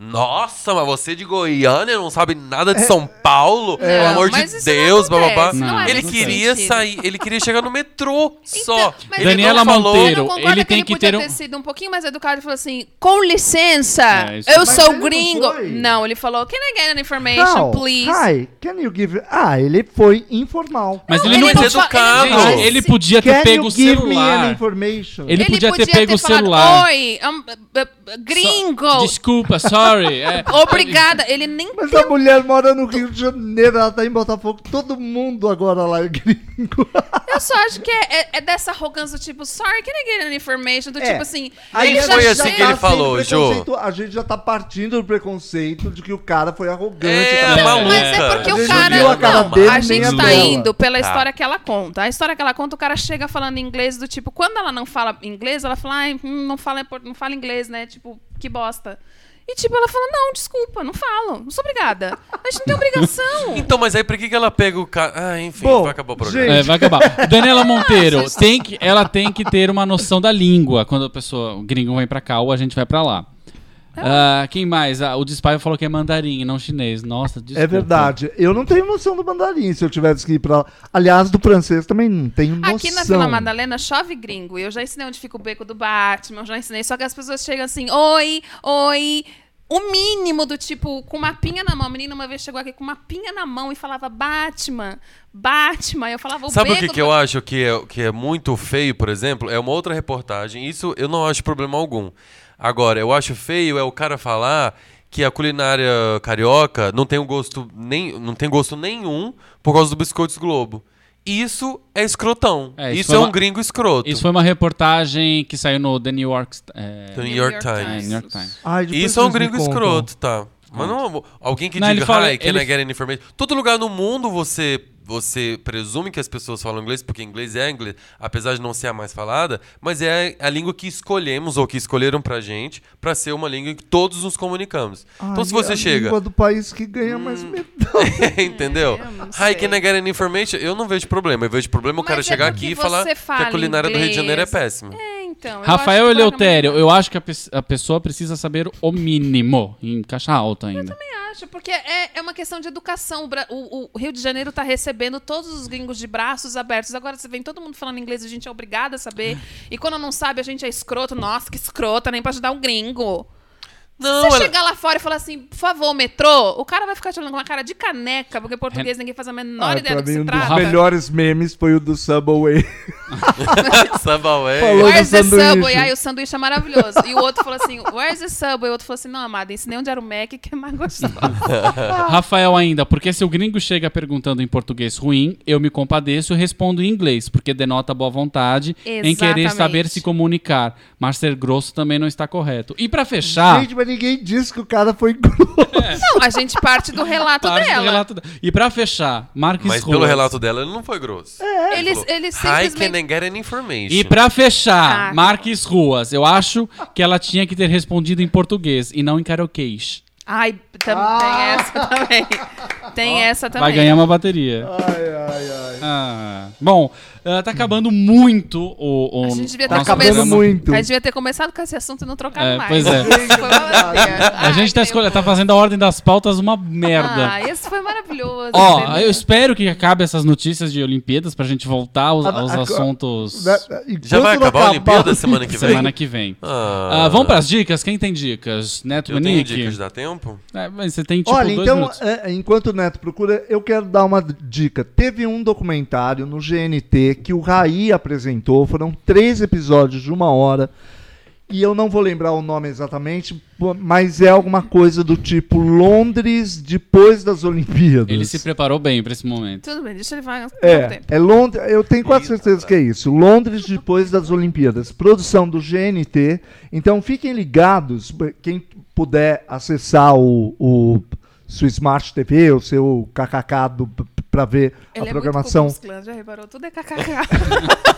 Speaker 6: Nossa, mas você é de Goiânia não sabe nada de São Paulo? Pelo amor
Speaker 3: mas
Speaker 6: de
Speaker 3: isso não
Speaker 6: Deus,
Speaker 3: acontece,
Speaker 6: bababá.
Speaker 5: não é
Speaker 6: ele
Speaker 5: nesse
Speaker 6: queria
Speaker 3: sentido. Então,
Speaker 6: sair, ele queria chegar no metrô só. Ele
Speaker 3: mas
Speaker 6: não
Speaker 5: Daniela
Speaker 6: falou-
Speaker 3: Eu não
Speaker 5: Monteiro,
Speaker 3: concordo
Speaker 5: ele
Speaker 3: que
Speaker 5: tem
Speaker 3: ele
Speaker 5: que
Speaker 3: podia
Speaker 5: ter um.
Speaker 3: ter sido um pouquinho mais educado e falou assim, com licença,
Speaker 5: É, isso-
Speaker 3: eu
Speaker 5: Mas
Speaker 3: sou
Speaker 4: ele não
Speaker 3: gringo. Não,
Speaker 4: foi.
Speaker 3: ele falou, can I get an information,
Speaker 4: Cal,
Speaker 3: please?
Speaker 4: Hi, can you give... Ah, ele foi informal.
Speaker 5: Mas
Speaker 3: Não,
Speaker 5: ele não
Speaker 6: ele
Speaker 5: podia.
Speaker 6: é educado.
Speaker 5: Gente, ele podia ter
Speaker 4: Can
Speaker 5: pego
Speaker 4: you
Speaker 5: o
Speaker 4: give me an
Speaker 5: celular.
Speaker 4: information?
Speaker 5: Ele podia ter pego o
Speaker 3: falado,
Speaker 5: celular.
Speaker 3: Oi, um, uh, uh, uh, gringo.
Speaker 5: Desculpa,
Speaker 3: *laughs*
Speaker 5: sorry. é.
Speaker 3: Obrigada. Ele nem
Speaker 4: Mas
Speaker 3: tem-
Speaker 4: a mulher mora no Rio de Janeiro, ela tá em Botafogo, todo mundo agora lá é gringo.
Speaker 3: Eu só acho que é, é- é dessa arrogância do tipo, sorry, can I get an information? Do
Speaker 4: É.
Speaker 3: tipo assim.
Speaker 6: *laughs* Aí
Speaker 3: ele já
Speaker 6: foi
Speaker 3: chega-
Speaker 6: assim que ele
Speaker 4: sendo
Speaker 6: falou, Jô.
Speaker 4: preconceito- A gente já tá partindo do preconceito de que o cara foi arrogante.
Speaker 6: É,
Speaker 4: tá-
Speaker 6: maluco.
Speaker 3: Mas é porque
Speaker 4: A
Speaker 3: o
Speaker 4: gente
Speaker 3: cara.
Speaker 4: viu a cara
Speaker 3: não,
Speaker 4: dele,
Speaker 3: a
Speaker 4: nem a
Speaker 3: gente tá
Speaker 4: dela.
Speaker 3: indo pela
Speaker 6: Tá.
Speaker 3: história que ela conta. A história que ela conta, o cara chega falando inglês do tipo, quando ela não fala inglês, ela fala, ai, hum, não fala, por- não fala inglês, né? Tipo, que bosta. E tipo, ela fala, não, desculpa, não falo, não sou obrigada. A gente não tem obrigação.
Speaker 6: Então, mas aí por que, que ela pega o cara. Ah, enfim,
Speaker 4: Bom,
Speaker 6: vai acabar o programa.
Speaker 5: É, vai acabar.
Speaker 3: *laughs*
Speaker 5: Daniela Monteiro, tem que, ela tem que ter uma noção da língua. Quando a pessoa, o gringo vem pra cá ou a gente vai pra lá.
Speaker 3: É.
Speaker 5: Ah, quem mais? Ah, o Despaio falou que é mandarim, não chinês. Nossa, desculpa.
Speaker 4: É verdade. Eu não tenho noção do mandarim se eu tivesse que ir pra lá. Aliás, do francês também não tenho noção.
Speaker 3: Aqui na Vila Madalena chove gringo. E eu já ensinei onde fica o beco do Batman, eu já ensinei. Só que as pessoas chegam assim, oi, oi. O mínimo do tipo, com uma pinha na mão. A menina uma vez chegou aqui com uma pinha na mão e falava Batman, Batman. Eu falava o
Speaker 6: Sabe o
Speaker 3: beco
Speaker 6: que,
Speaker 3: do
Speaker 6: que eu acho que é, que é muito feio, por exemplo? É uma outra reportagem. Isso eu não acho problema algum. Agora, eu acho feio é o cara falar que a culinária carioca não tem um gosto nem não tem gosto nenhum por causa do biscoitos Globo. Isso é escrotão.
Speaker 5: É, isso
Speaker 6: isso
Speaker 5: foi
Speaker 6: é um
Speaker 5: uma-
Speaker 6: gringo escroto.
Speaker 5: Isso foi uma reportagem que saiu no The New York, é,
Speaker 6: Do New Então, York Times.
Speaker 5: é, New York Times.
Speaker 4: Ai, depois
Speaker 6: Isso é um
Speaker 4: vocês me
Speaker 6: gringo
Speaker 4: contam.
Speaker 6: escroto, tá? Mas não alguém que
Speaker 5: Não,
Speaker 6: diga,
Speaker 5: ele fala-
Speaker 6: hi, can
Speaker 5: ele-
Speaker 6: I get any information? Todo lugar no mundo você, você presume que as pessoas falam inglês, porque inglês é inglês, apesar de não ser a mais falada, mas é a língua que escolhemos ou que escolheram pra gente pra ser uma língua que todos nos comunicamos. então
Speaker 4: Ai,
Speaker 6: se você
Speaker 4: a
Speaker 6: chega, *laughs*
Speaker 4: língua do país que ganha mais
Speaker 3: Hum.
Speaker 4: medalha.
Speaker 6: entendeu?
Speaker 3: eu não
Speaker 6: Hi, can
Speaker 3: sei.
Speaker 6: I get any information? Eu não vejo problema, eu vejo problema o
Speaker 3: Mas
Speaker 6: cara
Speaker 3: é
Speaker 6: chegar
Speaker 3: porque
Speaker 6: aqui e falar
Speaker 3: você
Speaker 6: que
Speaker 3: fala
Speaker 6: a culinária do Rio de Janeiro é
Speaker 3: inglês.
Speaker 6: péssima.
Speaker 3: É, então. eu
Speaker 5: Rafael
Speaker 3: acho que- é
Speaker 5: Eleutério, eu acho que a, pe- a pessoa precisa saber o mínimo, em caixa alta ainda.
Speaker 3: Eu acho, porque é, é uma questão de educação. O, Bra- o- o Rio de Janeiro tá recebendo todos os gringos de braços abertos. Agora você vem todo mundo falando inglês, a gente é obrigada a saber. E quando não sabe, a gente é escroto. Nossa, que escrota, nem pra ajudar um gringo.
Speaker 6: Não,
Speaker 3: você
Speaker 6: ela-
Speaker 3: chegar lá fora e falar assim, por favor, metrô, o cara vai ficar te olhando com uma cara de caneca, porque em português ninguém faz a menor
Speaker 4: Ah,
Speaker 3: ideia
Speaker 4: pra
Speaker 3: do que
Speaker 4: mim,
Speaker 3: se
Speaker 4: um dos
Speaker 3: trata.
Speaker 4: melhores memes foi o do Subway.
Speaker 3: É.
Speaker 6: *laughs* Tá Sabaué.
Speaker 4: Falou.
Speaker 3: Where's the
Speaker 4: do sanduíche.
Speaker 3: Subway? Aí o sanduíche é maravilhoso. E o outro falou assim, where's the Subway? O outro falou assim, não, amada, ensinei onde era o Mac, que é mais gostoso.
Speaker 5: Rafael ainda, porque se o gringo chega perguntando em português ruim, eu me compadeço e respondo em inglês, porque denota boa vontade em querer
Speaker 3: Exatamente.
Speaker 5: saber se comunicar. Mas ser grosso também não está correto. E pra
Speaker 6: Ah.
Speaker 4: *laughs*
Speaker 5: fechar,
Speaker 4: Gente, mas ninguém disse que o cara foi *laughs* grosso.
Speaker 6: É.
Speaker 3: Não, a gente parte do relato
Speaker 5: parte do
Speaker 3: dela.
Speaker 5: relato da- e pra fechar, Marques
Speaker 6: Mas pelo
Speaker 5: Ruas.
Speaker 6: relato dela, ele não foi grosso.
Speaker 3: Ele,
Speaker 6: falou,
Speaker 3: ele
Speaker 6: Hi, can
Speaker 3: simplesmente...
Speaker 6: I get any information?
Speaker 5: E pra fechar,
Speaker 3: Ah.
Speaker 5: Marques Ruas, eu acho que ela tinha que ter respondido em português e não em karaokês.
Speaker 3: Ai, tam- tem
Speaker 4: Ah.
Speaker 3: essa também. Tem essa também.
Speaker 5: Vai ganhar uma bateria.
Speaker 4: Ai, ai, ai.
Speaker 5: Ah, bom, ah, tá acabando muito o, o
Speaker 3: A gente devia ter
Speaker 4: Tá
Speaker 5: nosso
Speaker 4: acabando
Speaker 5: programa.
Speaker 4: muito.
Speaker 3: A gente devia ter começado com esse assunto e não trocado
Speaker 5: É,
Speaker 3: mais.
Speaker 5: pois
Speaker 4: *laughs*
Speaker 5: é.
Speaker 3: Isso foi uma bateria.
Speaker 5: A gente tá,
Speaker 3: Ai,
Speaker 5: escolha,
Speaker 3: meu
Speaker 5: tá
Speaker 3: Deus.
Speaker 5: fazendo a ordem das pautas uma merda.
Speaker 3: Ah, esse foi maravilhoso.
Speaker 5: Ó,
Speaker 3: entendeu?
Speaker 5: eu espero que acabe essas notícias de Olimpíadas pra gente voltar aos,
Speaker 4: Ah,
Speaker 5: aos
Speaker 4: ah,
Speaker 5: assuntos
Speaker 6: Já vai acabar a Olimpíada semana que vem?
Speaker 5: semana que vem.
Speaker 6: Ah,
Speaker 5: Ah, vamos pras dicas? Quem tem dicas? Neto
Speaker 6: eu tenho
Speaker 5: Manique?
Speaker 6: dicas, dá tempo?
Speaker 5: É, mas você tem tipo
Speaker 4: Olha,
Speaker 5: dois
Speaker 4: então,
Speaker 5: minutos.
Speaker 4: é, enquanto o Neto procura, eu quero dar uma dica. Teve um documentário no GNT que o Raí apresentou, foram três episódios de uma hora, e eu não vou lembrar o nome exatamente, pô, mas é alguma coisa do tipo Londres depois das Olimpíadas.
Speaker 5: Ele se preparou bem pra esse momento.
Speaker 3: Tudo bem, deixa um ele vai.
Speaker 4: É, é Londres. Eu tenho quase certeza que é isso. Londres depois das Olimpíadas. Produção do GNT. Então fiquem ligados. Quem puder acessar o, o sua Smart TV, o seu KKK para ver
Speaker 3: Ele
Speaker 4: a
Speaker 3: é
Speaker 4: programação. Ah,
Speaker 3: muito Ku Klux Klan, já reparou? Tudo é kkk.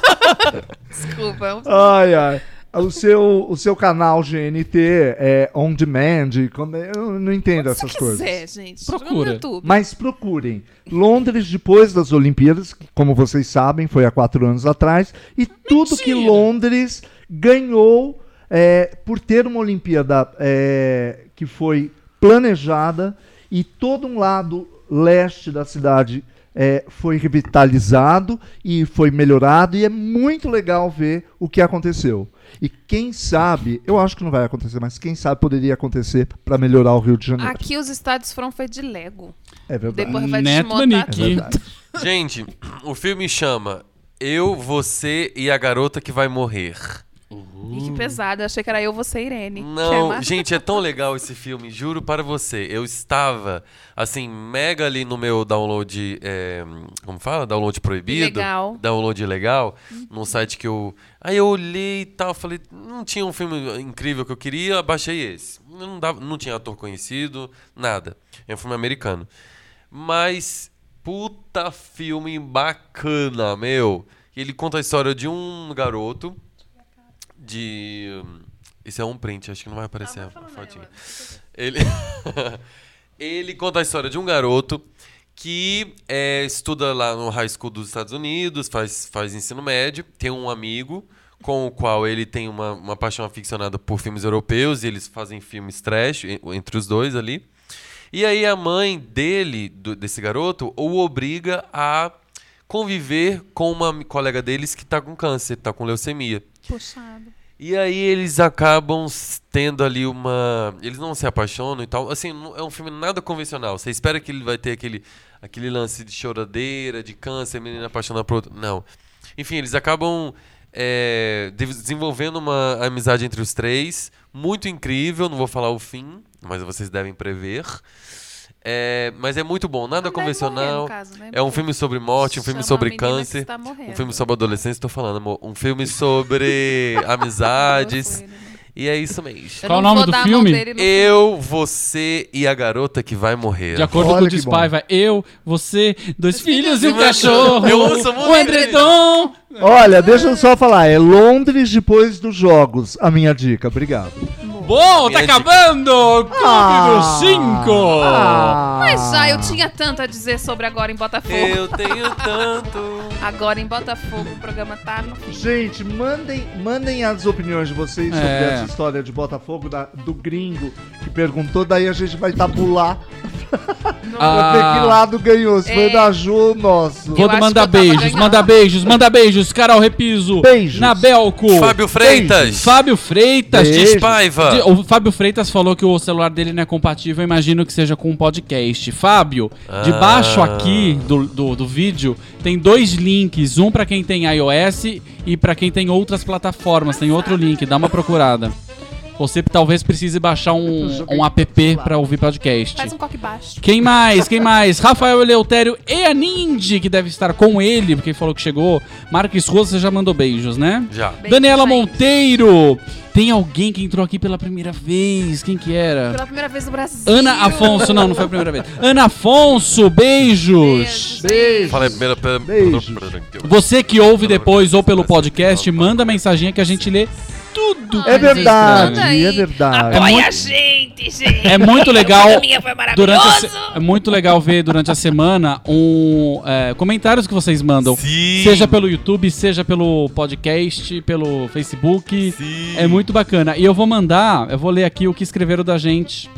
Speaker 3: *laughs* Desculpa. é um-
Speaker 4: ai, ai. O seu, o seu canal GNT é on demand. como- Eu não entendo
Speaker 3: Quando
Speaker 4: essas
Speaker 3: você
Speaker 4: coisas.
Speaker 3: quiser, é, gente.
Speaker 5: Procura.
Speaker 3: No YouTube.
Speaker 4: Mas procurem. Londres, depois das Olimpíadas, que, como vocês sabem, foi há quatro anos atrás, e tudo que Londres ganhou é, por ter uma Olimpíada é, que foi planejada e todo um lado leste da cidade é, foi revitalizado e foi melhorado, e é muito legal ver o que aconteceu. E quem sabe, eu acho que não vai acontecer, mas quem sabe poderia acontecer para melhorar o Rio de Janeiro.
Speaker 3: Aqui os estádios foram feitos de Lego.
Speaker 4: é verdade.
Speaker 3: Depois vai
Speaker 5: Neto
Speaker 3: desmontar
Speaker 5: Manique.
Speaker 3: tudo.
Speaker 4: É verdade.
Speaker 6: Gente, o filme chama Eu, Você e a Garota que Vai Morrer.
Speaker 3: E que pesado. Eu achei que era eu, você e Irene.
Speaker 6: Hum. Não,
Speaker 3: Que *laughs* é
Speaker 6: gente, é tão legal esse filme, juro para você. Eu estava, assim, mega ali no meu download. é, como fala? Download proibido.
Speaker 3: Ilegal.
Speaker 6: Download legal. Num site que eu. Aí eu olhei e tal, falei, não tinha um filme incrível que eu queria, baixei esse. Não, dava, não tinha ator conhecido, nada. É um filme americano. Mas, puta filme bacana, meu. Ele conta a história de um garoto de. Isso é um print, acho que não vai aparecer a fotinha. Ele... *laughs* Ele conta a história de um garoto que é, estuda lá no high school dos Estados Unidos, faz, faz ensino médio, tem um amigo com o qual ele tem uma, uma paixão aficionada por filmes europeus e eles fazem filmes trash e- entre os dois ali. E aí a mãe dele, do- desse garoto, o obriga a conviver com uma colega deles que tá com câncer, tá com leucemia.
Speaker 3: Puxado.
Speaker 6: E aí eles acabam s- tendo ali uma. Eles não se apaixonam e tal. Assim, não- é um filme nada convencional. Você espera que ele vai ter aquele, aquele lance de choradeira, de câncer, menina apaixonada por outro. Não. Enfim, eles acabam é, de- desenvolvendo uma amizade entre os três. Muito incrível, não vou falar o fim, mas vocês devem prever. É, mas é muito bom, nada
Speaker 3: Não deve morrer,
Speaker 6: convencional.
Speaker 3: no caso, né?
Speaker 6: É um filme sobre morte, um filme
Speaker 3: Chama a
Speaker 6: sobre
Speaker 3: menina que
Speaker 6: câncer,
Speaker 3: está morrendo.
Speaker 6: um filme sobre adolescência, tô falando, amor. Um filme
Speaker 3: *laughs*
Speaker 6: sobre amizades. E é isso mesmo.
Speaker 3: né? Eu
Speaker 5: Qual o
Speaker 3: não
Speaker 5: nome
Speaker 3: vou
Speaker 5: do
Speaker 3: dar a mão
Speaker 5: filme?
Speaker 3: dele no
Speaker 6: Eu, você e a garota que vai morrer.
Speaker 5: De acordo
Speaker 4: Olha
Speaker 5: com o
Speaker 4: que
Speaker 5: Dispai,
Speaker 4: bom.
Speaker 5: vai eu, você, dois filhos e um
Speaker 6: filhos e um
Speaker 5: cachorro.
Speaker 6: Eu ouço muito
Speaker 5: O Andredon.
Speaker 4: Olha, deixa eu só falar. É Londres depois dos Jogos, a minha dica. Obrigado.
Speaker 5: Bom, tá
Speaker 6: Minha dica.
Speaker 5: acabando! o Clube
Speaker 4: Ah.
Speaker 5: dos Cinco!
Speaker 3: Mas já eu tinha tanto a dizer sobre agora em Botafogo.
Speaker 6: Eu tenho tanto.
Speaker 3: Agora em Botafogo, o programa tá no fim.
Speaker 4: Gente, mandem, mandem as opiniões de vocês sobre
Speaker 5: É.
Speaker 4: essa história de Botafogo, da- do gringo que perguntou. Daí a gente vai tabular pra ver que
Speaker 5: Ah,
Speaker 4: lado ganhou. Se
Speaker 3: É.
Speaker 4: foi da Ju ou nosso.
Speaker 5: vou
Speaker 3: Eu acho que
Speaker 5: mandar
Speaker 3: eu tava
Speaker 5: beijos,
Speaker 3: ganhando.
Speaker 5: manda beijos, manda beijos, Carol Repiso,
Speaker 4: Beijos.
Speaker 5: Nabelco,
Speaker 6: Fábio Freitas.
Speaker 5: Fábio Freitas,
Speaker 4: Beijo.
Speaker 6: Despaiva.
Speaker 5: De- O Fábio Freitas falou que o celular dele não é compatível, eu imagino que seja com um podcast. Fábio, de
Speaker 6: Ah.
Speaker 5: baixo aqui do, do, do vídeo tem dois links, um pra quem tem iOS e pra quem tem outras plataformas, tem outro link, dá uma procurada. Você talvez precise baixar um, um app pra ouvir podcast.
Speaker 3: Faz um coque baixo.
Speaker 5: Quem mais? Quem mais? Rafael Eleutério e a Nindy, que deve estar com ele, porque ele falou que chegou. Marques Rosa, você já mandou beijos, né?
Speaker 6: Já.
Speaker 3: Beijo,
Speaker 5: Daniela
Speaker 3: gente.
Speaker 5: Monteiro! Tem alguém que entrou aqui pela primeira vez. Quem que era?
Speaker 3: Pela primeira vez no Brasil.
Speaker 5: Ana Afonso, não, não foi a primeira vez. Ana Afonso, beijos!
Speaker 3: Beijos. Beijo.
Speaker 6: Falei primeiro pela.
Speaker 4: Beijos.
Speaker 5: Você que ouve depois ou pelo podcast, manda mensaginha que a gente lê tudo.
Speaker 3: Ai,
Speaker 4: É
Speaker 3: gente,
Speaker 4: verdade,
Speaker 3: manda aí.
Speaker 4: é verdade.
Speaker 5: É muito-
Speaker 7: Olha, gente, gente.
Speaker 5: É muito legal.
Speaker 7: A minha foi
Speaker 5: Durante a
Speaker 7: maravilhosa.
Speaker 5: se- É muito legal ver durante a semana um, é, comentários que vocês mandam.
Speaker 6: Sim.
Speaker 5: Seja pelo YouTube, seja pelo podcast, pelo Facebook.
Speaker 6: Sim.
Speaker 5: É muito bacana. E eu vou mandar, eu vou ler aqui o que escreveram da gente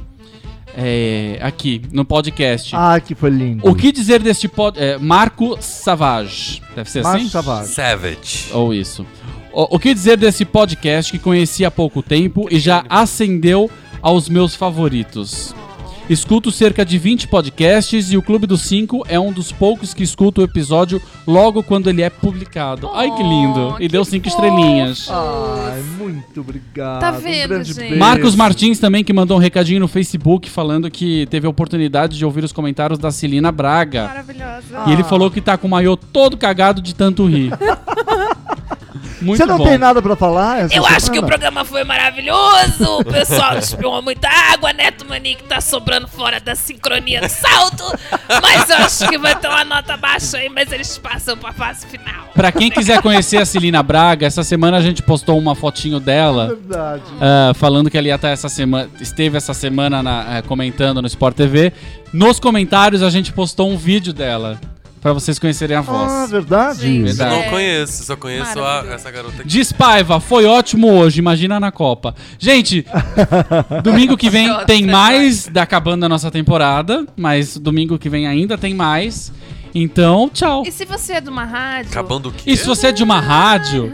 Speaker 5: é, aqui no
Speaker 3: Ah.
Speaker 5: podcast.
Speaker 4: Ai, que foi lindo.
Speaker 5: O que dizer deste pod... é, Marco Savage. Deve ser
Speaker 4: Márcio
Speaker 5: assim?
Speaker 4: Savage.
Speaker 6: Savage.
Speaker 5: Ou isso. O, o que dizer desse podcast que conheci há pouco tempo e já ascendeu aos meus favoritos? Escuto cerca de 20 podcasts e o Clube dos 5 é um dos poucos que escuto o episódio logo quando ele é publicado. Ai que lindo!
Speaker 3: Oh,
Speaker 5: E deu
Speaker 3: que
Speaker 5: 5
Speaker 3: fofo.
Speaker 5: estrelinhas.
Speaker 4: Ai, muito obrigado. Um
Speaker 3: Tá vendo,
Speaker 4: grande
Speaker 3: gente?
Speaker 4: beijo.
Speaker 5: Marcos Martins também que mandou um recadinho no Facebook falando que teve a oportunidade de ouvir os comentários da Celina Braga.
Speaker 3: Maravilhosa.
Speaker 4: *laughs*
Speaker 5: E ele falou que tá com o maiô todo cagado de tanto rir. Muito
Speaker 4: Você não
Speaker 5: bom.
Speaker 4: tem nada pra falar? essa
Speaker 7: Eu acho que o
Speaker 4: semana?
Speaker 7: programa foi maravilhoso. O pessoal espirrou muita água. Neto Manique tá sobrando fora da sincronia do salto. Mas eu acho que vai ter uma nota baixa aí. Mas eles passam pra fase final.
Speaker 5: Pra quem quiser conhecer a Celina Braga, essa semana a gente postou uma fotinho dela
Speaker 4: Verdade.
Speaker 5: ah, falando que ela ia estar essa semana, esteve essa semana na- eh, comentando no Sport TV. Nos comentários a gente postou um vídeo dela pra vocês conhecerem a voz.
Speaker 4: Ah, verdade?
Speaker 3: Sim.
Speaker 6: Eu
Speaker 5: Verdade.
Speaker 6: não conheço, só conheço a,
Speaker 3: Maravilhoso.
Speaker 6: essa garota aqui.
Speaker 5: Diz Paiva, foi ótimo hoje, imagina na Copa. Gente, domingo que vem
Speaker 3: Nossa,
Speaker 5: tem mais da acabando a nossa temporada, mas domingo que vem ainda tem mais. Então, tchau.
Speaker 3: E se você é de uma rádio.
Speaker 6: Acabando o quê?
Speaker 5: E se você é de uma rádio,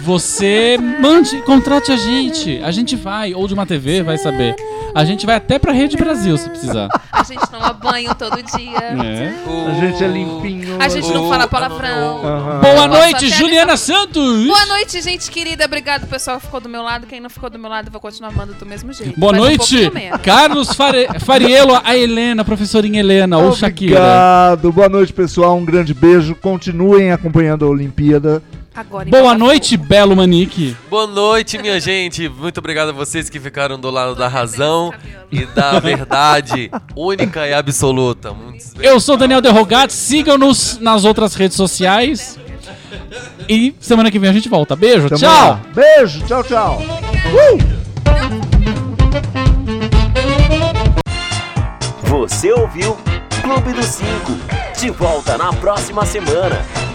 Speaker 5: você mande, contrate a gente. A gente vai, ou de uma TV, vai saber. A gente vai até pra Rede Brasil se
Speaker 3: *laughs*
Speaker 5: precisar.
Speaker 3: A gente toma banho todo dia.
Speaker 5: É.
Speaker 6: O-
Speaker 4: A gente é limpinho.
Speaker 3: A gente não
Speaker 6: o-
Speaker 3: fala palavrão.
Speaker 4: Aham.
Speaker 5: Boa
Speaker 3: Nossa,
Speaker 5: noite,
Speaker 3: até tá-
Speaker 5: Juliana Santos!
Speaker 3: Boa noite, gente querida. Obrigado, pessoal que ficou do meu lado. Quem não ficou do meu lado, eu vou continuar mandando do mesmo jeito.
Speaker 5: Boa
Speaker 3: mas um
Speaker 5: noite,
Speaker 3: pouquinho menos.
Speaker 5: Carlos Fare...
Speaker 3: *laughs*
Speaker 5: Fariello, a Helena, professorinha Helena, ou Shakira.
Speaker 4: Obrigado. Boa noite, pessoal. Um grande beijo. Continuem acompanhando a Olimpíada.
Speaker 3: Agora, então, em
Speaker 5: Boa
Speaker 3: Botafogo.
Speaker 5: noite, Belo Manique.
Speaker 6: Boa noite, minha gente. Muito obrigado a vocês que ficaram do lado da razão e da verdade única e absoluta. Muitos beijos.
Speaker 5: Eu sou Daniel Derrogato, sigam-nos nas outras redes sociais. E semana que vem a gente volta. Beijo,
Speaker 4: Tamo
Speaker 5: tchau!
Speaker 4: lá. Beijo. Tchau, tchau.
Speaker 2: Você ouviu Clube dos Cinco. De volta na próxima semana.